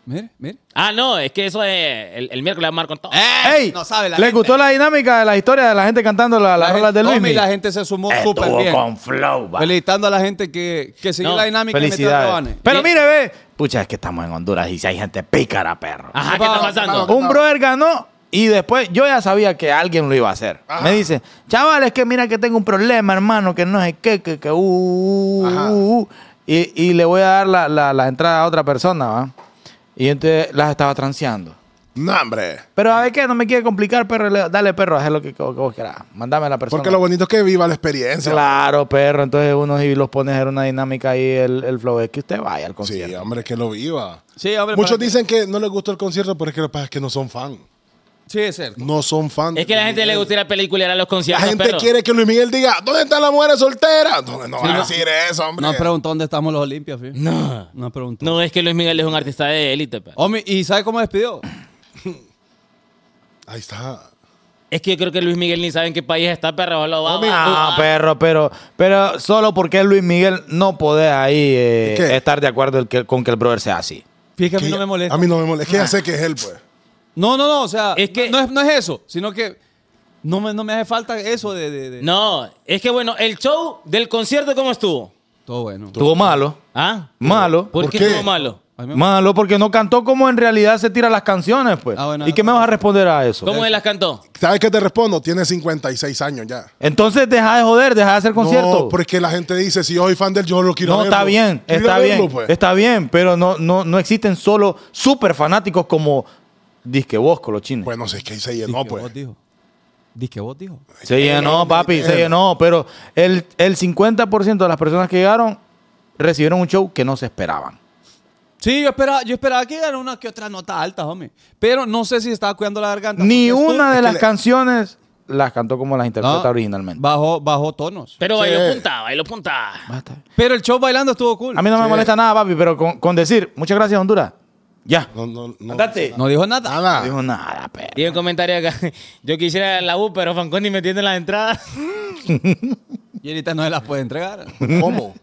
Speaker 5: Mire, mire.
Speaker 4: Ah, no, es que eso es el, el miércoles vamos a armar con todo.
Speaker 8: ¡Ey!
Speaker 5: Eh, No sabe la
Speaker 8: ¿Les
Speaker 5: gente.
Speaker 8: gustó la dinámica de la historia de la gente cantando la- las
Speaker 5: La
Speaker 8: rolas
Speaker 5: gente-
Speaker 8: de Luis?
Speaker 5: homie,
Speaker 8: Miguel?
Speaker 5: la gente se sumó súper bien.
Speaker 8: flow, va.
Speaker 5: Felicitando a la gente que, que siguió
Speaker 4: No,
Speaker 5: la dinámica y metió
Speaker 8: Felicidades.
Speaker 5: rebanes.
Speaker 8: Pero mire, ve. Pucha, es que estamos en Honduras y si hay gente pícara, perro.
Speaker 5: Ah,
Speaker 4: Ajá, ¿qué está pasando?
Speaker 8: Un brother ganó y después yo ya sabía que alguien lo iba a hacer. Me dice, chaval, es que mira que tengo un problema, hermano, que no sé qué, que, que, uh, uh,
Speaker 6: Ajá.
Speaker 8: uh, uh". Y, y le voy a dar la, la, la entrada a otra persona, ¿va? Y entonces las estaba transeando.
Speaker 6: No, hombre.
Speaker 8: Pero a ver qué, no me quiere complicar, perro. Le- Dale, perro, haz lo que, que vos querás. Mándame a la persona.
Speaker 6: Porque lo bonito es que viva la experiencia.
Speaker 8: Claro, perro. Entonces uno si los pone a hacer una dinámica ahí, el, el flow es que usted vaya al
Speaker 6: Sí,
Speaker 8: concierto.
Speaker 6: hombre, que lo viva.
Speaker 5: Sí, hombre,
Speaker 6: Muchos
Speaker 5: para-
Speaker 6: dicen que no les gustó el concierto, pero es que lo que pasa es que no son fan.
Speaker 5: Sí, es cierto.
Speaker 6: No son fan.
Speaker 4: Es que a la gente le gusta ir a película y ir a los
Speaker 6: La
Speaker 4: conciertos,
Speaker 6: gente
Speaker 4: perro.
Speaker 6: quiere que Luis Miguel diga, ¿dónde están las mujeres solteras? No, no
Speaker 5: Sí,
Speaker 6: van a
Speaker 5: no.
Speaker 6: decir eso, hombre.
Speaker 5: No han preguntado dónde estamos los Olimpias, fío.
Speaker 4: No.
Speaker 5: No han preguntado.
Speaker 4: No, es que Luis Miguel es un artista de élite, perro.
Speaker 5: Homie, ¿y sabe cómo despidió?
Speaker 6: Ahí está.
Speaker 4: Es que yo creo que Luis Miguel ni sabe en qué país está, perro. Lo va,
Speaker 8: Ah, perro, pero, pero solo porque es Luis Miguel no podés ahí eh,
Speaker 6: ¿Qué?
Speaker 8: estar de acuerdo el que- con que el brother sea así.
Speaker 5: Fíjate que a
Speaker 6: Que
Speaker 5: mí no
Speaker 6: ya-
Speaker 5: me molesta.
Speaker 6: A mí no me molesta. Es que
Speaker 8: Ah.
Speaker 6: ya sé que es él, pues.
Speaker 5: No, no, no, o sea,
Speaker 4: Es que-
Speaker 5: no, es, no es eso, sino que no me, no me hace falta eso de... de- de-
Speaker 4: No, es que bueno, el show del concierto, ¿cómo estuvo?
Speaker 5: Todo bueno.
Speaker 8: Estuvo malo,
Speaker 4: ¿Ah?
Speaker 8: malo,
Speaker 4: ¿Por,
Speaker 6: ¿Por
Speaker 4: qué,
Speaker 6: qué?
Speaker 4: estuvo malo?
Speaker 5: A mí me-
Speaker 8: malo, porque no cantó como en realidad se tiran las canciones, pues.
Speaker 5: Ah, bueno,
Speaker 8: ¿Y qué me vas a responder a eso?
Speaker 4: ¿Cómo él las cantó?
Speaker 6: ¿Sabes qué te respondo? Tiene 56 años ya.
Speaker 8: Entonces deja de joder, deja de hacer conciertos.
Speaker 6: No, porque la gente dice, si yo soy fan del yo lo quiero
Speaker 8: No,
Speaker 6: verlo.
Speaker 8: está bien,
Speaker 6: Quiero
Speaker 8: está
Speaker 6: verlo,
Speaker 8: bien,
Speaker 6: pues.
Speaker 8: está bien, pero no, no, no existen solo super fanáticos como Disque Bosco, los chinos.
Speaker 6: Pues no sé, es que ahí se
Speaker 5: Dice
Speaker 6: llenó,
Speaker 5: que
Speaker 6: pues.
Speaker 5: vos dijo. Dice que vos dijo.
Speaker 8: Se
Speaker 6: eh,
Speaker 8: llenó, papi, se llenó, pero el, el 50% de las personas que llegaron recibieron un show que no se esperaban.
Speaker 5: Sí, yo esperaba, yo esperaba que llegara una que otra nota alta, homie. Pero no sé si estaba cuidando la garganta.
Speaker 8: Ni
Speaker 5: porque esto-
Speaker 8: una de
Speaker 6: que
Speaker 8: las
Speaker 6: le-
Speaker 8: canciones las cantó como las interpreta
Speaker 5: No,
Speaker 8: originalmente.
Speaker 5: Bajó, bajó tonos.
Speaker 4: Pero
Speaker 6: Sí.
Speaker 4: bailó punta, bailó punta.
Speaker 8: Basta.
Speaker 5: Pero el show bailando estuvo cool.
Speaker 8: A mí no me
Speaker 6: Sí.
Speaker 8: molesta nada, papi, pero con, con decir, muchas gracias, Honduras, ya.
Speaker 6: No, no, no.
Speaker 8: Andate.
Speaker 5: No dijo nada.
Speaker 8: No
Speaker 6: Nada.
Speaker 8: dijo nada, perro.
Speaker 4: Tiene un comentario acá. [laughs] Yo quisiera la U, pero Fanconi me tiene las entradas. [laughs]
Speaker 5: Y ahorita no se las puede entregar. [laughs]
Speaker 6: ¿Cómo?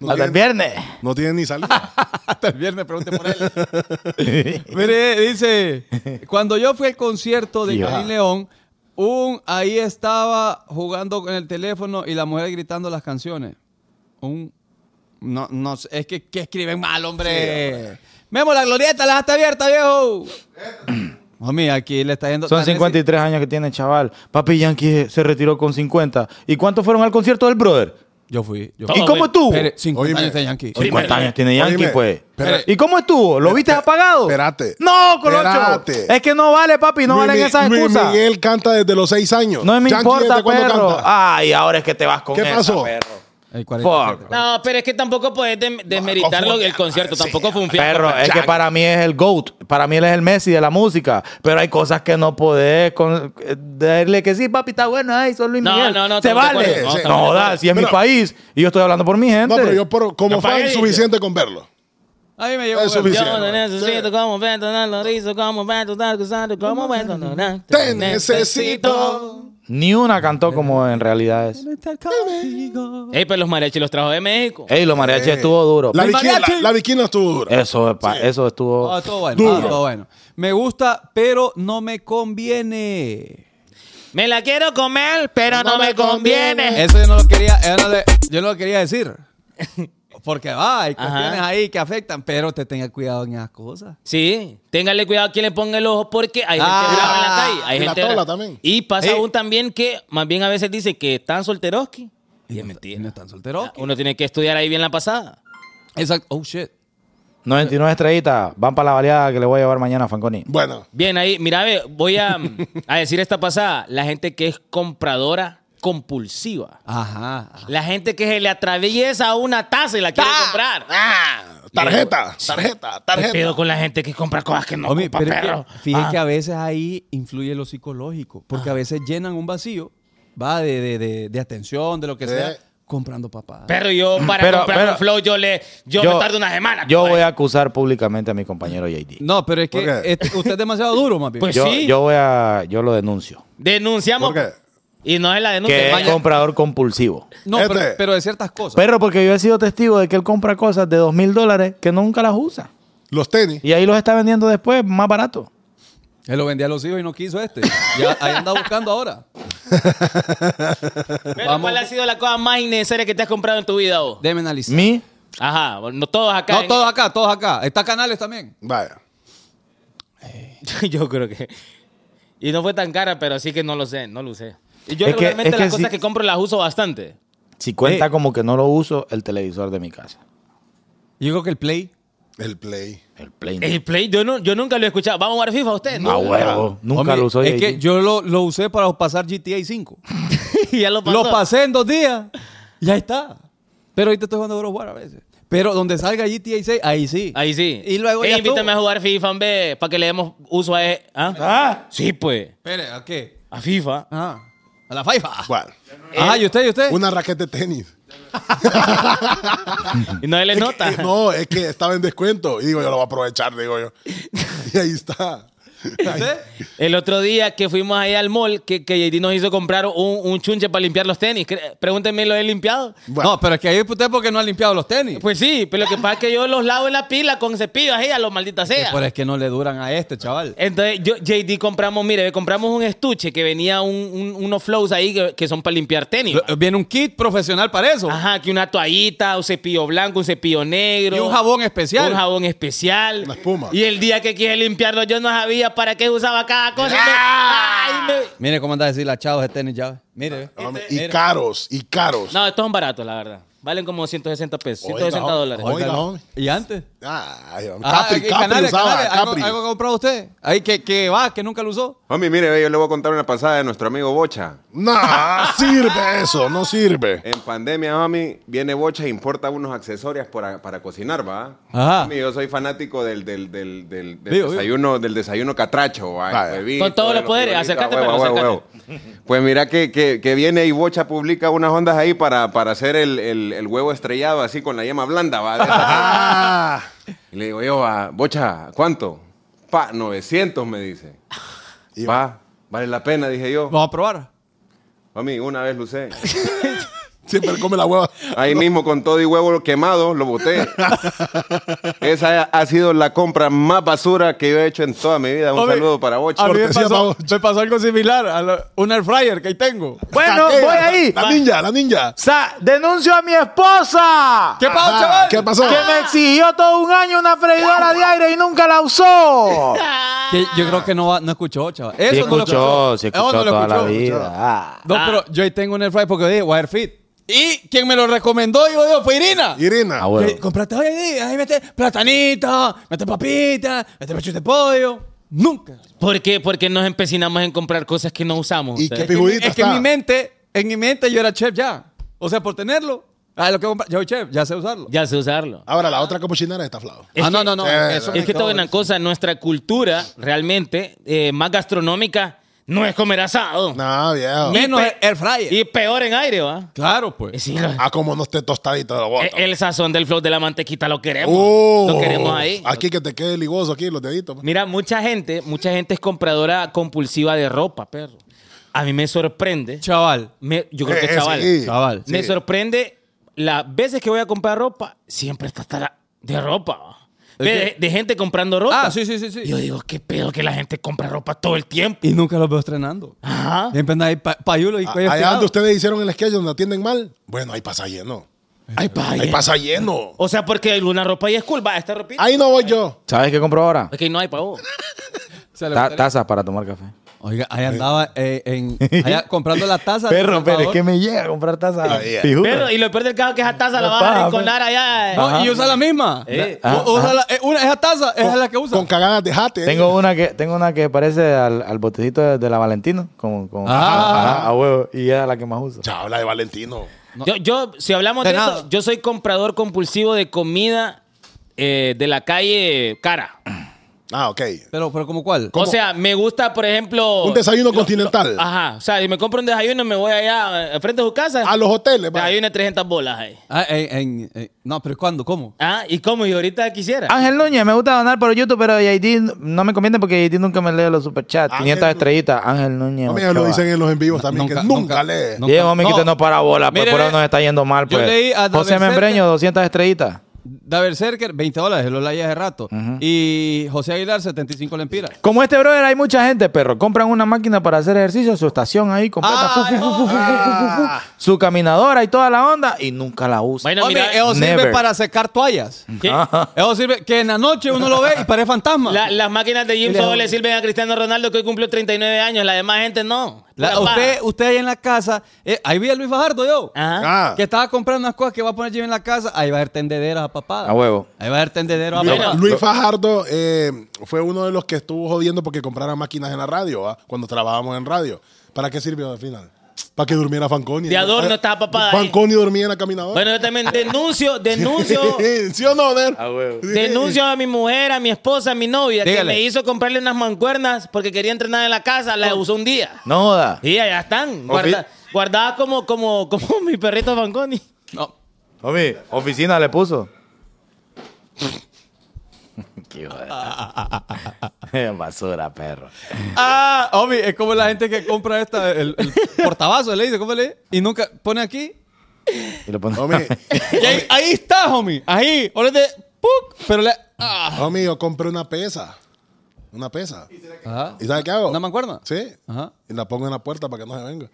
Speaker 6: No
Speaker 8: Hasta
Speaker 6: tiene,
Speaker 8: el viernes.
Speaker 6: no tiene ni salida.
Speaker 5: Hasta el viernes pregunte por él.
Speaker 6: [laughs]
Speaker 5: Mire, dice, cuando yo fui al concierto de
Speaker 8: Ya.
Speaker 5: Karim León, un ahí estaba jugando con el teléfono y la mujer gritando las canciones. Un no, no sé, es que, que escriben mal, hombre. Memo, la glorieta la está abierta,
Speaker 8: [clears throat]
Speaker 5: viejo. Mami, aquí le está yendo.
Speaker 8: Son
Speaker 5: tan reci-
Speaker 8: 53 años que tiene, chaval. Papi Yankee se retiró con 50. ¿Y cuántos fueron al concierto del brother?
Speaker 5: Yo fui. Yo
Speaker 8: ¿Y
Speaker 5: fui.
Speaker 4: Todo,
Speaker 8: cómo
Speaker 4: güey.
Speaker 8: estuvo?
Speaker 5: Pero 50
Speaker 6: Oíme.
Speaker 5: años de Yankee.
Speaker 8: 50 años tiene
Speaker 6: Oíme,
Speaker 8: Yankee, pues.
Speaker 6: espera.
Speaker 8: ¿Y cómo estuvo? ¿Lo viste apagado?
Speaker 6: espérate.
Speaker 8: No, Colocho.
Speaker 6: Espérate.
Speaker 8: Es que no vale, papi. [laughs] No
Speaker 6: Luis
Speaker 8: valen
Speaker 6: Mi-
Speaker 8: esas
Speaker 6: Luis
Speaker 8: excusas.
Speaker 6: Miguel canta desde los 6 años.
Speaker 8: No me
Speaker 6: Yankee,
Speaker 8: importa,
Speaker 6: ¿desde cuándo
Speaker 8: perro.
Speaker 6: canta?
Speaker 8: Ay, ahora es que te vas con
Speaker 6: ¿Qué
Speaker 8: esa,
Speaker 6: pasó?
Speaker 8: perro.
Speaker 5: El 47.
Speaker 8: Fuck.
Speaker 4: No, pero es que tampoco podés dem- desmeritarlo
Speaker 6: confundía,
Speaker 4: el concierto.
Speaker 6: sí,
Speaker 4: Tampoco fue un fiasco.
Speaker 8: Perro, es que para mí es el GOAT. Para mí él es el Messi de la música. Pero hay cosas que no podés con- eh, decirle que sí, papi, está bueno. Ay, son Luis
Speaker 4: No,
Speaker 8: Miguel.
Speaker 4: no, no,
Speaker 8: Se
Speaker 4: estamos de
Speaker 8: vale.
Speaker 6: acuerdo, no,
Speaker 8: no,
Speaker 6: estamos
Speaker 4: de
Speaker 8: jodas,
Speaker 4: acuerdo.
Speaker 8: si es mi
Speaker 6: Pero-
Speaker 8: país. Y yo estoy hablando por mi gente.
Speaker 6: No, pero yo por- como
Speaker 4: Apaga
Speaker 6: fan
Speaker 4: el-
Speaker 6: suficiente con verlo.
Speaker 5: A mí me llegó.
Speaker 6: Es
Speaker 5: bueno.
Speaker 6: suficiente.
Speaker 4: Yo te necesito como vento, no lo rizo, como vento, tal, cruzando, como vento, no, no.
Speaker 6: Te necesito.
Speaker 8: Ni una cantó como en realidad es.
Speaker 4: Ey, pero los mariachis los trajo de México.
Speaker 8: Ey, los mariachi estuvo duro.
Speaker 6: La viquina,
Speaker 5: mariachi.
Speaker 6: la, la viquina estuvo dura.
Speaker 8: Eso, es pa- eso estuvo.
Speaker 5: Ah, todo bueno.
Speaker 6: Duro.
Speaker 5: ah, todo bueno. Me gusta, pero no me conviene.
Speaker 4: Me la quiero comer, pero no, me conviene. Eh,
Speaker 5: Eso yo no lo quería, yo no, le- yo no lo quería decir. Porque va, hay
Speaker 4: Ajá.
Speaker 5: cuestiones ahí que afectan, pero te tenga cuidado en esas cosas.
Speaker 4: Sí, téngale cuidado a quien le ponga el ojo porque hay gente
Speaker 5: Ah,
Speaker 4: brava en la calle. Hay
Speaker 6: y la
Speaker 4: gente
Speaker 6: tabla
Speaker 4: brava.
Speaker 6: también.
Speaker 4: Y pasa
Speaker 5: Sí.
Speaker 4: aún también que más bien a veces dicen que están solteroski. Y Ah, es
Speaker 5: Y No
Speaker 4: mentira.
Speaker 5: están solteros.
Speaker 4: Uno tiene que estudiar ahí bien la pasada.
Speaker 5: Exacto. Oh, shit.
Speaker 8: 99 estrellitas van para la baleada que le voy a llevar mañana a Fanconi.
Speaker 6: Bueno,
Speaker 4: Bien, ahí, mira, ve, voy a, a decir esta pasada. La gente que es compradora compulsiva.
Speaker 5: Ajá. ajá.
Speaker 4: La gente que se le atraviesa una taza y la quiere comprar.
Speaker 6: Ah, tarjeta, tarjeta,
Speaker 4: ¿Qué
Speaker 6: tarjeta.
Speaker 4: pedo con la gente que compra cosas que no
Speaker 5: Homie,
Speaker 4: ocupa,
Speaker 5: pero es que
Speaker 4: perro?
Speaker 5: fíjate
Speaker 4: Ah.
Speaker 5: que a veces ahí influye lo psicológico, porque a veces llenan un vacío, va, de, de, de, de atención, de lo que
Speaker 6: Sí.
Speaker 5: sea, comprando papá.
Speaker 4: Pero yo para
Speaker 8: Pero-
Speaker 4: comprar
Speaker 8: pero-
Speaker 4: un flow, yo le yo, me tardo una semana.
Speaker 8: Yo
Speaker 4: compadre.
Speaker 8: voy a acusar públicamente a mi compañero JD.
Speaker 5: No, pero es que
Speaker 6: ¿Por qué?
Speaker 5: este- usted es demasiado duro, más bien.
Speaker 4: Pues
Speaker 8: yo,
Speaker 4: sí,
Speaker 8: yo voy a, yo lo denuncio.
Speaker 4: denunciamos.
Speaker 6: ¿Por qué?
Speaker 4: Y no es la denuncia.
Speaker 8: Que es
Speaker 4: vaya.
Speaker 8: comprador compulsivo.
Speaker 5: no,
Speaker 6: este-
Speaker 5: pero, pero de ciertas cosas.
Speaker 8: Pero porque yo he sido testigo de que él compra cosas de dos mil dólares que nunca las usa.
Speaker 6: Los tenis.
Speaker 8: Y ahí los está vendiendo después más barato.
Speaker 5: Él lo vendía a los hijos y no quiso este. Ya, ahí anda buscando ahora.
Speaker 4: Pero,
Speaker 5: Vamos.
Speaker 4: ¿Cuál ha sido la cosa más innecesaria que te has comprado en tu vida vos?
Speaker 5: Deme analizar.
Speaker 8: Mi,
Speaker 4: Ajá, no todos acá.
Speaker 5: No,
Speaker 4: en-
Speaker 5: todos acá, todos acá. Está Canales también.
Speaker 6: Vaya.
Speaker 4: [laughs] yo creo que. Y no fue tan cara, pero sí que no lo sé, no lo usé. Y yo
Speaker 8: Es que-
Speaker 4: realmente
Speaker 8: es que
Speaker 4: las cosas
Speaker 8: sí-
Speaker 4: que compro las uso bastante.
Speaker 8: si cuenta como que no lo uso, el televisor de mi casa.
Speaker 5: Yo creo que el Play.
Speaker 6: El play.
Speaker 8: El Play.
Speaker 4: El Play, yo, no, yo nunca lo he escuchado. Vamos a jugar FIFA usted,
Speaker 8: a
Speaker 4: ¿no?
Speaker 8: huevo. Nunca
Speaker 5: Hombre,
Speaker 8: lo usó
Speaker 5: Es
Speaker 8: JD.
Speaker 5: que yo lo, lo usé para pasar GTA 5.
Speaker 4: [laughs] ya lo pasó.
Speaker 5: Lo pasé en dos días. Y ahí está. Pero ahorita estoy jugando God of War a veces. Pero donde salga GTA 6, ahí sí.
Speaker 4: Ahí sí.
Speaker 5: Y luego
Speaker 4: Ey,
Speaker 5: ya
Speaker 4: invítame a
Speaker 5: estuvo.
Speaker 4: jugar FIFA, hombre, para que le demos uso a. e- ¿Ah?
Speaker 8: Ah.
Speaker 4: Sí, pues.
Speaker 5: Espere, ¿a qué?
Speaker 4: A FIFA.
Speaker 5: Ah, a la FIFA. Eh,
Speaker 6: ¿Cuál?
Speaker 5: Ajá, ¿y usted, y usted?
Speaker 6: Una raqueta de tenis.
Speaker 4: Y no le
Speaker 6: Es que-
Speaker 4: nota.
Speaker 6: eh, no, es que estaba en descuento. Y digo, yo lo voy a aprovechar, digo yo. Y ahí está.
Speaker 5: ¿Usted?
Speaker 4: El otro día que fuimos ahí al mall, que, que JD nos hizo comprar un, un chunche para limpiar los tenis. Cre- Pregúntenme, ¿lo he limpiado?
Speaker 6: Bueno.
Speaker 5: No, pero es que ahí usted porque no ha limpiado los tenis.
Speaker 4: Pues sí, pero lo que pasa es que yo los lavo en la pila con cepillo, ahí a los maldita sea.
Speaker 5: Pero es que no le duran a este, chaval.
Speaker 4: Entonces, yo, JD compramos, mire, ve, compramos un estuche que venía un- un- unos flows ahí que, que son para limpiar tenis.
Speaker 5: Lo- Viene un kit profesional para eso.
Speaker 4: Ajá, que una toallita, un cepillo blanco, un cepillo negro.
Speaker 5: Y un jabón especial.
Speaker 4: Un jabón especial.
Speaker 6: Una espuma.
Speaker 4: Y el día que quise limpiarlo, yo no sabía para qué usaba cada cosa. y me-
Speaker 5: ¡Ah!
Speaker 4: Ay, me-
Speaker 5: Mire cómo anda a decir la chava de tenis, ya. Mire. ve.
Speaker 6: Hombre, y caros, y caros.
Speaker 4: No, estos son baratos, la verdad. Valen como 160 pesos,
Speaker 6: Oiga,
Speaker 4: 160
Speaker 6: hombre,
Speaker 4: dólares.
Speaker 6: oiga. hombre.
Speaker 5: ¿Y antes?
Speaker 6: Ay, hombre,
Speaker 5: Ah,
Speaker 6: Capri,
Speaker 5: y
Speaker 6: Capri
Speaker 5: canales,
Speaker 6: usaba,
Speaker 5: canales. ¿Algo,
Speaker 6: Capri.
Speaker 5: algo ha comprado usted? Ahí que, que va, que nunca lo usó.
Speaker 13: Homie, mire, ve, yo le voy a contar una pasada de nuestro amigo Bocha.
Speaker 6: No, sirve eso, no sirve.
Speaker 13: En pandemia, homie, viene Bocha e importa unos accesorios para, para cocinar, ¿va?
Speaker 5: Ajá.
Speaker 13: Homie, yo soy fanático del, del, del, del,
Speaker 5: Ah.
Speaker 13: del
Speaker 5: Digo, digo.
Speaker 13: desayuno, del desayuno catracho, ¿va? El
Speaker 6: Vaya.
Speaker 13: huevito,
Speaker 4: Con todos
Speaker 13: de
Speaker 4: los poderes,
Speaker 13: frijolitos,
Speaker 4: acércate,
Speaker 13: a
Speaker 4: pero
Speaker 13: a huevo. Pues mira que, que, que viene y Bocha publica unas ondas ahí para, para hacer el, el, el huevo estrellado así con la yema blanda, ¿va? De esas-
Speaker 6: Ah,
Speaker 13: Y le digo yo, va, bocha, ¿cuánto? Pa, 900 me dice.
Speaker 6: Y
Speaker 13: va, vale la pena, dije yo.
Speaker 5: Vamos a probar.
Speaker 13: Mami, una vez lo usé.
Speaker 6: siempre come la hueva.
Speaker 13: Ahí mismo con todo y huevo quemado,
Speaker 5: [laughs]
Speaker 13: lo boté. Esa ha sido la compra más basura que yo he hecho en toda mi vida. Un
Speaker 5: Hombre,
Speaker 13: saludo para Bocha.
Speaker 5: A mí me
Speaker 6: Cortesía pa'
Speaker 5: pasó,
Speaker 6: Bocha.
Speaker 5: me pasó algo similar a la- un air fryer que ahí tengo.
Speaker 8: Bueno,
Speaker 6: Aquella,
Speaker 8: voy ahí.
Speaker 6: La ninja, la ninja.
Speaker 8: Sa- denuncio a mi esposa.
Speaker 5: ¿Qué pasó,
Speaker 6: Ah,
Speaker 5: chaval?
Speaker 6: ¿Qué pasó?
Speaker 8: Que me exigió todo un año una freidora de aire y nunca la usó.
Speaker 5: Que yo creo que no, va- no escuchó, chaval. Eso
Speaker 8: Se
Speaker 5: no lo
Speaker 8: escuchó, se escuchó
Speaker 5: Eso no lo
Speaker 8: toda la
Speaker 5: escuchó.
Speaker 8: vida. Ah.
Speaker 5: No, pero yo ahí tengo un air fryer porque dije Wirefit. Y quien me lo recomendó, yo digo, fue Irina.
Speaker 6: Irina.
Speaker 8: Ah, bueno.
Speaker 5: Que Compraste, oye, ahí mete platanita, mete papita, mete pecho de pollo. Nunca.
Speaker 4: ¿Por qué? Porque nos empecinamos en comprar cosas que no usamos.
Speaker 6: ¿Y
Speaker 4: ustedes.
Speaker 6: qué pijudita
Speaker 5: Es que en
Speaker 6: está?
Speaker 5: mi mente, en mi mente yo era chef ya. O sea, por tenerlo. Ah, lo que compra- yo soy chef, ya sé usarlo.
Speaker 4: Ya sé usarlo.
Speaker 6: Ahora, la otra este cochinera está flado.
Speaker 5: ah, no, no, no.
Speaker 6: Eh,
Speaker 5: eso
Speaker 4: Es
Speaker 5: me
Speaker 4: que toda
Speaker 5: acabo de
Speaker 4: una cosa, nuestra cultura realmente eh, más gastronómica no es comer asado.
Speaker 6: No, viejo.
Speaker 4: Me-
Speaker 5: Menos
Speaker 4: Y
Speaker 5: el
Speaker 4: pe-
Speaker 5: air fryer.
Speaker 4: Y peor en aire, ¿va? Eh,
Speaker 5: Claro, pues.
Speaker 4: Sí, lo-
Speaker 6: Ah, como no esté tostadito de la bota.
Speaker 4: el,
Speaker 5: Eh,
Speaker 4: el sazón del flow de la mantequita lo queremos.
Speaker 6: Oh,
Speaker 4: lo queremos ahí.
Speaker 6: Aquí que te quede ligoso aquí los deditos.
Speaker 4: Mira, mucha gente, mucha gente es compradora compulsiva de ropa, perro. A mí me sorprende.
Speaker 5: Chaval.
Speaker 4: me- yo creo que,
Speaker 6: Eh,
Speaker 4: chaval,
Speaker 6: sí.
Speaker 5: Chaval.
Speaker 4: me sorprende las veces que voy a comprar ropa, siempre está hasta la- de ropa. ¿va? Ve, De, de gente comprando ropa.
Speaker 5: Ah, sí, sí, sí, sí.
Speaker 4: Y Yo digo, qué pedo que la gente compra ropa todo el tiempo.
Speaker 5: Y nunca los veo estrenando.
Speaker 4: Ajá.
Speaker 5: Siempre anda ahí pa- payulo y cuello
Speaker 6: Ah, Allá
Speaker 5: estirado.
Speaker 6: donde ustedes hicieron el sketch donde atienden mal, bueno, ahí pasa lleno.
Speaker 4: Ay, vaya.
Speaker 6: Ahí pasa lleno.
Speaker 4: O sea, porque alguna ropa ahí es cool. Va, esta ropita.
Speaker 6: Ahí no voy yo.
Speaker 8: ¿Sabes qué compro ahora?
Speaker 4: Es que no hay para vos.
Speaker 5: Se le
Speaker 8: Ta-
Speaker 5: gustaría-
Speaker 8: tazas para tomar café.
Speaker 5: Oiga, ahí andaba eh, en, allá comprando la taza. de
Speaker 8: [laughs] Perro, pero es
Speaker 5: Salvador.
Speaker 8: que me llega a comprar tazas.
Speaker 6: Ahí, ahí.
Speaker 8: Te juro.
Speaker 4: Pero, y lo peor del caso es que esa taza la vas a
Speaker 8: paja,
Speaker 4: arrinconar allá. eh.
Speaker 5: No, y usa la misma.
Speaker 4: Eh.
Speaker 5: U- usa la- eh, una, esa taza esa es la que usa.
Speaker 6: Con cagadas de jate. ¿eh?
Speaker 8: Tengo una que tengo una que parece al, al botecito de, de la Valentino, como, como-
Speaker 5: Ah.
Speaker 8: ajá, a huevo y es la que más uso.
Speaker 6: Ya habla de Valentino.
Speaker 4: Yo, yo, si hablamos de,
Speaker 5: De
Speaker 4: eso,
Speaker 5: nada.
Speaker 4: yo soy comprador compulsivo de comida eh, de la calle cara.
Speaker 6: Ah, ok.
Speaker 5: Pero, pero ¿cómo cuál?
Speaker 4: O sea, me gusta, por ejemplo.
Speaker 6: Un desayuno continental.
Speaker 5: Ah.
Speaker 4: Ajá. O sea, si me compro un desayuno, me voy allá eh, frente a su casa.
Speaker 6: A los hoteles, va.
Speaker 4: Desayuno de 300 bolas ahí.
Speaker 5: Ah, en- en- en- no, pero ¿cuándo? ¿Cómo?
Speaker 4: Ah, ¿y cómo? Y ahorita quisiera.
Speaker 5: Ah,
Speaker 8: Ángel Núñez, me gusta donar por YouTube, pero JD no me conviene porque JD nunca me lee los superchats.
Speaker 6: Ángel
Speaker 8: 500
Speaker 6: Núñez.
Speaker 8: estrellitas, Ángel Núñez.
Speaker 6: No, Ah, mira, lo
Speaker 8: Ochoa.
Speaker 6: dicen en los en vivos también,
Speaker 5: nunca-
Speaker 6: que nunca,
Speaker 5: nunca-
Speaker 6: lee.
Speaker 5: nunca-
Speaker 8: Diez, homie,
Speaker 5: No.
Speaker 8: quítenos para bola, pues
Speaker 5: Mire,
Speaker 8: por ahí
Speaker 5: ve,
Speaker 8: nos está yendo mal,
Speaker 5: yo
Speaker 8: pues.
Speaker 5: leí a
Speaker 8: José
Speaker 5: David
Speaker 8: Membreño,
Speaker 5: Cerque.
Speaker 8: 200 estrellitas.
Speaker 5: David Cerker, 20 dólares, lo leí hace rato. Y José Aguilar, 75 lempiras.
Speaker 8: Como este brother, hay mucha gente, perro. Compran una máquina para hacer ejercicio, su estación ahí completa, fu, fu, fu, fu, fu, fu, fu, fu, su caminadora y toda la onda, y nunca la Ah, usan.
Speaker 4: Bueno,
Speaker 5: Hombre,
Speaker 4: mira,
Speaker 5: eso sirve
Speaker 8: never.
Speaker 5: para secar
Speaker 4: [laughs]
Speaker 5: toallas.
Speaker 4: ¿qué?
Speaker 5: Eso sirve que en la noche uno lo ve y parece fantasma.
Speaker 4: La- las máquinas de gym
Speaker 5: Mira,
Speaker 4: solo
Speaker 5: hombre.
Speaker 4: le sirven a Cristiano Ronaldo que hoy cumplió 39 años. La demás gente no.
Speaker 5: La-
Speaker 4: Pura
Speaker 5: usted,
Speaker 4: paja.
Speaker 5: usted ahí en la casa, eh, ahí vi a Luis Fajardo yo,
Speaker 4: Ajá.
Speaker 6: Ah,
Speaker 5: que estaba comprando unas cosas que va a poner yo en la casa, ahí va a haber tendederas a papá.
Speaker 8: A huevo.
Speaker 5: Ahí va a haber tendederos a
Speaker 6: Luis,
Speaker 5: papá.
Speaker 6: Luis Fajardo eh, fue uno de los que estuvo jodiendo porque compraran máquinas en la radio, ¿va? cuando trabajábamos en radio. ¿Para qué sirvió al final? Para que durmiera Fanconi. Eh,
Speaker 4: De adorno estaba papada ahí.
Speaker 6: Fanconi dormía en la caminadora.
Speaker 4: Bueno, yo también denuncio, denuncio,
Speaker 6: [laughs]
Speaker 5: [laughs]
Speaker 6: ¿Sí o no, Ner?
Speaker 4: denuncio a mi mujer, a mi esposa, a mi novia,
Speaker 5: Dígale.
Speaker 4: que me hizo comprarle unas mancuernas porque quería entrenar en la casa, las usó un día.
Speaker 8: No joda.
Speaker 4: Y allá están, guarda- guardadas como, como, como [laughs] mi perrito Fanconi.
Speaker 5: No.
Speaker 8: Homie, oficina le [laughs] puso. [laughs] Qué joda. Basura, perro.
Speaker 5: Ah, homie, es como la gente que compra esta, el, el portabazo, le dice, ¿cómo le dice? Y nunca pone aquí.
Speaker 8: Y lo pone-
Speaker 6: Homie, [laughs]
Speaker 5: Y ahí, ahí está, homie. Ahí, olete, ¡puc! Pero le. Ah.
Speaker 6: homie, yo compré una pesa. Una pesa.
Speaker 5: Ajá.
Speaker 4: Ah.
Speaker 6: ¿Y sabes qué hago?
Speaker 5: ¿Una mancuerna?
Speaker 6: Sí.
Speaker 5: Ajá.
Speaker 6: Y la pongo en la puerta para que no se venga.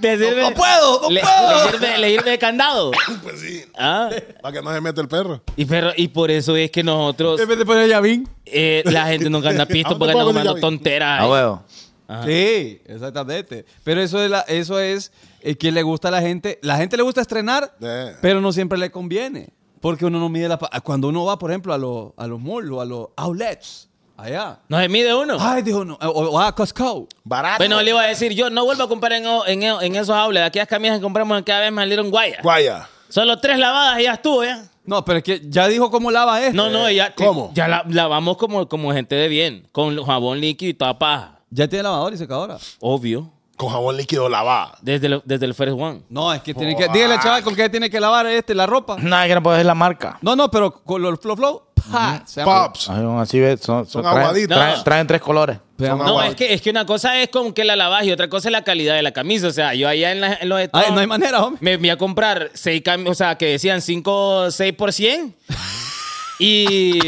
Speaker 4: Te sirve-
Speaker 5: ¡No puedo! ¡No
Speaker 4: le,
Speaker 5: puedo!
Speaker 4: le sirve, le sirve de candado.
Speaker 6: [coughs] Pues sí.
Speaker 4: Ah,
Speaker 6: Para que no se mete el perro.
Speaker 4: Y, pero, y por eso es que nosotros,
Speaker 5: En vez de poner llavín.
Speaker 4: eh, la gente nunca
Speaker 6: [laughs]
Speaker 4: anda
Speaker 6: ¿A
Speaker 4: pisto
Speaker 6: dónde
Speaker 4: porque
Speaker 6: puedo
Speaker 4: anda
Speaker 6: poner
Speaker 4: comprando
Speaker 6: llave?
Speaker 4: tonteras.
Speaker 5: Ah,
Speaker 4: eh.
Speaker 8: A huevo.
Speaker 5: Sí, exactamente. Pero eso es, la, eso es eh, que le gusta a la gente. La gente le gusta estrenar,
Speaker 6: Eh.
Speaker 5: pero no siempre le conviene. Porque uno no mide la... pa- Cuando uno va, por ejemplo, a, los a los malls o a los outlets, allá.
Speaker 4: No se mide uno.
Speaker 6: Ah,
Speaker 5: Ay, dijo no. O, o a Costco.
Speaker 6: Barato.
Speaker 4: Bueno, le iba a decir, yo no vuelvo a comprar en, o- en, o- en esos aulas. Aquellas camisas que compramos cada vez más salieron guayas.
Speaker 6: Guaya.
Speaker 4: Solo tres lavadas y ya estuvo, ¿ya?
Speaker 5: No, pero es que ya dijo cómo lava esto.
Speaker 4: No, no, ya,
Speaker 6: ¿Cómo?
Speaker 4: ya la, lavamos como, como gente de bien, con jabón líquido y toda paja.
Speaker 5: Ya tiene lavadora y secadora.
Speaker 4: Obvio.
Speaker 6: Con jabón líquido lavada.
Speaker 4: Desde, lo- desde el first one.
Speaker 5: No, es que tiene que... Dígale, chaval, con qué tiene que lavar este la ropa.
Speaker 8: Nada, que no puedo decir la marca.
Speaker 5: No, no, pero con los flow flow. pa, se llama.
Speaker 6: Pops.
Speaker 8: Ay, son así, ve, son, son-
Speaker 6: Son
Speaker 8: traen,
Speaker 6: aguaditas.
Speaker 8: traen- traen tres colores.
Speaker 6: Son
Speaker 4: No,
Speaker 6: aguas.
Speaker 4: es que, es que una cosa es con que la lavas y otra cosa es la calidad de la camisa. O sea, yo allá en, la- en los
Speaker 5: Ay,
Speaker 4: Estados-
Speaker 5: no hay manera, hombre.
Speaker 4: Me voy a comprar seis camisas, o sea, que decían 5, 6 por 100.
Speaker 8: [laughs]
Speaker 4: y,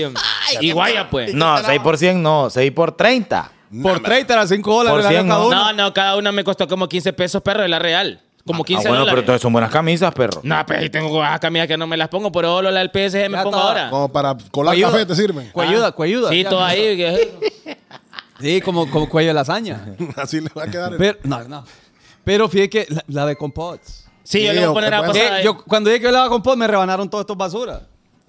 Speaker 4: y guaya, pues.
Speaker 8: No, 6 por 100 no, 6 por 30.
Speaker 5: Por 30 a 5 dólares
Speaker 8: Por
Speaker 5: le dan
Speaker 8: cien,
Speaker 5: cada
Speaker 8: no.
Speaker 5: uno.
Speaker 4: No, no, cada una me costó como 15 pesos, perro, de la real. Como 15
Speaker 8: ah, bueno, pero
Speaker 4: dólares.
Speaker 8: entonces son buenas camisas, perro.
Speaker 4: No, pues ahí tengo ah, camisas que no me las pongo, por oro la del PSG me
Speaker 5: Ya
Speaker 4: pongo
Speaker 5: está.
Speaker 4: ahora.
Speaker 6: Como para colar
Speaker 5: Ayuda.
Speaker 6: café te Ah. sirven. [laughs]
Speaker 5: Cuelluda, cuelluda.
Speaker 4: Sí,
Speaker 5: Ya,
Speaker 4: todo
Speaker 5: mira.
Speaker 4: ahí. que-
Speaker 5: Sí, como, como cuello de lasaña.
Speaker 6: Así le va a quedar. el-
Speaker 5: Pero, no, no. Pero fíjate que la, la de compots.
Speaker 4: Sí, yo le voy a
Speaker 6: Diego,
Speaker 4: poner a
Speaker 6: ¿qué
Speaker 4: pasar.
Speaker 5: Eh,
Speaker 4: ahí.
Speaker 5: yo, cuando dije que yo la con pots, me rebanaron todos estos basuras.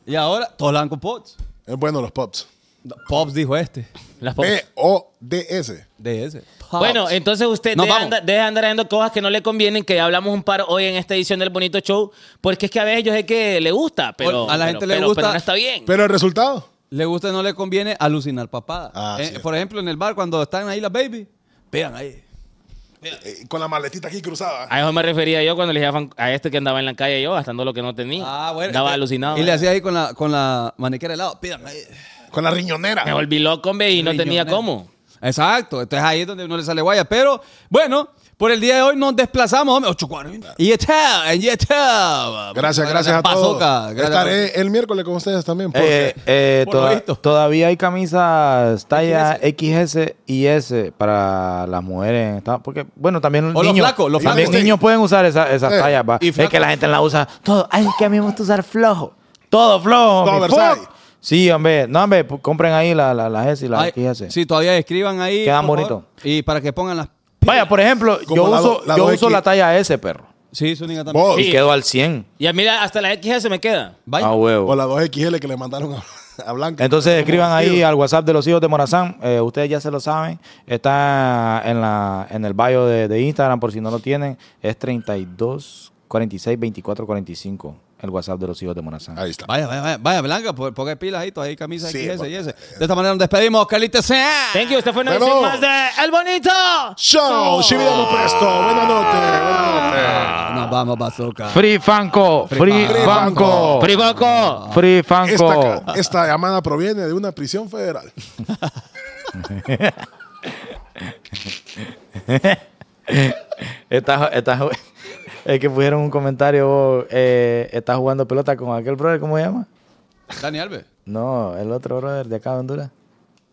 Speaker 5: Y ahora, todos la dan con pots.
Speaker 6: Es bueno los pops.
Speaker 5: No, Pops dijo este.
Speaker 4: Las pongo.
Speaker 6: P-O-D-S.
Speaker 5: De ese. Pops.
Speaker 4: Bueno, entonces usted
Speaker 5: Nos
Speaker 4: deja,
Speaker 5: vamos.
Speaker 4: anda- deja andar haciendo cosas que no le convienen, que ya hablamos un par hoy en esta edición del Bonito Show, porque es que a veces yo sé que le gusta, pero
Speaker 5: A la
Speaker 4: pero-
Speaker 5: gente le
Speaker 4: pero-
Speaker 5: gusta.
Speaker 4: pero no está bien.
Speaker 6: Pero el resultado.
Speaker 5: Le gusta o no le conviene alucinar papada.
Speaker 6: Ah,
Speaker 5: Eh,
Speaker 6: sí.
Speaker 5: por ejemplo, en el bar, cuando están ahí las baby, vean ahí.
Speaker 6: Eh, con la maletita aquí cruzada.
Speaker 4: A eso me refería yo cuando le dije a, Fan- a este que andaba en la calle yo, gastando lo que no tenía. Estaba
Speaker 5: eh,
Speaker 4: alucinado.
Speaker 5: Y le
Speaker 4: eh.
Speaker 5: hacía ahí con la, con la maniquera de lado. Pidan ahí.
Speaker 6: Con la riñonera.
Speaker 4: Me volví loco, hombre, y no tenía
Speaker 5: Riñonera.
Speaker 4: cómo.
Speaker 5: Exacto, entonces ahí es donde uno le sale guaya. Pero bueno, por el día de hoy nos desplazamos, hombre, 8.40. Y está, y está.
Speaker 6: Gracias, gracias a todos.
Speaker 5: Bazooka, gracias a todos.
Speaker 6: Estaré el miércoles con ustedes también.
Speaker 5: [laughs]
Speaker 6: porque-
Speaker 8: Eh, eh,
Speaker 5: Por lo
Speaker 8: toda-
Speaker 5: visto.
Speaker 8: todavía hay camisas talla XS y S para las mujeres. está- Porque, bueno, también
Speaker 5: los
Speaker 8: niños,
Speaker 5: flacos, los
Speaker 8: también
Speaker 6: flacos.
Speaker 8: niños pueden usar esa- esas
Speaker 6: Eh,
Speaker 8: tallas. va.
Speaker 5: y
Speaker 8: Es que
Speaker 5: flacos.
Speaker 8: la gente la usa todo. Ay, que a mí me gusta usar flojo. Todo flojo.
Speaker 6: Todo
Speaker 8: homie,
Speaker 6: Versace.
Speaker 8: fuck. Sí, hombre. No, hombre, pu- compren ahí la- la- las S y las
Speaker 5: Ay,
Speaker 8: XS.
Speaker 5: Sí, todavía escriban ahí.
Speaker 8: Quedan
Speaker 5: por
Speaker 8: bonito.
Speaker 5: favor. Y para que pongan las.
Speaker 8: Vaya, por ejemplo, yo
Speaker 6: Como la
Speaker 8: uso,
Speaker 6: do- la
Speaker 8: yo
Speaker 6: dos
Speaker 8: uso
Speaker 6: X.
Speaker 8: la talla S, perro.
Speaker 5: Sí, Zúñiga también.
Speaker 6: Vos,
Speaker 8: Y quedó al 100.
Speaker 4: Y a mí la- hasta la XS me queda.
Speaker 5: Vaya.
Speaker 8: A huevo.
Speaker 6: o la 2XL que le mandaron a, a Blanca.
Speaker 8: Entonces escriban ahí
Speaker 6: vestido.
Speaker 8: al WhatsApp de los hijos de Morazán. Eh, ustedes ya se lo saben. Está en, la, en el bio de, de Instagram, por si no lo tienen. Es 32 46 24 45. El WhatsApp de los hijos de Morazán.
Speaker 6: Ahí está.
Speaker 5: Vaya, vaya, vaya, vaya, Blanca, po- ponga pilas ahí, todavía hay camisas
Speaker 6: Sí,
Speaker 5: XS
Speaker 6: por-
Speaker 5: y ese. De esta manera nos despedimos, Carlita sea.
Speaker 4: Thank you, este fue una
Speaker 6: Bravo.
Speaker 4: edición más de El Bonito.
Speaker 6: Chao, ci vediamo presto. Buenas noches. Buenas noches.
Speaker 5: Nos vamos, bazooka.
Speaker 4: Ah.
Speaker 8: Free Fanco. Free
Speaker 5: Free
Speaker 8: Fanco. Free Fanco. Free Fanco.
Speaker 6: Esta, esta llamada proviene de una prisión federal.
Speaker 8: Está- está- [laughs] es que pusieron un comentario. vos, Eh, está jugando pelota con aquel brother, ¿cómo se llama?
Speaker 5: Dani Alves.
Speaker 8: No, el otro brother de acá de Honduras.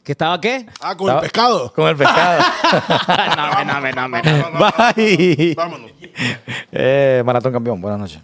Speaker 4: ¿Que estaba qué?
Speaker 6: Ah, con el pescado.
Speaker 8: Con el pescado.
Speaker 4: no, no, no, no, no.
Speaker 8: Bye.
Speaker 6: Vámonos.
Speaker 8: Eh, Maratón Campeón, buenas noches.